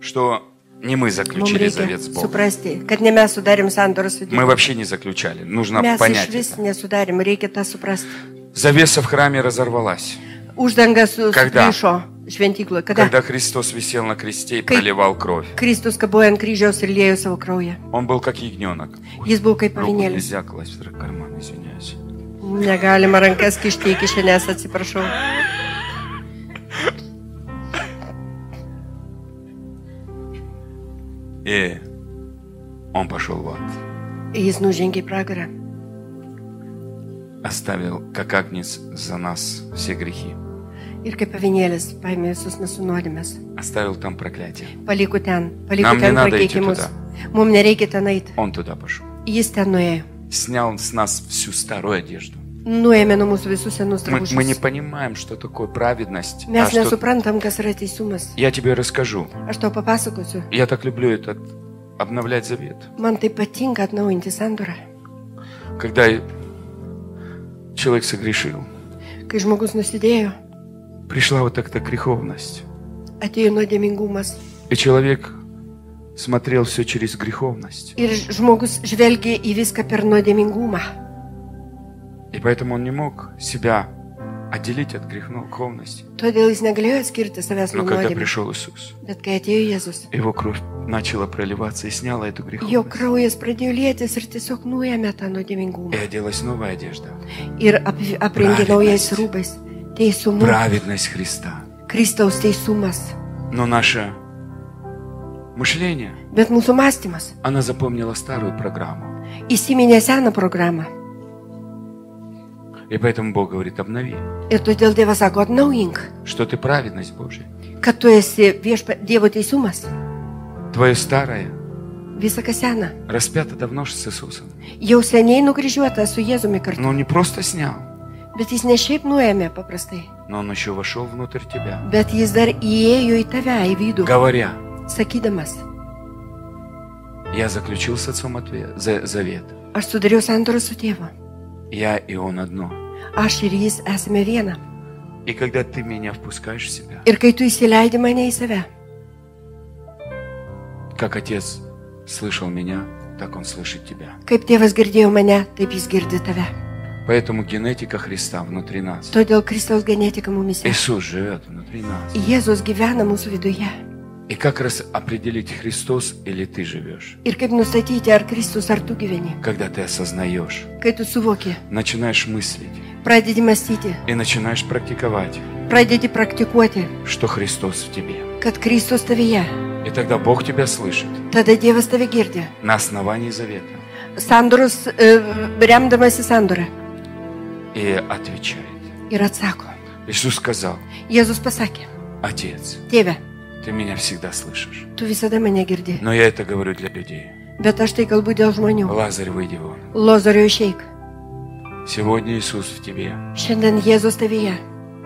Speaker 1: что не мы
Speaker 2: Mums
Speaker 1: заключили
Speaker 2: reikia
Speaker 1: завет с Богом.
Speaker 2: suprasti, kad ne mes sudarėm sandorą su
Speaker 1: Мы
Speaker 2: Dievu.
Speaker 1: вообще не заключали. Нужно
Speaker 2: Mes iš
Speaker 1: понять
Speaker 2: vis
Speaker 1: это.
Speaker 2: nesudarėm, reikia tą suprasti.
Speaker 1: Завеса в храме разорвалась,
Speaker 2: Uždanga su
Speaker 1: Kada?
Speaker 2: sugrįžo šventykloje. Kada?
Speaker 1: когда Христос висел на кресте и
Speaker 2: Кай-
Speaker 1: проливал кровь.
Speaker 2: Kristus kaboja ant kryžiaus ir lėjo savo kraują.
Speaker 1: Он был как ягненок.
Speaker 2: Jis buvo kaip
Speaker 1: Руку
Speaker 2: pavinėlis.
Speaker 1: нельзя класть в карман, извиняюсь.
Speaker 2: Negalima rankas kišti į kišenės, atsiprašau.
Speaker 1: И он пошел в ад.
Speaker 2: Jis nužengė į pragarą.
Speaker 1: Оставил, как агнец, за нас все грехи.
Speaker 2: Ir kaip pavinėlis paėmė visus mūsų nuodėmės.
Speaker 1: Oставил там проклятие.
Speaker 2: Palikau ten, palikau
Speaker 1: Nam
Speaker 2: ten
Speaker 1: nenada eiti
Speaker 2: prakeikimus.
Speaker 1: tada.
Speaker 2: Mums nereikia ten eiti.
Speaker 1: Он туда пошел.
Speaker 2: Jis ten nuėjo.
Speaker 1: Снял с нас всю старую одежду.
Speaker 2: Nuėmė nuo mūsų visus senus
Speaker 1: Мы, мы не
Speaker 2: drabužius.
Speaker 1: понимаем, что такое праведность. а
Speaker 2: Mes
Speaker 1: что-
Speaker 2: nesuprantam, kas yra teisumas.
Speaker 1: Я тебе расскажу.
Speaker 2: Aš tau papasakosiu.
Speaker 1: Я так люблю этот обновлять завет.
Speaker 2: Man tai patinka atnaujinti sandorą.
Speaker 1: Когда человек согрешил,
Speaker 2: Kai žmogus nusidėjo,
Speaker 1: пришла вот эта греховность.
Speaker 2: atėjo nuodėmingumas.
Speaker 1: И человек смотрел все через греховность.
Speaker 2: Ir ž- žmogus žvelgia į viską per nuodėmingumą.
Speaker 1: И поэтому он не мог себя отделить от греховности.
Speaker 2: Todėl jis negalėjo atskirti savęs
Speaker 1: Но
Speaker 2: nuo
Speaker 1: когда
Speaker 2: nuodėmės.
Speaker 1: пришел Иисус,
Speaker 2: Bet kai atėjo Jėzus,
Speaker 1: его кровь начала проливаться и сняла эту
Speaker 2: jo
Speaker 1: греховность.
Speaker 2: kraujas pradėjo lėtis ir tiesiog nuėmė tą
Speaker 1: И
Speaker 2: nuodėmingumą.
Speaker 1: оделась новая одежda.
Speaker 2: Ir apvi- aprengė
Speaker 1: Pravidas.
Speaker 2: naujais rūbais. Teisumu.
Speaker 1: Праведность Христа.
Speaker 2: Kristaus teisumas.
Speaker 1: Но наше мышление,
Speaker 2: Bet mūsų mąstymas
Speaker 1: она запомнила старую программу.
Speaker 2: įsiminė seną programą.
Speaker 1: И поэтому Бог говорит, обнови,
Speaker 2: Ir todėl Dievas sako, atnaujink,
Speaker 1: что ты праведность Божья.
Speaker 2: kad tu esi viešpa Dievo teisumas.
Speaker 1: Твое старое
Speaker 2: Visa kas sena.
Speaker 1: распято давно ж с Иисусом.
Speaker 2: Jau seniai nukryžiuota su Jėzumi kartu.
Speaker 1: Но он не просто снял,
Speaker 2: Bet jis ne šiaip nuėmė paprastai.
Speaker 1: но он еще вошел внутрь тебя,
Speaker 2: Bet jis dar įėjo į tave, į vidų,
Speaker 1: говоря,
Speaker 2: sakydamas,
Speaker 1: я заключил с отцом отве- за- завет.
Speaker 2: aš sudariau santorą su tėvu.
Speaker 1: Я и он одно.
Speaker 2: Aš ir jis esame viena.
Speaker 1: И когда ты меня впускаешь в себя,
Speaker 2: Ir kai tu įsileidi mane į save,
Speaker 1: как отец слышал меня, так он слышит тебя.
Speaker 2: kaip tėvas girdėjo mane, taip jis girdi tave.
Speaker 1: Поэтому генетика Христа внутри нас.
Speaker 2: Todėl Kristaus genetika mumis.
Speaker 1: Иисус живет внутри нас.
Speaker 2: Jėzus gyvena mūsų viduje.
Speaker 1: И как раз определить, Христос или ты живешь,
Speaker 2: Ir kaip nustatyti, ar Kristus ar tu gyveni.
Speaker 1: когда ты осознаешь,
Speaker 2: Kai tu suvoki,
Speaker 1: начинаешь мыслить
Speaker 2: pradedi mąstyti,
Speaker 1: и начинаешь практиковать,
Speaker 2: pradedi praktikuoti,
Speaker 1: что Христос в тебе.
Speaker 2: kad Kristus tavyje,
Speaker 1: И тогда Бог тебя слышит
Speaker 2: tada Dievas tave girdi.
Speaker 1: на основании завета.
Speaker 2: Sandorus, e, remdamasi sandorą.
Speaker 1: И и отвечает.
Speaker 2: Ir atsako.
Speaker 1: Иисус сказал,
Speaker 2: Jėzus pasakė,
Speaker 1: Отец,
Speaker 2: tėve,
Speaker 1: ты меня всегда слышишь.
Speaker 2: tu visada mane girdi,
Speaker 1: Но я это говорю для людей.
Speaker 2: bet aš tai kalbu dėl žmonių.
Speaker 1: Лазарь, выйди вон.
Speaker 2: Lozario išeik.
Speaker 1: Сегодня Иисус в тебе.
Speaker 2: Šiandien Jėzus tavyje.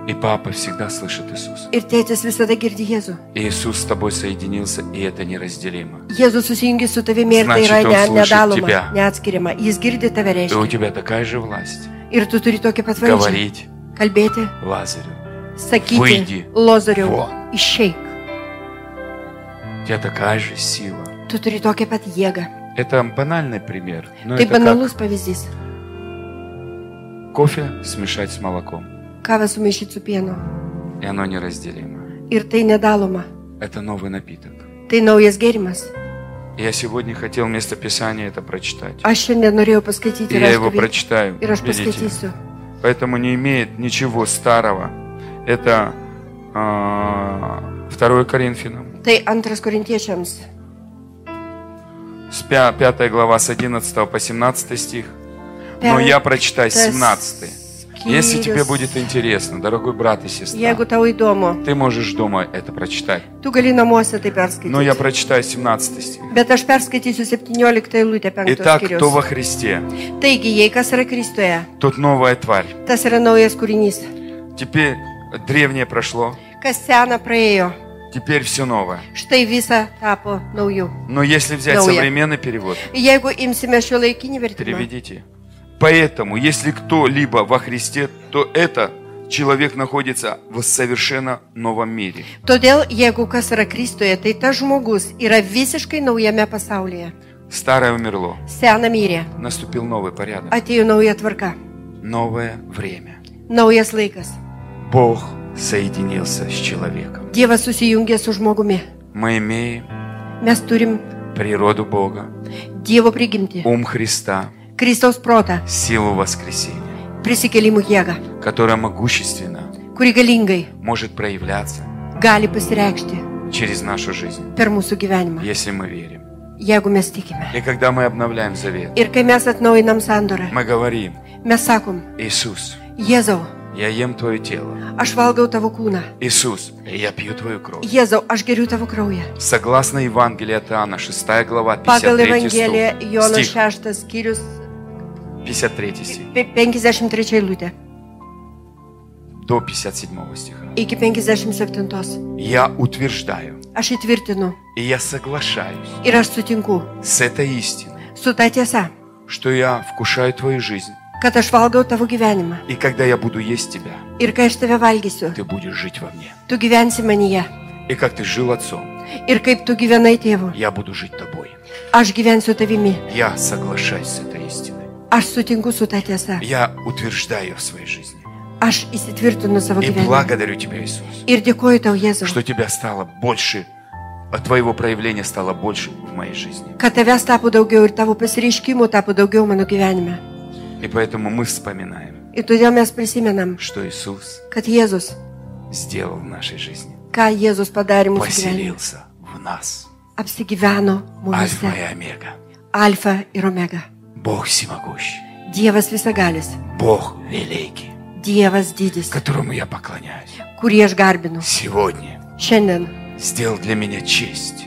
Speaker 1: И папа всегда слышит Иисуса.
Speaker 2: Ir tėtis visada girdi Jėzų.
Speaker 1: И Иисус с тобой соединился, и это неразделимо.
Speaker 2: Jėzus susijungi su tavimi ir tai
Speaker 1: Значит,
Speaker 2: yra ne,
Speaker 1: on sluša
Speaker 2: nedaloma,
Speaker 1: tebe.
Speaker 2: neatskiriama. Jis girdi tave
Speaker 1: И у
Speaker 2: reiškia.
Speaker 1: тебя такая же власть
Speaker 2: Ir tu turi tokį pat valdžią.
Speaker 1: говорить
Speaker 2: Kalbėti,
Speaker 1: Лазарю.
Speaker 2: sakyti,
Speaker 1: Выйди
Speaker 2: Lozoriau,
Speaker 1: вон.
Speaker 2: išeik.
Speaker 1: У тебя такая же сила.
Speaker 2: Tu turi tokią pat jėgą.
Speaker 1: Это банальный пример. Но
Speaker 2: Tai
Speaker 1: это
Speaker 2: banalus pavyzdys.
Speaker 1: как кофе смешать с молоком.
Speaker 2: Kavą sumaišyti su pienu.
Speaker 1: И оно неразделимо.
Speaker 2: Ir tai nedaloma.
Speaker 1: Это новый напиток.
Speaker 2: Tai naujas gėrimas.
Speaker 1: Я сегодня хотел вместо Писания это прочитать.
Speaker 2: Aš šiandien
Speaker 1: И
Speaker 2: norėjau paskaityti
Speaker 1: я его
Speaker 2: rašto vietą.
Speaker 1: прочитаю.
Speaker 2: Ir aš
Speaker 1: Видите?
Speaker 2: paskaitysiu.
Speaker 1: Поэтому не имеет ничего старого. Это а, 2 Коринфянам.
Speaker 2: Tai antras korintiečiams.
Speaker 1: С 5 глава с 11 по 17 стих. Но
Speaker 2: Пятый
Speaker 1: я прочитаю
Speaker 2: tas
Speaker 1: 17. Если тебе будет интересно, дорогой брат и сестра,
Speaker 2: Jeigu tau įdomu,
Speaker 1: ты можешь дома это прочитать.
Speaker 2: tu gali namuose tai perskaityti.
Speaker 1: Но я прочитаю 17 стих.
Speaker 2: Bet aš perskaitysiu 17 eilutę 5
Speaker 1: Итак, кто во
Speaker 2: skyrius.
Speaker 1: Христе,
Speaker 2: Taigi, jei kas yra Kristuje,
Speaker 1: тот новая тварь.
Speaker 2: tas yra naujas kūrinys.
Speaker 1: Теперь древнее прошло,
Speaker 2: Kas sena praėjo,
Speaker 1: теперь все новое.
Speaker 2: štai visa tapo nauju.
Speaker 1: Но если взять
Speaker 2: Новое.
Speaker 1: современный перевод,
Speaker 2: Jeigu imsime šio laikinį vertimą,
Speaker 1: переведите. Поэтому, если кто-либо во Христе, то это человек находится в совершенно новом мире.
Speaker 2: todėl jeigu kas yra Kristuje, tai tas žmogus yra visiškai naujame pasaulyje.
Speaker 1: Старое умерло,
Speaker 2: Sena myrė,
Speaker 1: наступил новый порядок,
Speaker 2: atėjo nauja tvarka,
Speaker 1: новое время.
Speaker 2: naujas laikas.
Speaker 1: Бог соединился с человеком.
Speaker 2: Dievas susijungia su žmogumi.
Speaker 1: Мы имеем
Speaker 2: Mes turim
Speaker 1: природу Бога,
Speaker 2: Dievo prigimti,
Speaker 1: ум Христа,
Speaker 2: Kristaus protą,
Speaker 1: силу воскресения,
Speaker 2: prisikelimų jėgą,
Speaker 1: которая могущественно
Speaker 2: kuri galingai
Speaker 1: может проявляться
Speaker 2: gali pasireikšti
Speaker 1: через нашу жизнь,
Speaker 2: per mūsų gyvenimą,
Speaker 1: если мы верим.
Speaker 2: jeigu mes tikime.
Speaker 1: И когда мы обновляем завет,
Speaker 2: Ir kai mes atnaujinam sandorą,
Speaker 1: мы говорим,
Speaker 2: mes sakom,
Speaker 1: Иисус,
Speaker 2: Jėzau,
Speaker 1: я ем Твое тело.
Speaker 2: aš valgau tavo kūną,
Speaker 1: Иисус, я пью Твою кровь.
Speaker 2: Jėzau, aš geriu tavo kraują.
Speaker 1: Согласно Евангелию от Иоанна, 6 глава,
Speaker 2: Pagal
Speaker 1: 53
Speaker 2: Evangeliją Jono
Speaker 1: стих.
Speaker 2: 6 skyrius
Speaker 1: 53 стих.
Speaker 2: pe- 53 eilutė
Speaker 1: До 57 стиха.
Speaker 2: iki 57.
Speaker 1: Я утверждаю,
Speaker 2: Aš įtvirtinu
Speaker 1: и я соглашаюсь
Speaker 2: ir aš sutinku
Speaker 1: с этой истиной,
Speaker 2: su ta tiesa,
Speaker 1: что я вкушаю Твою жизнь,
Speaker 2: kad aš valgau tavo gyvenimą
Speaker 1: и когда я буду есть Тебя,
Speaker 2: ir kai aš tave valgysiu,
Speaker 1: Ты будешь жить во мне.
Speaker 2: tu gyvensi manyje
Speaker 1: И как Ты жил Отцом,
Speaker 2: ir kaip tu gyvenai tėvu,
Speaker 1: я буду жить Тобой.
Speaker 2: aš gyvensiu tavimi,
Speaker 1: Я соглашаюсь с этой истиной.
Speaker 2: aš sutinku su ta tiesa,
Speaker 1: Я утверждаю в своей жизни.
Speaker 2: aš įsitvirtinu savo
Speaker 1: И
Speaker 2: gyvenimą.
Speaker 1: благодарю Тебя, Иисус,
Speaker 2: Ir dėkoju tau, Jėzau,
Speaker 1: что Тебя стало больше, от Твоего проявления стало больше в моей жизни.
Speaker 2: kad tavęs tapo daugiau ir tavo pasireiškimų tapo daugiau mano gyvenime.
Speaker 1: И поэтому мы вспоминаем,
Speaker 2: Ir todėl mes prisimenam,
Speaker 1: что Иисус
Speaker 2: kad Jėzus,
Speaker 1: сделал в нашей жизни.
Speaker 2: ką Jėzus padarė mūsų gyvenime,
Speaker 1: Поселился в нас.
Speaker 2: apsigyveno
Speaker 1: Альфа
Speaker 2: mumise.
Speaker 1: и Омега.
Speaker 2: Alfa ir Omega.
Speaker 1: Бог всемогущий.
Speaker 2: Dievas visagalis,
Speaker 1: Бог великий,
Speaker 2: Dievas didis,
Speaker 1: которому я поклоняюсь.
Speaker 2: kurį aš garbinu.
Speaker 1: Сегодня
Speaker 2: Šiandien
Speaker 1: сделал для меня честь.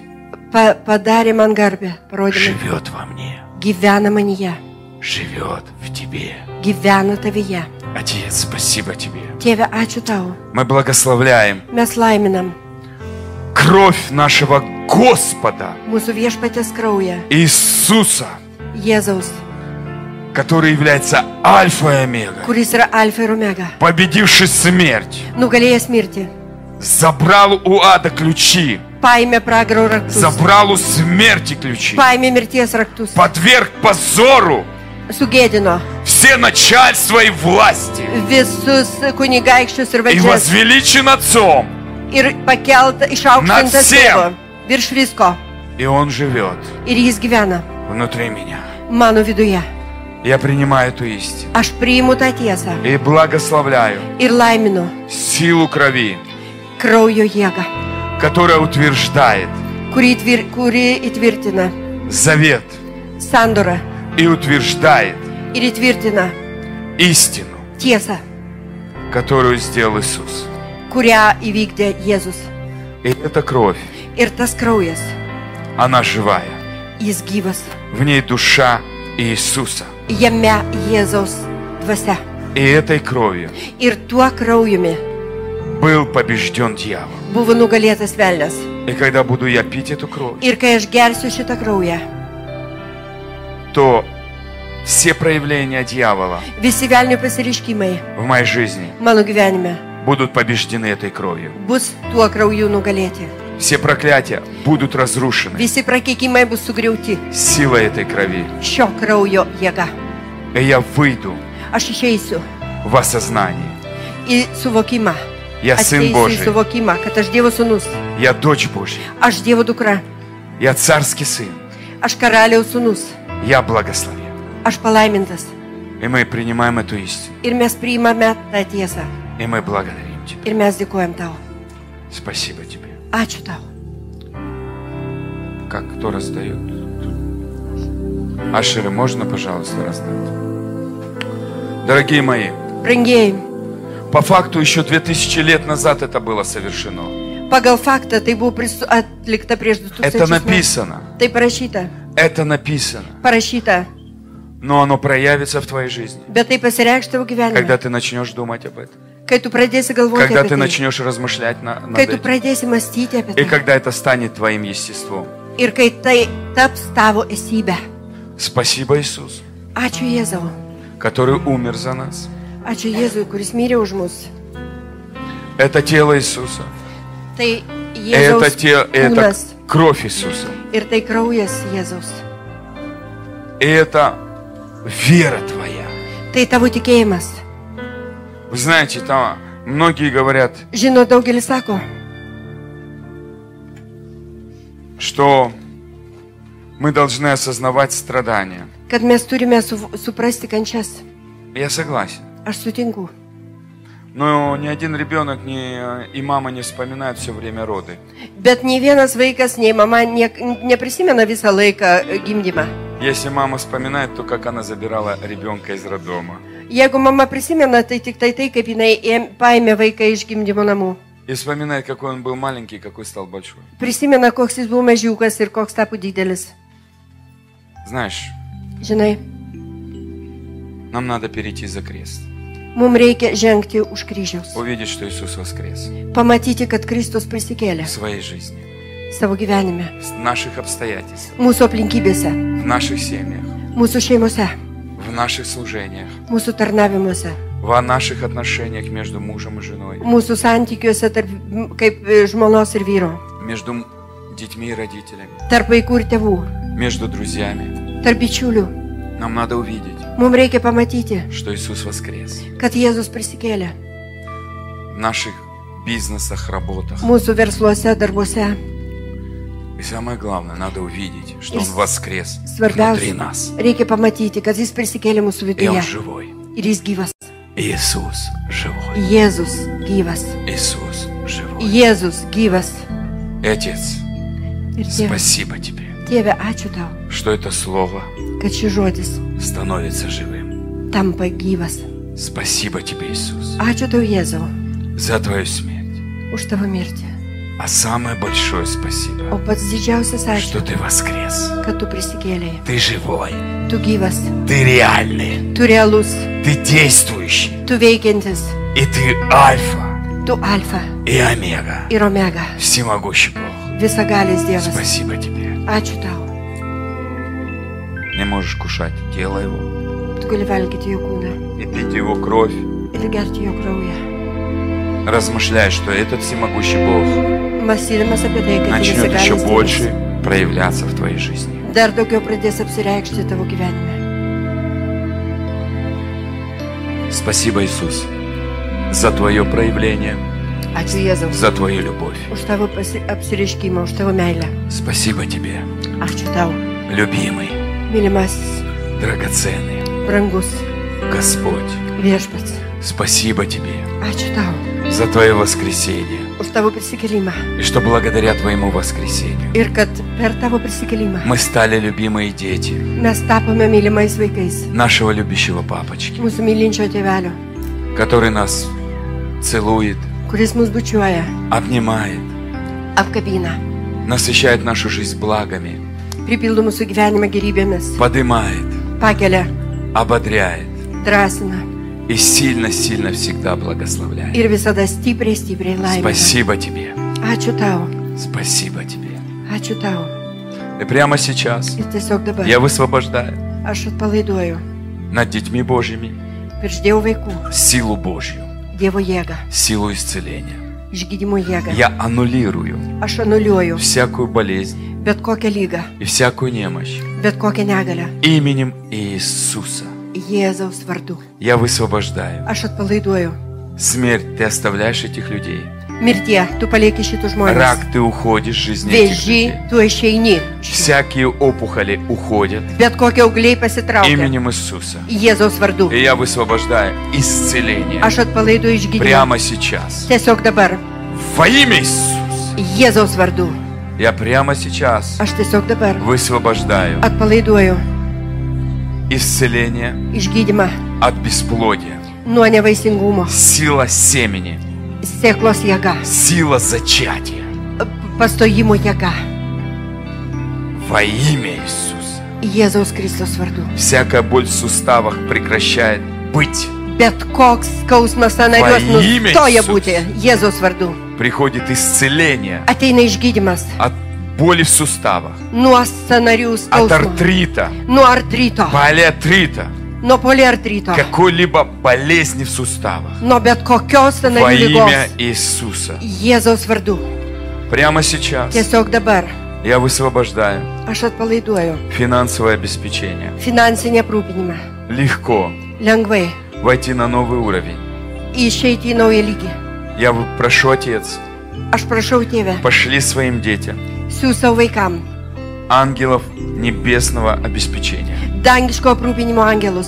Speaker 2: pa padarė man garbę, parodė man,
Speaker 1: Живет во мне.
Speaker 2: gyvena manyje,
Speaker 1: Живет в тебе.
Speaker 2: gyvena tavyje.
Speaker 1: Отец, спасибо тебе.
Speaker 2: Tėve, ačiū tau.
Speaker 1: Мы благословляем
Speaker 2: Mes laiminam
Speaker 1: кровь нашего Господа
Speaker 2: mūsų viešpatės kraują,
Speaker 1: Иисуса,
Speaker 2: Jėzaus,
Speaker 1: который является Альфа и Омега,
Speaker 2: kuris yra Alfa ir Omega,
Speaker 1: победивший смерть,
Speaker 2: nugalėjęs mirtį,
Speaker 1: забрал у ада ключи,
Speaker 2: paėmė pragaro raktus,
Speaker 1: забрал у смерти ключи,
Speaker 2: paėmė mirties raktus,
Speaker 1: подверг позору
Speaker 2: sugėdino
Speaker 1: все начальства и власти
Speaker 2: visus kunigaikščius ir
Speaker 1: и
Speaker 2: valdžias
Speaker 1: возвеличен Отцом.
Speaker 2: ir pakeltą
Speaker 1: Nad
Speaker 2: išaukštintas
Speaker 1: всем.
Speaker 2: tėvo virš visko.
Speaker 1: И Он живет
Speaker 2: Ir jis gyvena
Speaker 1: внутри меня.
Speaker 2: mano viduje.
Speaker 1: Я принимаю эту истину
Speaker 2: Aš priimu tą tiesą
Speaker 1: и благословляю
Speaker 2: ir laiminu
Speaker 1: силу крови,
Speaker 2: kraujo jėgą,
Speaker 1: которая утверждает
Speaker 2: kuri, įtvir, kuri įtvirtina
Speaker 1: завет
Speaker 2: sandorą
Speaker 1: и утверждает
Speaker 2: ir įtvirtina
Speaker 1: истину
Speaker 2: tiesą,
Speaker 1: которую сделал Иисус.
Speaker 2: kurią įvykdė Jėzus.
Speaker 1: И эта кровь,
Speaker 2: Ir tas kraujas,
Speaker 1: она живая.
Speaker 2: jis gyvas,
Speaker 1: В ней душа Иисуса.
Speaker 2: jame Jėzaus dvasia.
Speaker 1: И этой кровью
Speaker 2: Ir tuo kraujumi
Speaker 1: был побежден дьявол.
Speaker 2: buvo nugalėtas velnas.
Speaker 1: И когда буду я пить эту кровь,
Speaker 2: Ir kai aš gersiu šitą kraują,
Speaker 1: то все проявления дьявола
Speaker 2: visi velnių pasireiškimai
Speaker 1: в моей жизни
Speaker 2: mano gyvenime
Speaker 1: будут побеждены этой кровью.
Speaker 2: bus tuo krauju nugalėti.
Speaker 1: Все проклятия будут разрушены
Speaker 2: Visi prakeikimai bus sugriauti
Speaker 1: силой этой крови.
Speaker 2: šio kraujo jėga.
Speaker 1: И я выйду
Speaker 2: Aš išeisiu
Speaker 1: в осознании.
Speaker 2: į suvokimą.
Speaker 1: Я сын
Speaker 2: Ateisiu į
Speaker 1: Божий,
Speaker 2: suvokimą, kad aš Dievo sūnus,
Speaker 1: я дочь Божья,
Speaker 2: aš Dievo dukra,
Speaker 1: я царский сын,
Speaker 2: aš karaliaus sūnus,
Speaker 1: я благословен.
Speaker 2: aš palaimintas.
Speaker 1: И мы принимаем эту истину,
Speaker 2: Ir mes priimame tą tiesą.
Speaker 1: и мы благодарим Тебя.
Speaker 2: Ir mes dėkojam tau.
Speaker 1: Спасибо Тебе.
Speaker 2: Ačiū tau.
Speaker 1: Как кто раздает? Ашеры, можно, пожалуйста, раздать? Дорогие мои,
Speaker 2: Brangieji,
Speaker 1: по факту еще 2000 лет назад это было совершено.
Speaker 2: pagal faktą tai buvo prisu- atlikta prieš 2000
Speaker 1: Это
Speaker 2: metų.
Speaker 1: написано.
Speaker 2: Tai parašyta,
Speaker 1: Это написано.
Speaker 2: parašyta,
Speaker 1: Но оно проявится в твоей жизни.
Speaker 2: bet tai pasireikš tavo
Speaker 1: Когда
Speaker 2: gyvenime.
Speaker 1: ты начнешь думать об этом.
Speaker 2: Kai tu pradėsi galvoti
Speaker 1: Когда
Speaker 2: apie
Speaker 1: ты
Speaker 2: tai,
Speaker 1: начнешь размышлять на, над
Speaker 2: kai tu
Speaker 1: этим.
Speaker 2: pradėsi mąstyti apie
Speaker 1: И
Speaker 2: tai
Speaker 1: когда это станет твоим естеством.
Speaker 2: ir kai tai taps tavo esybė.
Speaker 1: Спасибо, Иисус,
Speaker 2: Ačiū Jėzau.
Speaker 1: который умер за нас.
Speaker 2: Ačiū Jėzui, kuris mirė už mus.
Speaker 1: Это тело Иисуса.
Speaker 2: Tai
Speaker 1: Это,
Speaker 2: Jėzaus
Speaker 1: те, это
Speaker 2: kūnas
Speaker 1: кровь Иисуса.
Speaker 2: ir tai kraujas Jėzaus.
Speaker 1: И это вера твоя.
Speaker 2: Tai tavo tikėjimas.
Speaker 1: Вы знаете, там многие говорят,
Speaker 2: Žino, daugelis sako,
Speaker 1: что мы должны осознавать страдания.
Speaker 2: kad mes turime su, suprasti kančias.
Speaker 1: Я согласен.
Speaker 2: Aš sutinku.
Speaker 1: Но ни один ребенок не, и мама не вспоминают все время роды.
Speaker 2: Bet nei vienas vaikas, nei mama nie, neprisimena visą laiką gimdymą.
Speaker 1: Если мама вспоминает, то как она забирала ребенка из роддома.
Speaker 2: Jeigu mama prisimena, tai tik tai tai, kaip jinai ėm- paėmė vaiką iš gimdymo namų.
Speaker 1: И вспоминает, какой он был маленький, какой стал большой.
Speaker 2: Prisimena, koks jis buvo mažiukas ir koks tapo didelis.
Speaker 1: Знаешь,
Speaker 2: Žinai,
Speaker 1: нам надо перейти за крест.
Speaker 2: mums reikia žengti už kryžiaus.
Speaker 1: Увидеть, что Иисус воскрес
Speaker 2: Pamatyti, kad Kristus prisikėlė
Speaker 1: в своей жизни,
Speaker 2: savo gyvenime,
Speaker 1: в наших обстоятельствах,
Speaker 2: mūsų aplinkybėse,
Speaker 1: в наших семьях,
Speaker 2: mūsų шeimose,
Speaker 1: в наших служениях,
Speaker 2: mūsų tarnavimuose,
Speaker 1: в наших отношениях между мужем и женой,
Speaker 2: mūsų santykiuose tarp, m, kaip e, žmonos ir vyro,
Speaker 1: между м- детьми и родителями,
Speaker 2: tarp vaikų ir tėvų,
Speaker 1: между друзьями.
Speaker 2: tarp bičiulių.
Speaker 1: Нам надо увидеть,
Speaker 2: Mums reikia pamatyti,
Speaker 1: что Иисус воскрес
Speaker 2: kad Jėzus prisikėlė
Speaker 1: в наших бизнесах, работах.
Speaker 2: mūsų versluose, darbuose.
Speaker 1: И самое главное, надо увидеть, что
Speaker 2: И
Speaker 1: Он
Speaker 2: с-
Speaker 1: воскрес внутри
Speaker 2: Svarbiausia,
Speaker 1: нас.
Speaker 2: reikia pamatyti, kad Jis prisikėlė mūsų
Speaker 1: И Он
Speaker 2: viduje
Speaker 1: живой.
Speaker 2: ir Jis gyvas.
Speaker 1: Иисус живой.
Speaker 2: Jėzus gyvas.
Speaker 1: Иисус живой.
Speaker 2: Jėzus gyvas.
Speaker 1: Отец,
Speaker 2: Ir tėve,
Speaker 1: спасибо тебе.
Speaker 2: tėve, ačiū tau,
Speaker 1: что это слово
Speaker 2: kad šis žodis
Speaker 1: становится живым.
Speaker 2: tampa gyvas.
Speaker 1: Спасибо тебе, Иисус,
Speaker 2: Ačiū tau, Jėzau,
Speaker 1: за твою смерть.
Speaker 2: už tavo mirtį.
Speaker 1: А самое большое
Speaker 2: O
Speaker 1: спасибо,
Speaker 2: pats didžiausias
Speaker 1: что
Speaker 2: ačiū,
Speaker 1: ты воскрес.
Speaker 2: kad tu prisikėlėjai.
Speaker 1: Ты живой,
Speaker 2: Tu gyvas,
Speaker 1: ты реальный,
Speaker 2: tu realus,
Speaker 1: ты действующий,
Speaker 2: tu veikiantis,
Speaker 1: и ты альфа
Speaker 2: tu alfa
Speaker 1: и омега,
Speaker 2: ir omega,
Speaker 1: всемогущий Бог.
Speaker 2: visagalis Dievas.
Speaker 1: Спасибо тебе.
Speaker 2: Ačiū tau,
Speaker 1: Не можешь кушать тело его
Speaker 2: tu gali valgyti jo kūną
Speaker 1: и пить его кровь,
Speaker 2: ir gerti jo kraują.
Speaker 1: размышляя, что этот всемогущий Бог
Speaker 2: Mąstydamas apie tai, kad jis
Speaker 1: начнет еще
Speaker 2: visagalis
Speaker 1: больше
Speaker 2: Dievas
Speaker 1: проявляться в твоей жизни.
Speaker 2: dar daugiau pradės apsireikšti tavo gyvenime.
Speaker 1: Спасибо, Иисус, за твое проявление,
Speaker 2: Ačiū Jėzaus
Speaker 1: за твою любовь.
Speaker 2: už tavo pasi- apsireiškimą, už tavo meilę.
Speaker 1: Спасибо тебе,
Speaker 2: Ačiū tau,
Speaker 1: любимый,
Speaker 2: mylimasis,
Speaker 1: драгоценный
Speaker 2: brangus
Speaker 1: Господь.
Speaker 2: viešpats.
Speaker 1: Spasibo тебе
Speaker 2: Ačiū tau
Speaker 1: за твое воскресение
Speaker 2: už tavo prisikėlimą.
Speaker 1: и что благодаря твоему воскресению
Speaker 2: Ir kad per tavo prisikelimą
Speaker 1: мы стали любимые дети
Speaker 2: mes tapome mylimais vaikais
Speaker 1: нашего любящего папочки.
Speaker 2: mūsų mylinčio tėvelio.
Speaker 1: который нас целует,
Speaker 2: kuris mus bučiuoja,
Speaker 1: обнимает,
Speaker 2: apkabina,
Speaker 1: насыщает нашу жизнь благами,
Speaker 2: pripildo mūsų gyvenimą gerybėmis,
Speaker 1: поднимает,
Speaker 2: pakelia,
Speaker 1: ободряет
Speaker 2: drąsina
Speaker 1: и сильно-сильно всегда благословляет.
Speaker 2: ir visada stipriai, stipriai laimina.
Speaker 1: Спасибо тебе.
Speaker 2: Ačiū tau,
Speaker 1: Спасибо тебе.
Speaker 2: ačiū tau.
Speaker 1: И прямо сейчас
Speaker 2: Ir tiesiog dabar
Speaker 1: я высвобождаю
Speaker 2: aš atpalaiduoju
Speaker 1: над детьми Божьими
Speaker 2: virš Dievo vaikų
Speaker 1: силу Божью,
Speaker 2: Dievo jėgą,
Speaker 1: силу исцеления.
Speaker 2: išgydymo jėgą.
Speaker 1: Я аннулирую
Speaker 2: Aš anuliuoju
Speaker 1: всякую болезнь
Speaker 2: bet kokią lygą,
Speaker 1: и всякую немощь
Speaker 2: bet kokią negalę.
Speaker 1: именем Иисуса.
Speaker 2: Jėzaus vardu.
Speaker 1: Я высвобождаю.
Speaker 2: Aš atpalaiduoju.
Speaker 1: Смерть, ты оставляешь этих людей.
Speaker 2: Mirtie, tu paliekai šitų žmonių.
Speaker 1: Рак, ты уходишь из жизни этих
Speaker 2: Vėžį,
Speaker 1: людей.
Speaker 2: tu išeini.
Speaker 1: Всякие опухоли уходят
Speaker 2: Bet kokie augliai pasitraukia.
Speaker 1: именем Иисуса.
Speaker 2: Jėzaus vardu.
Speaker 1: И я высвобождаю исцеление
Speaker 2: Aš atpalaiduoju išgydymą.
Speaker 1: прямо сейчас.
Speaker 2: Tiesiog dabar.
Speaker 1: Во имя Иисуса.
Speaker 2: Jėzaus vardu.
Speaker 1: Я прямо сейчас
Speaker 2: Aš tiesiog dabar
Speaker 1: высвобождаю
Speaker 2: atpalaiduoju
Speaker 1: исцеление
Speaker 2: išgydymą
Speaker 1: от бесплодия.
Speaker 2: nuo nevaisingumo.
Speaker 1: Сила семени,
Speaker 2: Sėklos jėga.
Speaker 1: сила зачатия.
Speaker 2: Pastojimo jėga.
Speaker 1: Во имя Иисуса.
Speaker 2: Jėzaus Kristus vardu.
Speaker 1: Всякая боль в суставах прекращает быть.
Speaker 2: Bet koks skausmas sanarios
Speaker 1: Paimė
Speaker 2: nustoja
Speaker 1: Jėzus.
Speaker 2: būti Jėzaus vardu.
Speaker 1: Приходит исцеление
Speaker 2: Ateina išgydymas
Speaker 1: от боли в суставах,
Speaker 2: nuo sanarių
Speaker 1: от
Speaker 2: skausmo.
Speaker 1: артрита,
Speaker 2: Nuo artrito.
Speaker 1: полиартрита.
Speaker 2: Nuo poliartrito.
Speaker 1: какой-либо болезни в суставах.
Speaker 2: Nuo bet kokios
Speaker 1: Во
Speaker 2: sanarių
Speaker 1: имя
Speaker 2: lygos.
Speaker 1: Иисуса.
Speaker 2: Jėzaus vardu.
Speaker 1: Прямо сейчас
Speaker 2: Tiesiog dabar
Speaker 1: я высвобождаю
Speaker 2: aš atpalaiduoju
Speaker 1: финансовое обеспечение.
Speaker 2: finansinį aprūpinimą.
Speaker 1: Легко
Speaker 2: Lengvai
Speaker 1: войти на новый уровень.
Speaker 2: išeiti į naują lygį.
Speaker 1: Я в- прошу, Отец,
Speaker 2: Aš prašau tėvę,
Speaker 1: пошли своим детям
Speaker 2: siūs savo vaikam
Speaker 1: ангелов небесного обеспечения.
Speaker 2: dangiško aprūpinimo angelus,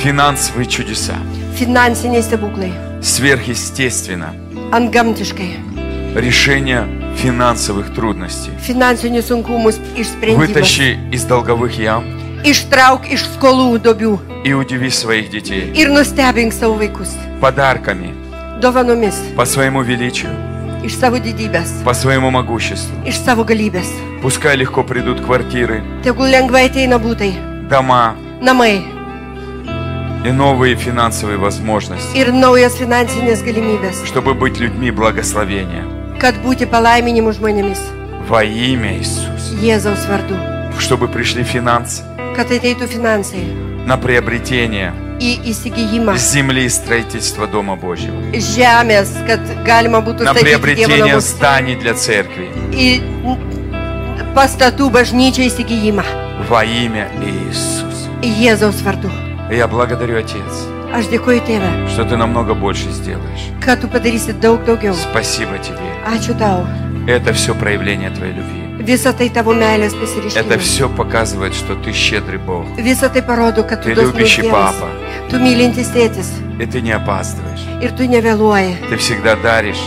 Speaker 1: Финансовые чудеса.
Speaker 2: finansiniai stebuklai,
Speaker 1: Сверхъестественно.
Speaker 2: antgamtiškai,
Speaker 1: Решение финансовых трудностей.
Speaker 2: finansinių sunkumų išsprendimas.
Speaker 1: Вытащи из долговых ям
Speaker 2: Ištrauk iš skolų duobių
Speaker 1: и удиви своих детей
Speaker 2: ir nustebink savo vaikus
Speaker 1: подарками
Speaker 2: dovanomis
Speaker 1: по своему величию,
Speaker 2: iš savo didybės,
Speaker 1: по своему могуществу.
Speaker 2: iš savo galybės.
Speaker 1: Пускай легко придут квартиры,
Speaker 2: Tegul lengvai ateina būtai,
Speaker 1: дома
Speaker 2: namai
Speaker 1: и новые финансовые возможности,
Speaker 2: ir naujas finansinės galimybės,
Speaker 1: чтобы быть людьми благословения.
Speaker 2: kad būti palaiminimu žmonėmis
Speaker 1: Во имя Иисуса.
Speaker 2: Jėzaus vardu,
Speaker 1: Чтобы пришли финансы
Speaker 2: kad ateitų finansai
Speaker 1: на приобретение
Speaker 2: į įsigijimą.
Speaker 1: земли и строительство Дома Божьего.
Speaker 2: žemės, kad galima būtų
Speaker 1: На
Speaker 2: statyti Dievo
Speaker 1: приобретение
Speaker 2: namus
Speaker 1: зданий для церкви.
Speaker 2: į pastatų bažnyčią įsigijimą.
Speaker 1: Во имя Иисуса.
Speaker 2: Jėzaus vardu.
Speaker 1: Я благодарю, Отец,
Speaker 2: Aš dėkuoju Tėve,
Speaker 1: что Ты намного больше сделаешь.
Speaker 2: kad Tu padarysi daug daugiau.
Speaker 1: Спасибо Тебе.
Speaker 2: Ačiū tau.
Speaker 1: Это все проявление Твоей любви.
Speaker 2: Visa tai tavo meilės
Speaker 1: Это
Speaker 2: pasirišimas.
Speaker 1: все показывает, что Ты щедрый Бог.
Speaker 2: Visa tai parodo, kad tu
Speaker 1: Ты
Speaker 2: dosnus
Speaker 1: любящий
Speaker 2: Dievas.
Speaker 1: Папа.
Speaker 2: Tu mylintis tėtis
Speaker 1: И Ты не опаздываешь.
Speaker 2: ir tu nevėluoji.
Speaker 1: Ты всегда даришь,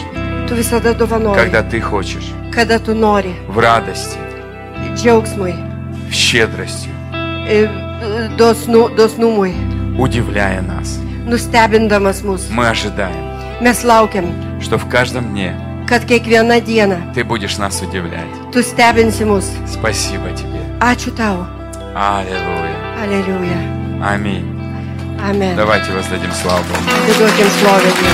Speaker 2: Tu visada dovanoji,
Speaker 1: когда ты хочешь,
Speaker 2: kada tu nori.
Speaker 1: в радости,
Speaker 2: Džiaugsmui,
Speaker 1: в щедрости,
Speaker 2: e, dosnu, dosnumui,
Speaker 1: удивляя нас.
Speaker 2: nustebindamas mus.
Speaker 1: Мы ожидаем,
Speaker 2: Mes laukiam,
Speaker 1: что в каждом дне
Speaker 2: kad kiekvieną dieną
Speaker 1: ты будешь нас удивлять.
Speaker 2: Tu stebinsi mus.
Speaker 1: Спасибо тебе.
Speaker 2: Ačiū tau.
Speaker 1: Аллилуйя.
Speaker 2: Aleliuja.
Speaker 1: Аминь.
Speaker 2: Amen.
Speaker 1: Давайте воздадим славу Богу.
Speaker 2: Duokim šlovę Dievui.